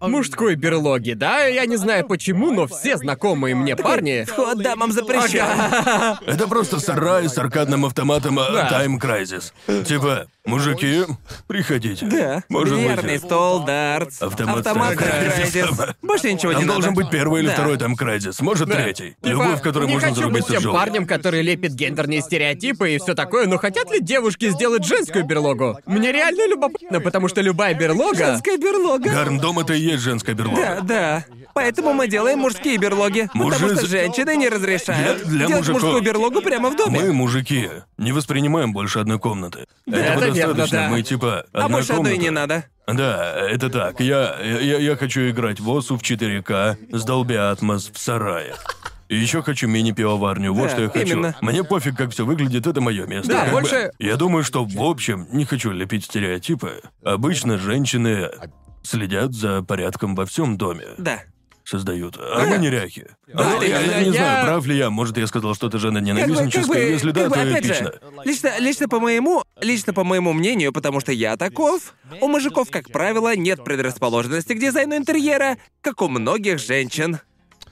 Speaker 2: мужской берлоги, да? Я не знаю почему, но все знакомые мне парни...
Speaker 1: Вход дамам запрещен.
Speaker 3: Это просто сарай с аркадным автоматом а,
Speaker 2: Да.
Speaker 3: Time Crisis. Типа, мужики, приходите.
Speaker 1: Да.
Speaker 3: Может
Speaker 1: Бильярдный
Speaker 3: быть.
Speaker 1: стол, дартс,
Speaker 3: Автомат
Speaker 1: Крайзис.
Speaker 3: Крайзис.
Speaker 1: Больше ничего
Speaker 3: Там
Speaker 1: не
Speaker 3: должен
Speaker 1: надо.
Speaker 3: быть первый или
Speaker 1: Да.
Speaker 3: второй Time Crisis, может третий.
Speaker 2: Типа,
Speaker 3: Любовь, в которой
Speaker 2: не
Speaker 3: можно
Speaker 2: хочу
Speaker 3: зарубить
Speaker 2: быть тем
Speaker 3: тяжело.
Speaker 2: парнем, который лепит гендерные стереотипы и все такое, но хотят ли девушки сделать женскую берлогу? Мне реально любопытно, потому что любая берлога...
Speaker 1: Женская берлога.
Speaker 3: Гармдом это и есть женская
Speaker 1: Да,
Speaker 3: берлога.
Speaker 1: Э, да. Поэтому мы делаем мужские берлоги. Потому
Speaker 3: Мужи-
Speaker 1: что женщины не разрешают
Speaker 3: Для- для
Speaker 1: делать
Speaker 3: мужиков.
Speaker 1: мужскую берлогу прямо в доме.
Speaker 3: Мы, мужики, не воспринимаем больше одной комнаты.
Speaker 2: это
Speaker 3: Этого
Speaker 2: верно,
Speaker 3: достаточно,
Speaker 2: да.
Speaker 3: мы типа одна
Speaker 1: а больше одной
Speaker 3: комната.
Speaker 1: не надо.
Speaker 3: Да, это так. Я, я, я хочу играть в ОСУ в 4К, с Dolby Atmos в сарае. И еще хочу мини-пивоварню, вот
Speaker 1: Да,
Speaker 3: что я хочу.
Speaker 1: именно.
Speaker 3: Мне пофиг, как все выглядит, это мое место.
Speaker 2: Да,
Speaker 3: Как бы,
Speaker 2: больше-
Speaker 3: Я думаю, что в общем, не хочу лепить стереотипы. Обычно женщины следят за порядком во всем доме.
Speaker 1: Да.
Speaker 3: Создают. А мы неряхи.
Speaker 2: Да,
Speaker 3: А, я,
Speaker 2: я-
Speaker 3: я не
Speaker 2: я-
Speaker 3: знаю, прав ли я, может, я сказал что-то
Speaker 1: как
Speaker 3: женоненавистническое.
Speaker 1: бы-
Speaker 3: Если да,
Speaker 1: как бы,
Speaker 3: то
Speaker 1: опять же,
Speaker 3: эпично.
Speaker 1: лично, лично по моему, лично по моему мнению, потому что я таков, у мужиков, как правило, нет предрасположенности к дизайну интерьера, как у многих женщин.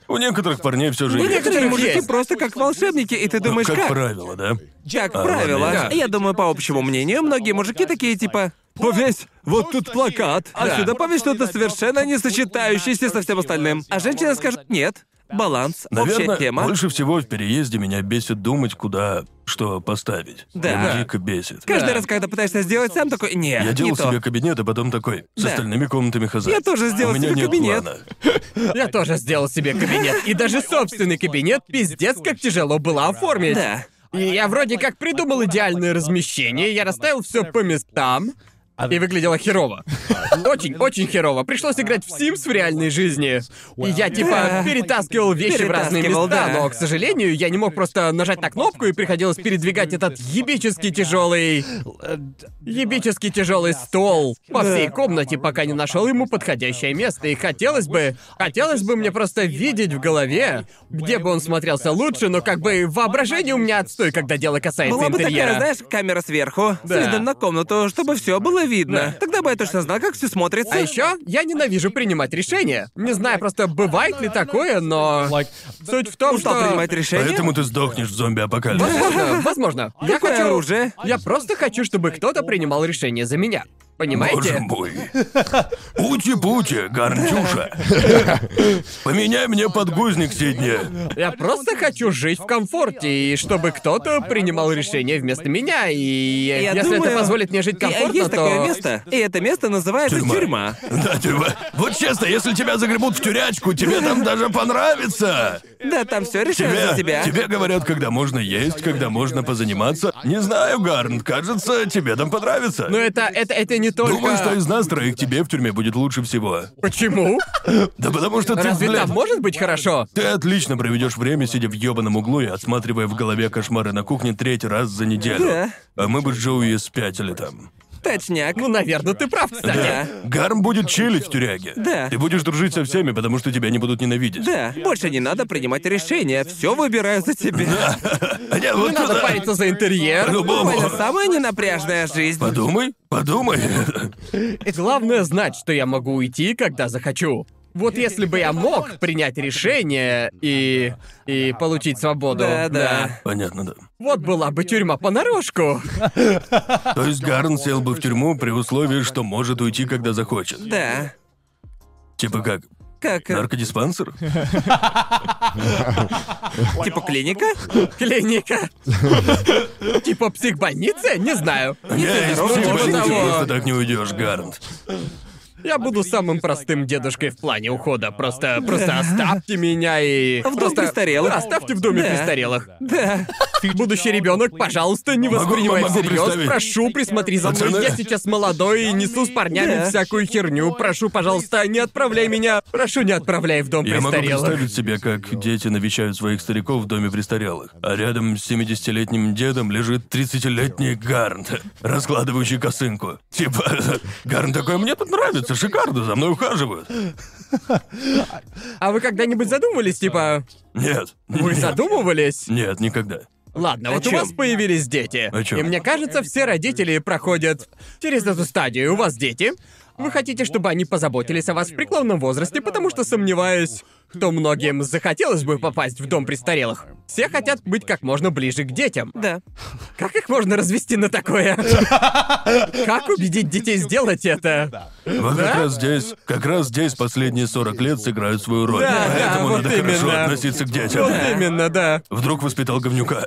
Speaker 3: У некоторых парней все же
Speaker 1: Ну,
Speaker 3: есть. Ну,
Speaker 1: некоторые
Speaker 2: Некоторых
Speaker 1: мужики
Speaker 2: есть.
Speaker 1: просто как волшебники, и ты думаешь,
Speaker 3: как
Speaker 1: как?
Speaker 3: правило, да?
Speaker 1: Как
Speaker 3: А,
Speaker 1: правило,
Speaker 3: ладно, да.
Speaker 1: я думаю, по общему мнению, многие мужики такие типа «Повесь вот тут плакат, а
Speaker 2: Да.
Speaker 1: сюда повесь что-то совершенно не сочетающееся со всем остальным». А женщина скажет «Нет, баланс,
Speaker 3: Наверное,
Speaker 1: общая тема».
Speaker 3: больше всего в переезде меня бесит думать, куда что поставить.
Speaker 1: Да.
Speaker 3: Меня дико бесит.
Speaker 1: Каждый
Speaker 2: Да.
Speaker 1: раз, когда пытаешься сделать сам, такой «Нет,
Speaker 3: Я делал
Speaker 1: не то».
Speaker 3: себе кабинет, а потом такой, с
Speaker 1: Да.
Speaker 3: остальными комнатами хаза.
Speaker 1: Я тоже сделал
Speaker 3: У меня
Speaker 1: себе
Speaker 3: нет
Speaker 1: кабинет.
Speaker 3: плана.
Speaker 2: Я тоже сделал себе кабинет. И даже собственный кабинет пиздец как тяжело было оформить.
Speaker 1: Да.
Speaker 2: И я вроде как придумал идеальное размещение, я расставил все по местам,
Speaker 1: А
Speaker 2: и выглядело херово. Очень-очень херово. Пришлось играть в Sims в реальной жизни. И я
Speaker 1: Да.
Speaker 2: типа перетаскивал вещи в разные
Speaker 1: Перетаскивал,
Speaker 2: места,
Speaker 1: да.
Speaker 2: но, к сожалению, я не мог просто нажать на кнопку и приходилось передвигать этот ебически тяжелый... Ебически тяжелый стол по всей комнате, пока не нашел ему подходящее место. И хотелось бы... Хотелось бы мне просто видеть в голове, где бы он смотрелся лучше, но как бы воображение у меня отстой, когда дело касается
Speaker 1: Была бы
Speaker 2: интерьера.
Speaker 1: такая, знаешь, камера сверху, с
Speaker 2: Да.
Speaker 1: видом на комнату, чтобы все было видно. Тогда бы я точно знал, как все смотрится.
Speaker 2: А еще я ненавижу принимать решения. Не знаю просто, бывает ли такое, но... Суть в том,
Speaker 1: Устал
Speaker 2: что...
Speaker 1: Ну, принимать решения.
Speaker 3: Поэтому ты сдохнешь в зомби-апокалипсисе.
Speaker 2: Возможно, возможно. Я
Speaker 1: Какое
Speaker 2: хочу...
Speaker 1: оружие?
Speaker 2: Я просто хочу, чтобы кто-то принимал решение за меня.
Speaker 3: Боже
Speaker 2: Понимаете?
Speaker 3: мой. Ути-пути, горнчуша. Поменяй мне подгузник сегодня.
Speaker 2: Я просто хочу жить в комфорте, и чтобы кто-то принимал решение вместо меня, и
Speaker 1: Я
Speaker 2: если
Speaker 1: думаю,
Speaker 2: это позволит мне жить
Speaker 1: И- а
Speaker 2: комфортно,
Speaker 1: есть
Speaker 2: то...
Speaker 1: такое место, и это место называется
Speaker 3: Тюрьма.
Speaker 1: тюрьма.
Speaker 3: Да, ты... во- Вот честно, если тебя загребут в тюрячку, тебе там даже понравится.
Speaker 1: Да, там все решают
Speaker 3: Тебе,
Speaker 1: за тебя.
Speaker 3: тебе говорят, когда можно есть, когда можно позаниматься. Не знаю, Гарн, кажется, тебе там понравится.
Speaker 1: Ну,
Speaker 2: Но это, это, это не только...
Speaker 3: Думаю, что из нас троих тебе в тюрьме будет лучше всего.
Speaker 2: Почему?
Speaker 3: Да потому что ты,
Speaker 2: Разве
Speaker 3: блядь,
Speaker 2: там может быть хорошо?
Speaker 3: ты отлично проведешь время, сидя в ёбаном углу и отсматривая в голове кошмары на кухне третий раз за неделю.
Speaker 1: Да.
Speaker 3: А мы бы с Джоуи спятили там.
Speaker 1: Точняк.
Speaker 2: Ну, наверное, ты прав, кстати.
Speaker 1: Да.
Speaker 3: Гарм будет чилить в тюряге.
Speaker 1: Да.
Speaker 3: Ты будешь дружить со всеми, потому что тебя не будут ненавидеть.
Speaker 1: Да, больше не надо принимать решения, все выбираю за тебя.
Speaker 3: А я вот
Speaker 2: Не надо
Speaker 3: туда.
Speaker 2: париться за интерьер.
Speaker 3: По-любому.
Speaker 1: Это самая ненапряжная жизнь.
Speaker 3: Подумай, подумай.
Speaker 2: Главное знать, что я могу уйти, когда захочу. Вот если бы я мог принять решение и... и получить свободу.
Speaker 1: Да, да.
Speaker 3: Понятно, да.
Speaker 2: Вот была бы тюрьма понарошку.
Speaker 3: То есть Гарн сел бы в тюрьму при условии, что может уйти, когда захочет.
Speaker 1: Да.
Speaker 3: Типа как,
Speaker 1: Как, э,
Speaker 3: наркодиспансер?
Speaker 1: типа клиника?
Speaker 2: Клиника. Типа психбольница? Не знаю.
Speaker 3: Я из
Speaker 1: здорово,
Speaker 3: психбольницы
Speaker 2: здорово.
Speaker 3: просто так не уйдешь, Гарнт.
Speaker 2: Я буду самым простым дедушкой в плане ухода. Просто, просто оставьте меня и...
Speaker 1: В дом
Speaker 2: просто-
Speaker 1: престарелых.
Speaker 2: Оставьте в доме
Speaker 1: Да.
Speaker 2: престарелых.
Speaker 1: Да.
Speaker 2: Будущий ребенок, пожалуйста, не воспринимай
Speaker 3: Могу- могу
Speaker 2: всерьез.
Speaker 3: представить. А
Speaker 2: Прошу, присмотри за мной.
Speaker 3: Пацаны.
Speaker 2: Я сейчас молодой и несу с парнями
Speaker 1: Да.
Speaker 2: всякую херню. Прошу, пожалуйста, не отправляй меня. Прошу, не отправляй в дом
Speaker 3: Я могу
Speaker 2: престарелых.
Speaker 3: представить себе, как дети навещают своих стариков в доме престарелых, а рядом с 70-летним дедом лежит 30-летний Гарнт, раскладывающий косынку. Типа, Гарн такой, мне тут нравится, шикарно, за мной ухаживают.
Speaker 2: А вы когда-нибудь задумывались, типа,
Speaker 3: Нет.
Speaker 2: вы
Speaker 3: нет,
Speaker 2: задумывались?
Speaker 3: Нет, никогда.
Speaker 2: Ладно,
Speaker 1: О
Speaker 2: вот
Speaker 1: чём?
Speaker 2: у вас появились дети.
Speaker 3: О чём?
Speaker 2: И мне кажется, все родители проходят через эту стадию. У вас дети. Вы хотите, чтобы они позаботились о вас в преклонном возрасте, потому что сомневаюсь, то многим захотелось бы попасть в дом престарелых. Все хотят быть как можно ближе к детям.
Speaker 1: Да.
Speaker 2: Как их можно развести на такое? Как убедить детей сделать это?
Speaker 3: Вот как раз здесь, как раз здесь последние 40 лет сыграют свою роль.
Speaker 2: Да, да,
Speaker 3: Поэтому
Speaker 2: вот
Speaker 3: надо хорошо
Speaker 2: именно.
Speaker 3: относиться к детям.
Speaker 2: Вот именно, да.
Speaker 3: Вдруг воспитал говнюка.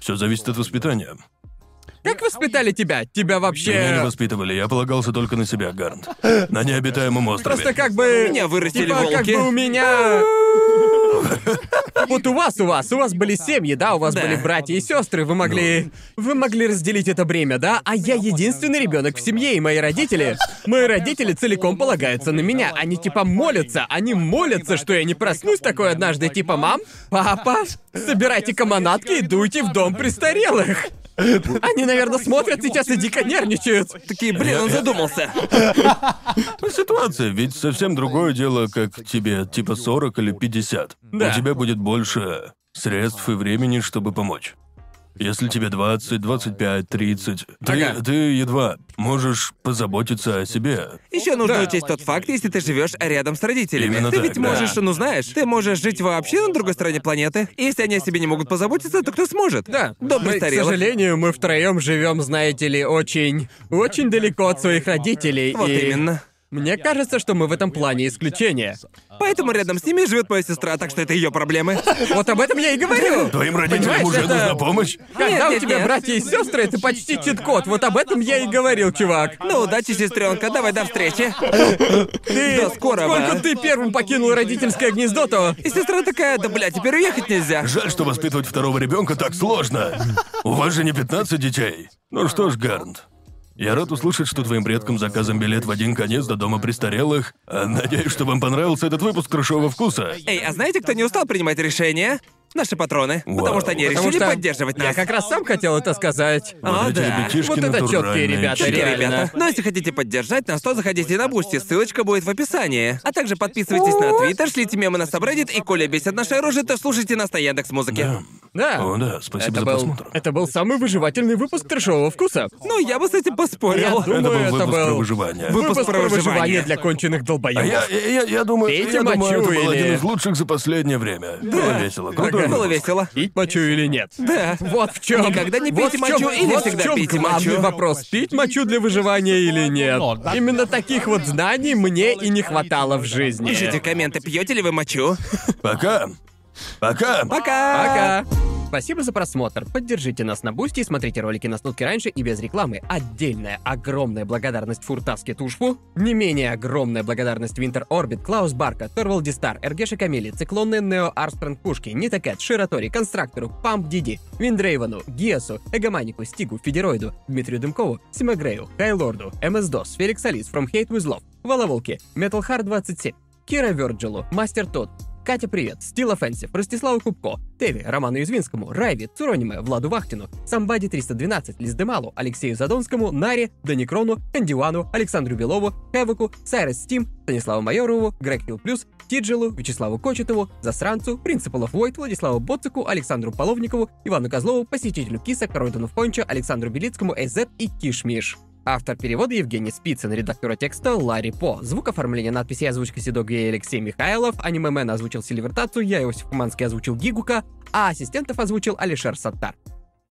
Speaker 3: Все зависит от воспитания.
Speaker 2: Как воспитали тебя? Тебя
Speaker 3: Меня не
Speaker 2: вообще...
Speaker 3: воспитывали, я полагался только на себя, Гарнт. На необитаемом острове.
Speaker 2: Просто как бы...
Speaker 1: Меня вырастили
Speaker 2: типа, как
Speaker 1: волки.
Speaker 2: бы у меня... Вот у вас, у вас, у вас были семьи, да, у вас
Speaker 1: Да. Ну.
Speaker 2: были братья и сестры, вы могли... Вы могли разделить это бремя, да? А я единственный ребенок в семье, и мои родители... Мои родители целиком полагаются на меня. Они типа молятся, они молятся, что я не проснусь такой однажды, типа, мам, папа, собирайте комонатки и дуйте в дом престарелых. Они, наверное, смотрят сейчас и дико нервничают.
Speaker 1: Такие, блин, он задумался.
Speaker 3: Ну, ситуация, ведь совсем другое дело, как тебе типа 40 или 50.
Speaker 2: Да.
Speaker 3: У тебя будет больше средств и времени, чтобы помочь. Если тебе 20, 25, 30, ты,
Speaker 2: Ага.
Speaker 3: ты едва можешь позаботиться о себе.
Speaker 1: Еще нужно учесть тот факт, если ты живешь рядом с родителями.
Speaker 3: Именно
Speaker 1: ты
Speaker 3: так,
Speaker 1: ведь
Speaker 3: да.
Speaker 1: можешь, ну знаешь, ты можешь жить вообще на другой стороне планеты. И если они о себе не могут позаботиться, то кто сможет?
Speaker 2: Да.
Speaker 1: Дом
Speaker 2: Мы, К
Speaker 1: престарелых.
Speaker 2: сожалению, мы втроем живем, знаете ли, очень, очень далеко от своих родителей.
Speaker 1: Вот
Speaker 2: и
Speaker 1: именно.
Speaker 2: Мне кажется, что мы в этом плане исключение.
Speaker 1: Поэтому рядом с ними живет моя сестра, так что это ее проблемы.
Speaker 2: Вот об этом я и говорю.
Speaker 3: Твоим родителям
Speaker 2: Понимаешь,
Speaker 3: уже
Speaker 2: это-
Speaker 3: нужна помощь?
Speaker 2: Когда у
Speaker 1: нет,
Speaker 2: тебя
Speaker 1: нет.
Speaker 2: братья и сестры, это почти чит-код. Вот об этом я и говорил, чувак.
Speaker 1: Ну, удачи, сестренка, давай до встречи. До скорого.
Speaker 2: Сколько ты первым покинул родительское гнездо, то...
Speaker 1: И сестра такая, да бля, теперь уехать нельзя.
Speaker 3: Жаль, что воспитывать второго ребенка так сложно. У вас же не 15 детей. Ну что ж, Гарнт. Я рад услышать, что твоим предкам заказан билет в один конец до дома престарелых. А Надеюсь, что вам понравился этот выпуск «Крышового вкуса».
Speaker 1: Эй, а знаете, кто не устал принимать решения? Наши патроны. Потому
Speaker 3: Вау.
Speaker 1: что они
Speaker 2: Потому
Speaker 1: решили
Speaker 2: что
Speaker 1: поддерживать
Speaker 2: я
Speaker 1: нас.
Speaker 2: как раз сам хотел это сказать.
Speaker 1: А,
Speaker 3: эти
Speaker 1: да.
Speaker 3: ребятишки
Speaker 2: Вот это чёткие
Speaker 3: натуральные
Speaker 2: ребята,
Speaker 3: чёрт.
Speaker 1: Такие
Speaker 2: реально.
Speaker 1: ребята. Но если хотите поддержать нас, то заходите на Бусти, ссылочка будет в описании. А также подписывайтесь на Твиттер, шлите мемы на Сабреддит, и Коля бесит наше рожи, то слушайте нас на Яндекс музыке.
Speaker 2: Да.
Speaker 3: О, да, спасибо
Speaker 2: Это
Speaker 3: за
Speaker 2: был,
Speaker 3: просмотр.
Speaker 2: это был самый выживательный выпуск трешового вкуса.
Speaker 1: Ну, я бы с этим поспорил.
Speaker 2: Я думаю, это
Speaker 3: был
Speaker 2: был-
Speaker 3: выпуск про выживание.
Speaker 1: Вы-
Speaker 2: Выпуск про выживание
Speaker 1: выживание.
Speaker 2: для конченых долбоёбов.
Speaker 3: А я, я, я- я думаю,
Speaker 2: Пейте
Speaker 3: я думаю,
Speaker 2: мочу
Speaker 3: это был
Speaker 2: или-
Speaker 3: один из лучших за последнее время. Было весело, круто.
Speaker 1: Было весело.
Speaker 2: Пить мочу или нет?
Speaker 1: Да.
Speaker 2: Вот в чем.
Speaker 1: Никогда не
Speaker 2: вот
Speaker 1: пейте
Speaker 2: в чём-
Speaker 1: мочу или
Speaker 2: вот
Speaker 1: всегда
Speaker 2: в чем
Speaker 1: пейте
Speaker 2: главный
Speaker 1: мочу.
Speaker 2: вопрос. Пить мочу для выживания или нет? Именно таких вот знаний мне и не хватало в жизни.
Speaker 1: Пишите комменты, пьете ли вы мочу.
Speaker 3: Пока. Пока.
Speaker 1: Пока!
Speaker 2: Пока. Спасибо за просмотр. Поддержите нас на Бусти, смотрите ролики на сутки раньше и без рекламы. Отдельная огромная благодарность Фуртаске Тушфу. Не менее огромная благодарность Винтер Орбит, Клаус Барка, Торвал Дистар, Эргеша Камили, Циклонные Нео Арстронг Пушки, Нита Кэт, Ширатори, Констрактору, Памп Диди, Виндрейвану, Гиасу, Эгоманику, Стигу, Федероиду, Дмитрию Дымкову, Симагрею, Кайлорду, МС Дос, Феликс Алис, From Hate With Love, Воловолки, Metal Hard 27, Кира Верджилу, Мастер Тот, Катя Привет, Стил Офенсив, Ростиславу Кубко, Теви, Роману Извинскому, Райви, Цурониме, Владу Вахтину, Самбади 312, Лиздемалу, Алексею Задонскому, Наре, Даникрону, Кандивану, Александру Белову, Хэвоку, Сайрес Стим, Станиславу Майорову, Грег Хилл Плюс, Тиджилу, Вячеславу Кочетову, Засранцу, Принципалов Войт, Владиславу Боцику, Александру Половникову, Ивану Козлову, посетителю Киса, Кородону Пончо, Александру Белицкому, Эйзет и Кишмиш. Автор перевода Евгений Спицын, редактора текста Ларри По. Звук оформления надписи и озвучка Седок и Алексей Михайлов, аниме озвучил Сильвертацию, я, Иосиф Куманский, озвучил Гигука, а ассистентов озвучил Алишер Саттар.